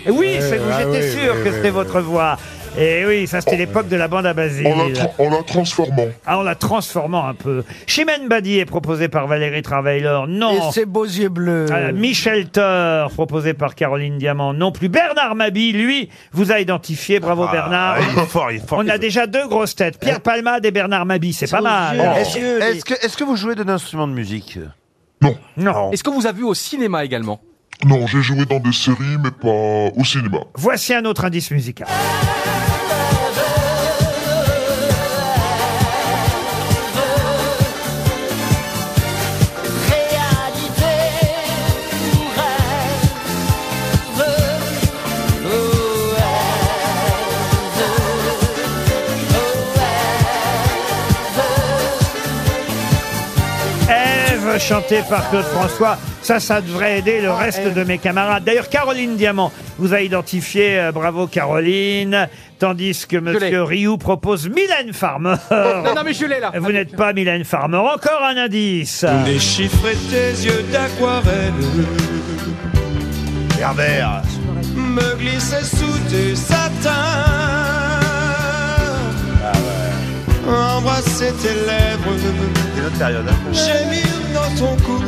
Et Oui, c'est vous, Ah j'étais oui, sûr oui, que oui, oui. c'était votre voix. Et oui, ça Oh. c'était l'époque de la bande à Basile. En la, tra- en la transformant. Ah, en la transformant un peu. Chimène Badi est proposée par Valérie Travailleur, non. Et ses beaux yeux bleus. Ah, Michel Thor, proposé par Caroline Diamant, non plus. Bernard Mabi, lui, vous a identifié. Bravo Ah, Bernard. il est fort, il est fort. Hein On a déjà deux grosses têtes. Pierre Palmade et Bernard Mabi, c'est pas mal. Est-ce est-ce que, est-ce que vous jouez d'un instrument de musique Non. Est-ce qu'on vous a vu au cinéma également Non, j'ai joué dans des séries, mais pas au cinéma. Voici un autre indice musical. Réalité ou rêve. Oh, Ève titre chanté par Claude François. Ça, ça devrait aider le reste de mes camarades. D'ailleurs, Caroline Diamant vous a identifié. euh, Bravo, Caroline. Tandis que Monsieur Rioux propose Mylène Farmer. Non, non, mais je l'ai là. Vous n'êtes pas Mylène Farmer. Encore un indice. Déchiffrer tes yeux d'aquarelle. Pervers. Me glisser sous tes satins. Embrasser tes lèvres. hein. Gémir dans ton cou.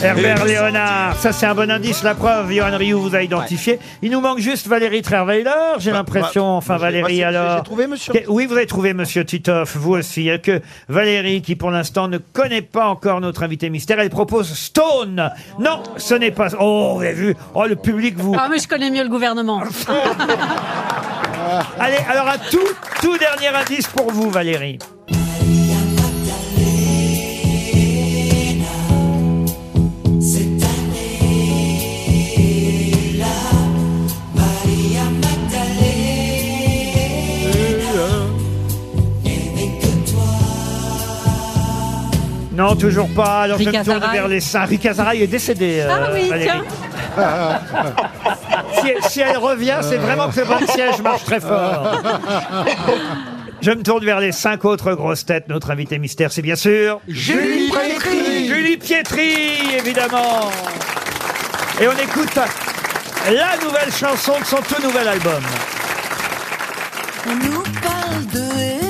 Herbert Léonard, ça c'est un bon indice, la preuve, Johan Rioux vous a identifié. Il nous manque juste Valérie Trierweiler, j'ai Bah, l'impression, enfin moi, je l'ai- moi, Valérie c'est- alors. j'ai trouvé, monsieur. Que- Oui, vous avez trouvé monsieur Titoff, vous aussi. Il n'y a que Valérie qui pour l'instant ne connaît pas encore notre invité mystère, elle propose Stone. Non, ce n'est pas... Oh, vous avez vu, oh le public vous... Ah, mais je connais mieux le gouvernement. Ah. Allez, alors un tout, tout dernier indice pour vous Valérie. Cette année-là, Maria Magdalena N'aimait que Non, toujours pas. Alors je me Rick tourne Azaray. vers les saints. Rick Azaray est décédé. euh, Ah oui, Valérie. si, si elle revient, Ah, c'est vraiment que ce banc de siège marche très fort. Je me tourne vers les cinq autres grosses têtes. Notre invité mystère, c'est bien sûr Julie Pietri. Julie Pietri, évidemment. Et on écoute la nouvelle chanson de son tout nouvel album. On nous parle de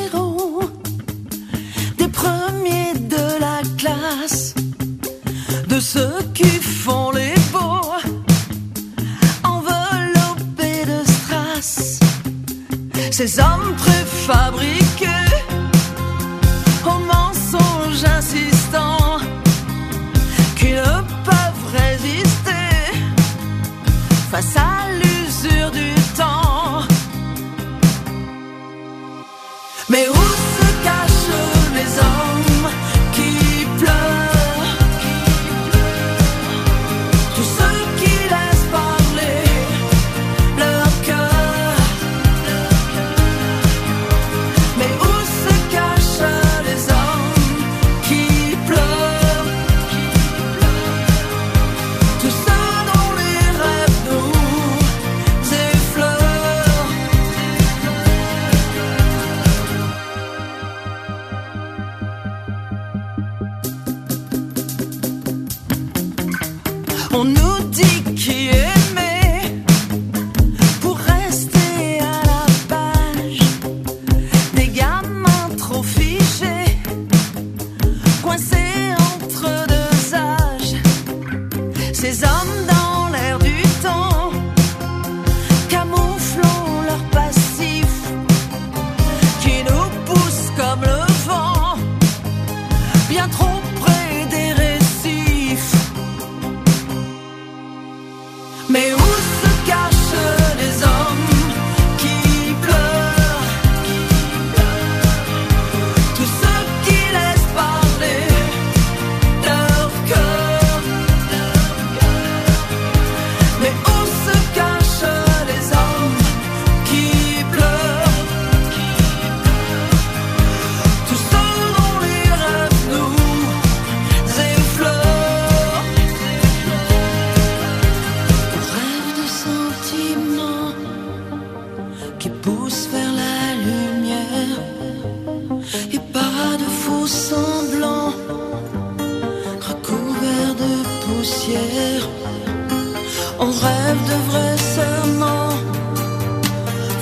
héros, des premiers de la classe, de ceux qui font les beaux, enveloppés de strass. Ces hommes préfabriqués, aux mensonges insistants, qui ne peuvent résister face à l'usure du temps. Mais où se cachent les hommes qui pleurent Tous ceux qui laissent parler leur cœur Mais où se cachent les hommes qui pleurent Tous ceux dont les rêves nous effleurent On nous dit qui aimer pour rester à la page. Des gamins trop fichés, coincés entre deux âges. Ces hommes dans l'air du temps, camouflant leur passif, qui nous poussent comme le vent, bien trop près des récifs. Mais où se cachent les hommes qui pleurent Tous ceux qui laissent parler leur cœur Mais où se cachent les hommes qui pleurent Tous ceux dont les rêves nous effleurent Rêve de sentiments qui poussent vers la lumière et pas de faux semblants recouverts de poussière. On rêve de vrais serments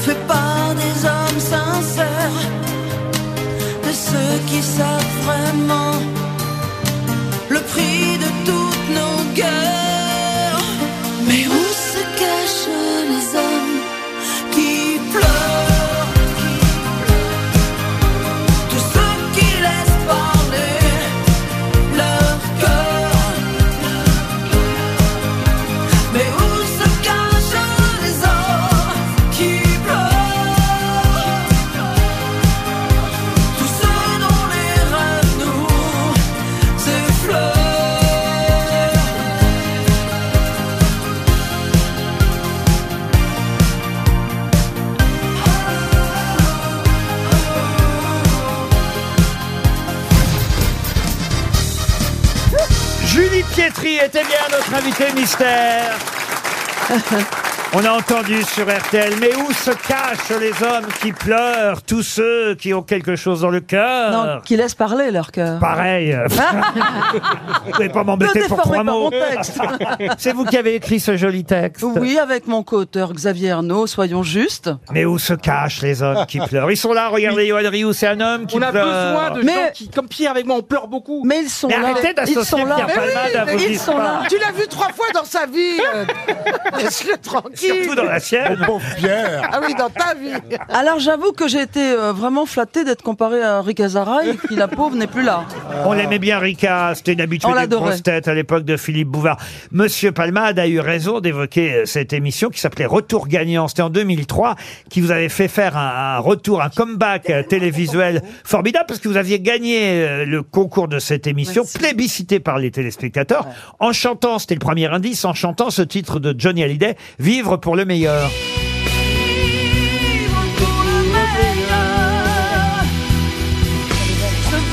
faits par des hommes sincères, de ceux qui savent vraiment le prix de toutes nos guerres. Mais où se cachent les hommes qui pleurent Tous ceux qui laissent parler leur cœur Mais où se cachent les hommes qui pleurent Tous ceux dont les rêves nous effleurent Philippe Pietri était bien notre invité mystère. On a entendu sur RTL, mais où se cachent les hommes qui pleurent, tous ceux qui ont quelque chose dans le Non, cœur qui laisse parler leur cœur. Pareil. Vous pouvez pas m'embêter Ne pour déformez pas trois mon mots. texte. C'est vous qui avez écrit ce joli texte. Oui, avec mon co-auteur Xavier Arnaud, soyons justes. Mais où se cachent les hommes qui pleurent Ils sont là, regardez Yoann Rioux, c'est un homme qui On a pleure. besoin de gens qui, comme Pierre avec moi, on pleure beaucoup. Mais ils sont Mais là. arrêtez d'associer Ils sont là. Pierre Palmade à vos ils sont là. histoires. Tu l'as vu trois fois dans sa vie. euh, Laisse-le tranquille. Surtout dans la sienne. Mon Pierre. Ah oui, dans ta vie. Alors j'avoue que j'ai été euh, vraiment flatté d'être comparé à Rick Azaray, et qui la pauvre n'est plus là. On l'aimait bien, Ricard. C'était une habituée On des l'adorait. grosses têtes à l'époque de Philippe Bouvard. Monsieur Palmade a eu raison d'évoquer euh, cette émission qui s'appelait Retour gagnant. C'était en 2003 qui vous avait fait faire un, un retour, un comeback euh, télévisuel formidable parce que vous aviez gagné euh, le concours de cette émission, plébiscité par les téléspectateurs, en chantant, c'était le premier indice, en chantant ce titre de Johnny Hallyday, Vivre pour le meilleur. Se vouloir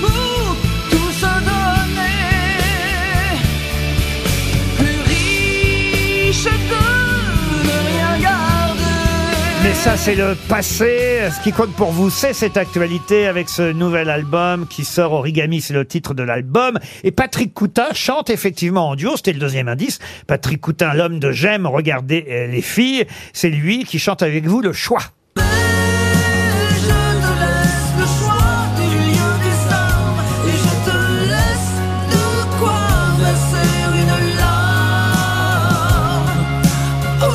pour tout se donner, plus riche que ne rien garder. Mais ça, c'est le passé. Ce qui compte pour vous, c'est cette actualité avec ce nouvel album qui sort Origami, c'est le titre de l'album. Et Patrick Coutin chante effectivement en duo. C'était le deuxième indice. Patrick Coutin, l'homme de J'aime regarder euh, les filles. C'est lui qui chante avec vous le choix. Je te laisse le choix du lieu des armes Et je te laisse de quoi verser une larme Oh,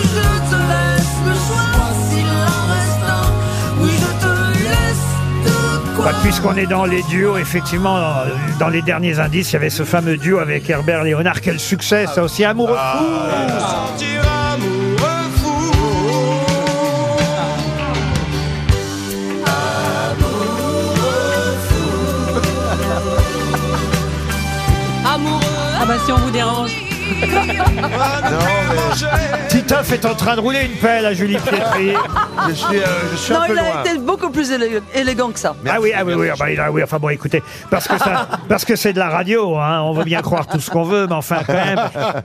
je te laisse le choix s'il en reste un Oui, je te laisse de quoi Bah, Puisqu'on est dans les duos, effectivement, euh, dans les derniers indices, il y avait ce fameux duo avec Herbert Léonard. Quel succès, ça aussi, amoureux fou. Sentir amoureux fou. Amoureux. Ah bah si on vous dérange. Titoff est en train de rouler une pelle à Julie Pietri. Je suis, euh, je suis non, il a été beaucoup plus élé- élégant que ça. Ah oui, ah oui, oui, ah bah, il a- oui, enfin bon, écoutez, parce que ça, parce que c'est de la radio, hein, on veut bien croire tout ce qu'on veut, mais enfin quand même,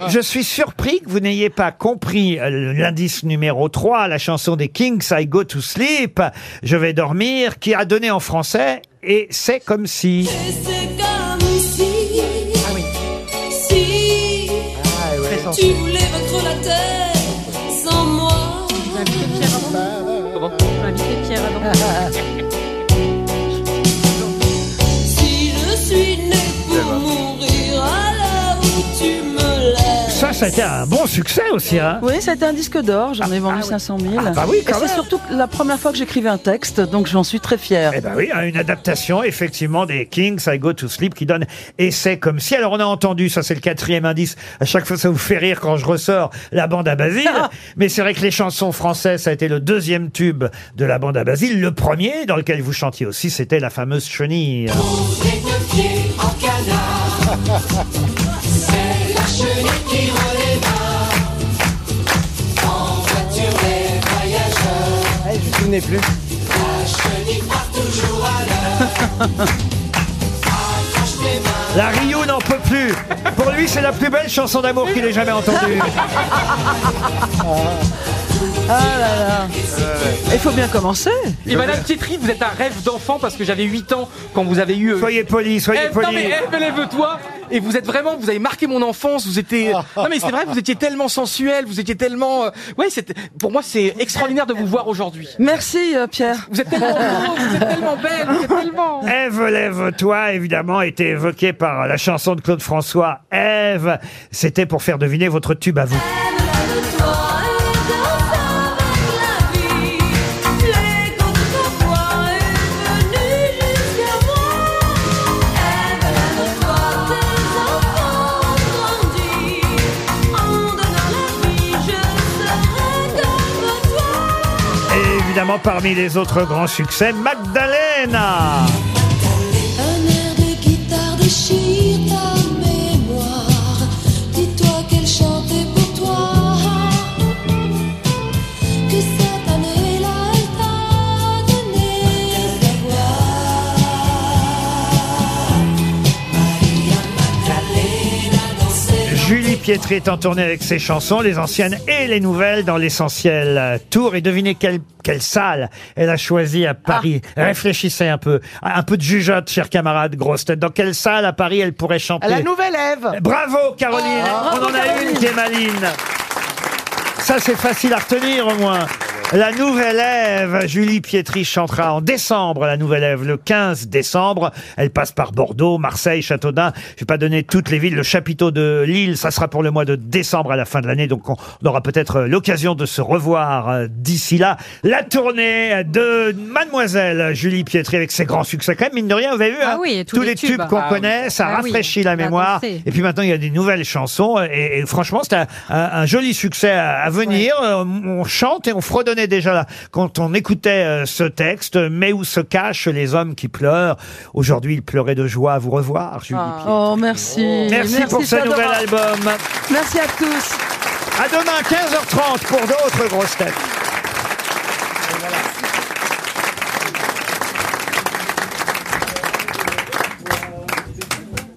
je suis surpris que vous n'ayez pas compris euh, l'indice numéro 3, la chanson des Kings, I Go to Sleep, Je vais dormir, qui a donné en français, et c'est comme si... Et c'est comme si Si Tu voulais vaincre la terre sans moi Si je suis né pour mourir à là où tu me laisses Ça, ça a été un bon succès aussi, hein Oui, c'était un disque d'or, j'en ai vendu 500 000. Ah bah oui, quand Et c'est même. surtout la première fois que j'écrivais un texte, donc j'en suis très fière. Eh ben oui, hein, une adaptation effectivement des Kings, I Go to Sleep, qui donne et c'est comme si. Alors on a entendu, ça c'est le quatrième indice. À chaque fois, ça vous fait rire quand je ressors la bande à Basile. Mais c'est vrai que les chansons françaises, ça a été le deuxième tube de la bande à Basile. Le premier dans lequel vous chantiez aussi, c'était la fameuse chenille. Les deux pieds en canard C'est la chenille qui redémarre En voiture les voyageurs Je ne me souvenais plus. La chenille part toujours à l'heure Accroche tes mains La Rio n'en peut plus. Pour lui, c'est la plus belle chanson d'amour qu'il ait jamais entendue. Ah là là. Il faut bien commencer. Et Madame Pietri, vous êtes un rêve d'enfant parce que j'avais 8 ans quand vous avez eu. euh, Soyez poli, soyez Eh, poli. Non mais eh, mais lève-toi Et vous êtes vraiment, vous avez marqué mon enfance. Vous étiez. Ah. Non mais c'est vrai, vous étiez tellement sensuel, vous étiez tellement. euh, Ouais, c'était. Pour moi, c'est extraordinaire de vous voir aujourd'hui. Merci euh, Pierre. Vous êtes tellement beau, vous êtes tellement belle, vous êtes tellement. Ève, lève-toi, évidemment, était évoquée par la chanson de Claude François. Ève, c'était pour faire deviner votre tube à vous. Toi et danse avec la vie L'écho de ton voix est venu jusqu'à moi Ève, lève-toi, tes enfants ont grandi En donnant la vie, je serai comme toi Et évidemment, parmi les autres grands succès, Magdalena. Un air de guitare déchire ta mémoire. Dis-toi qu'elle chantait pour toi. Que cette année-là, elle t'a donné sa voix. Pietri est en tournée avec ses chansons, les anciennes et les nouvelles, dans l'essentiel euh, tour. Et devinez quelle, quelle salle elle a choisie à Paris. Réfléchissez un peu. Un peu de jugeote, chers camarades, grosse tête. Dans quelle salle à Paris elle pourrait chanter La nouvelle Ève. Bravo, Caroline. Oh, On en a une qui est maline. Ça, c'est facile à retenir au moins. La Nouvelle Ève, Julie Pietri chantera en décembre la Nouvelle Ève, le 15 décembre. Elle passe par Bordeaux, Marseille, Châteaudun. Je vais pas donner toutes les villes. Le chapiteau de Lille, ça sera pour le mois de décembre à la fin de l'année. Donc on aura peut-être euh, l'occasion de se revoir euh, d'ici là. La tournée de Mademoiselle Julie Pietri avec ses grands succès. Quand même, mine de rien, vous avez vu, Ah hein, oui, et tous les les tubes, tubes. qu'on Ah oui. connaît, ça Ah oui, rafraîchit la on a mémoire. dansé. Et puis maintenant, il y a des nouvelles chansons. euh, Et, et franchement, c'est un, un- un joli succès à, à venir. Euh, On chante et on fredonnait déjà là, quand on écoutait euh, ce texte. Mais où se cachent les hommes qui pleurent Aujourd'hui, ils pleuraient de joie à vous revoir, Julie. Oh, merci. Merci pour ce c'est nouvel adorable. album. Merci à tous. À demain, 15h30 pour d'autres grosses têtes.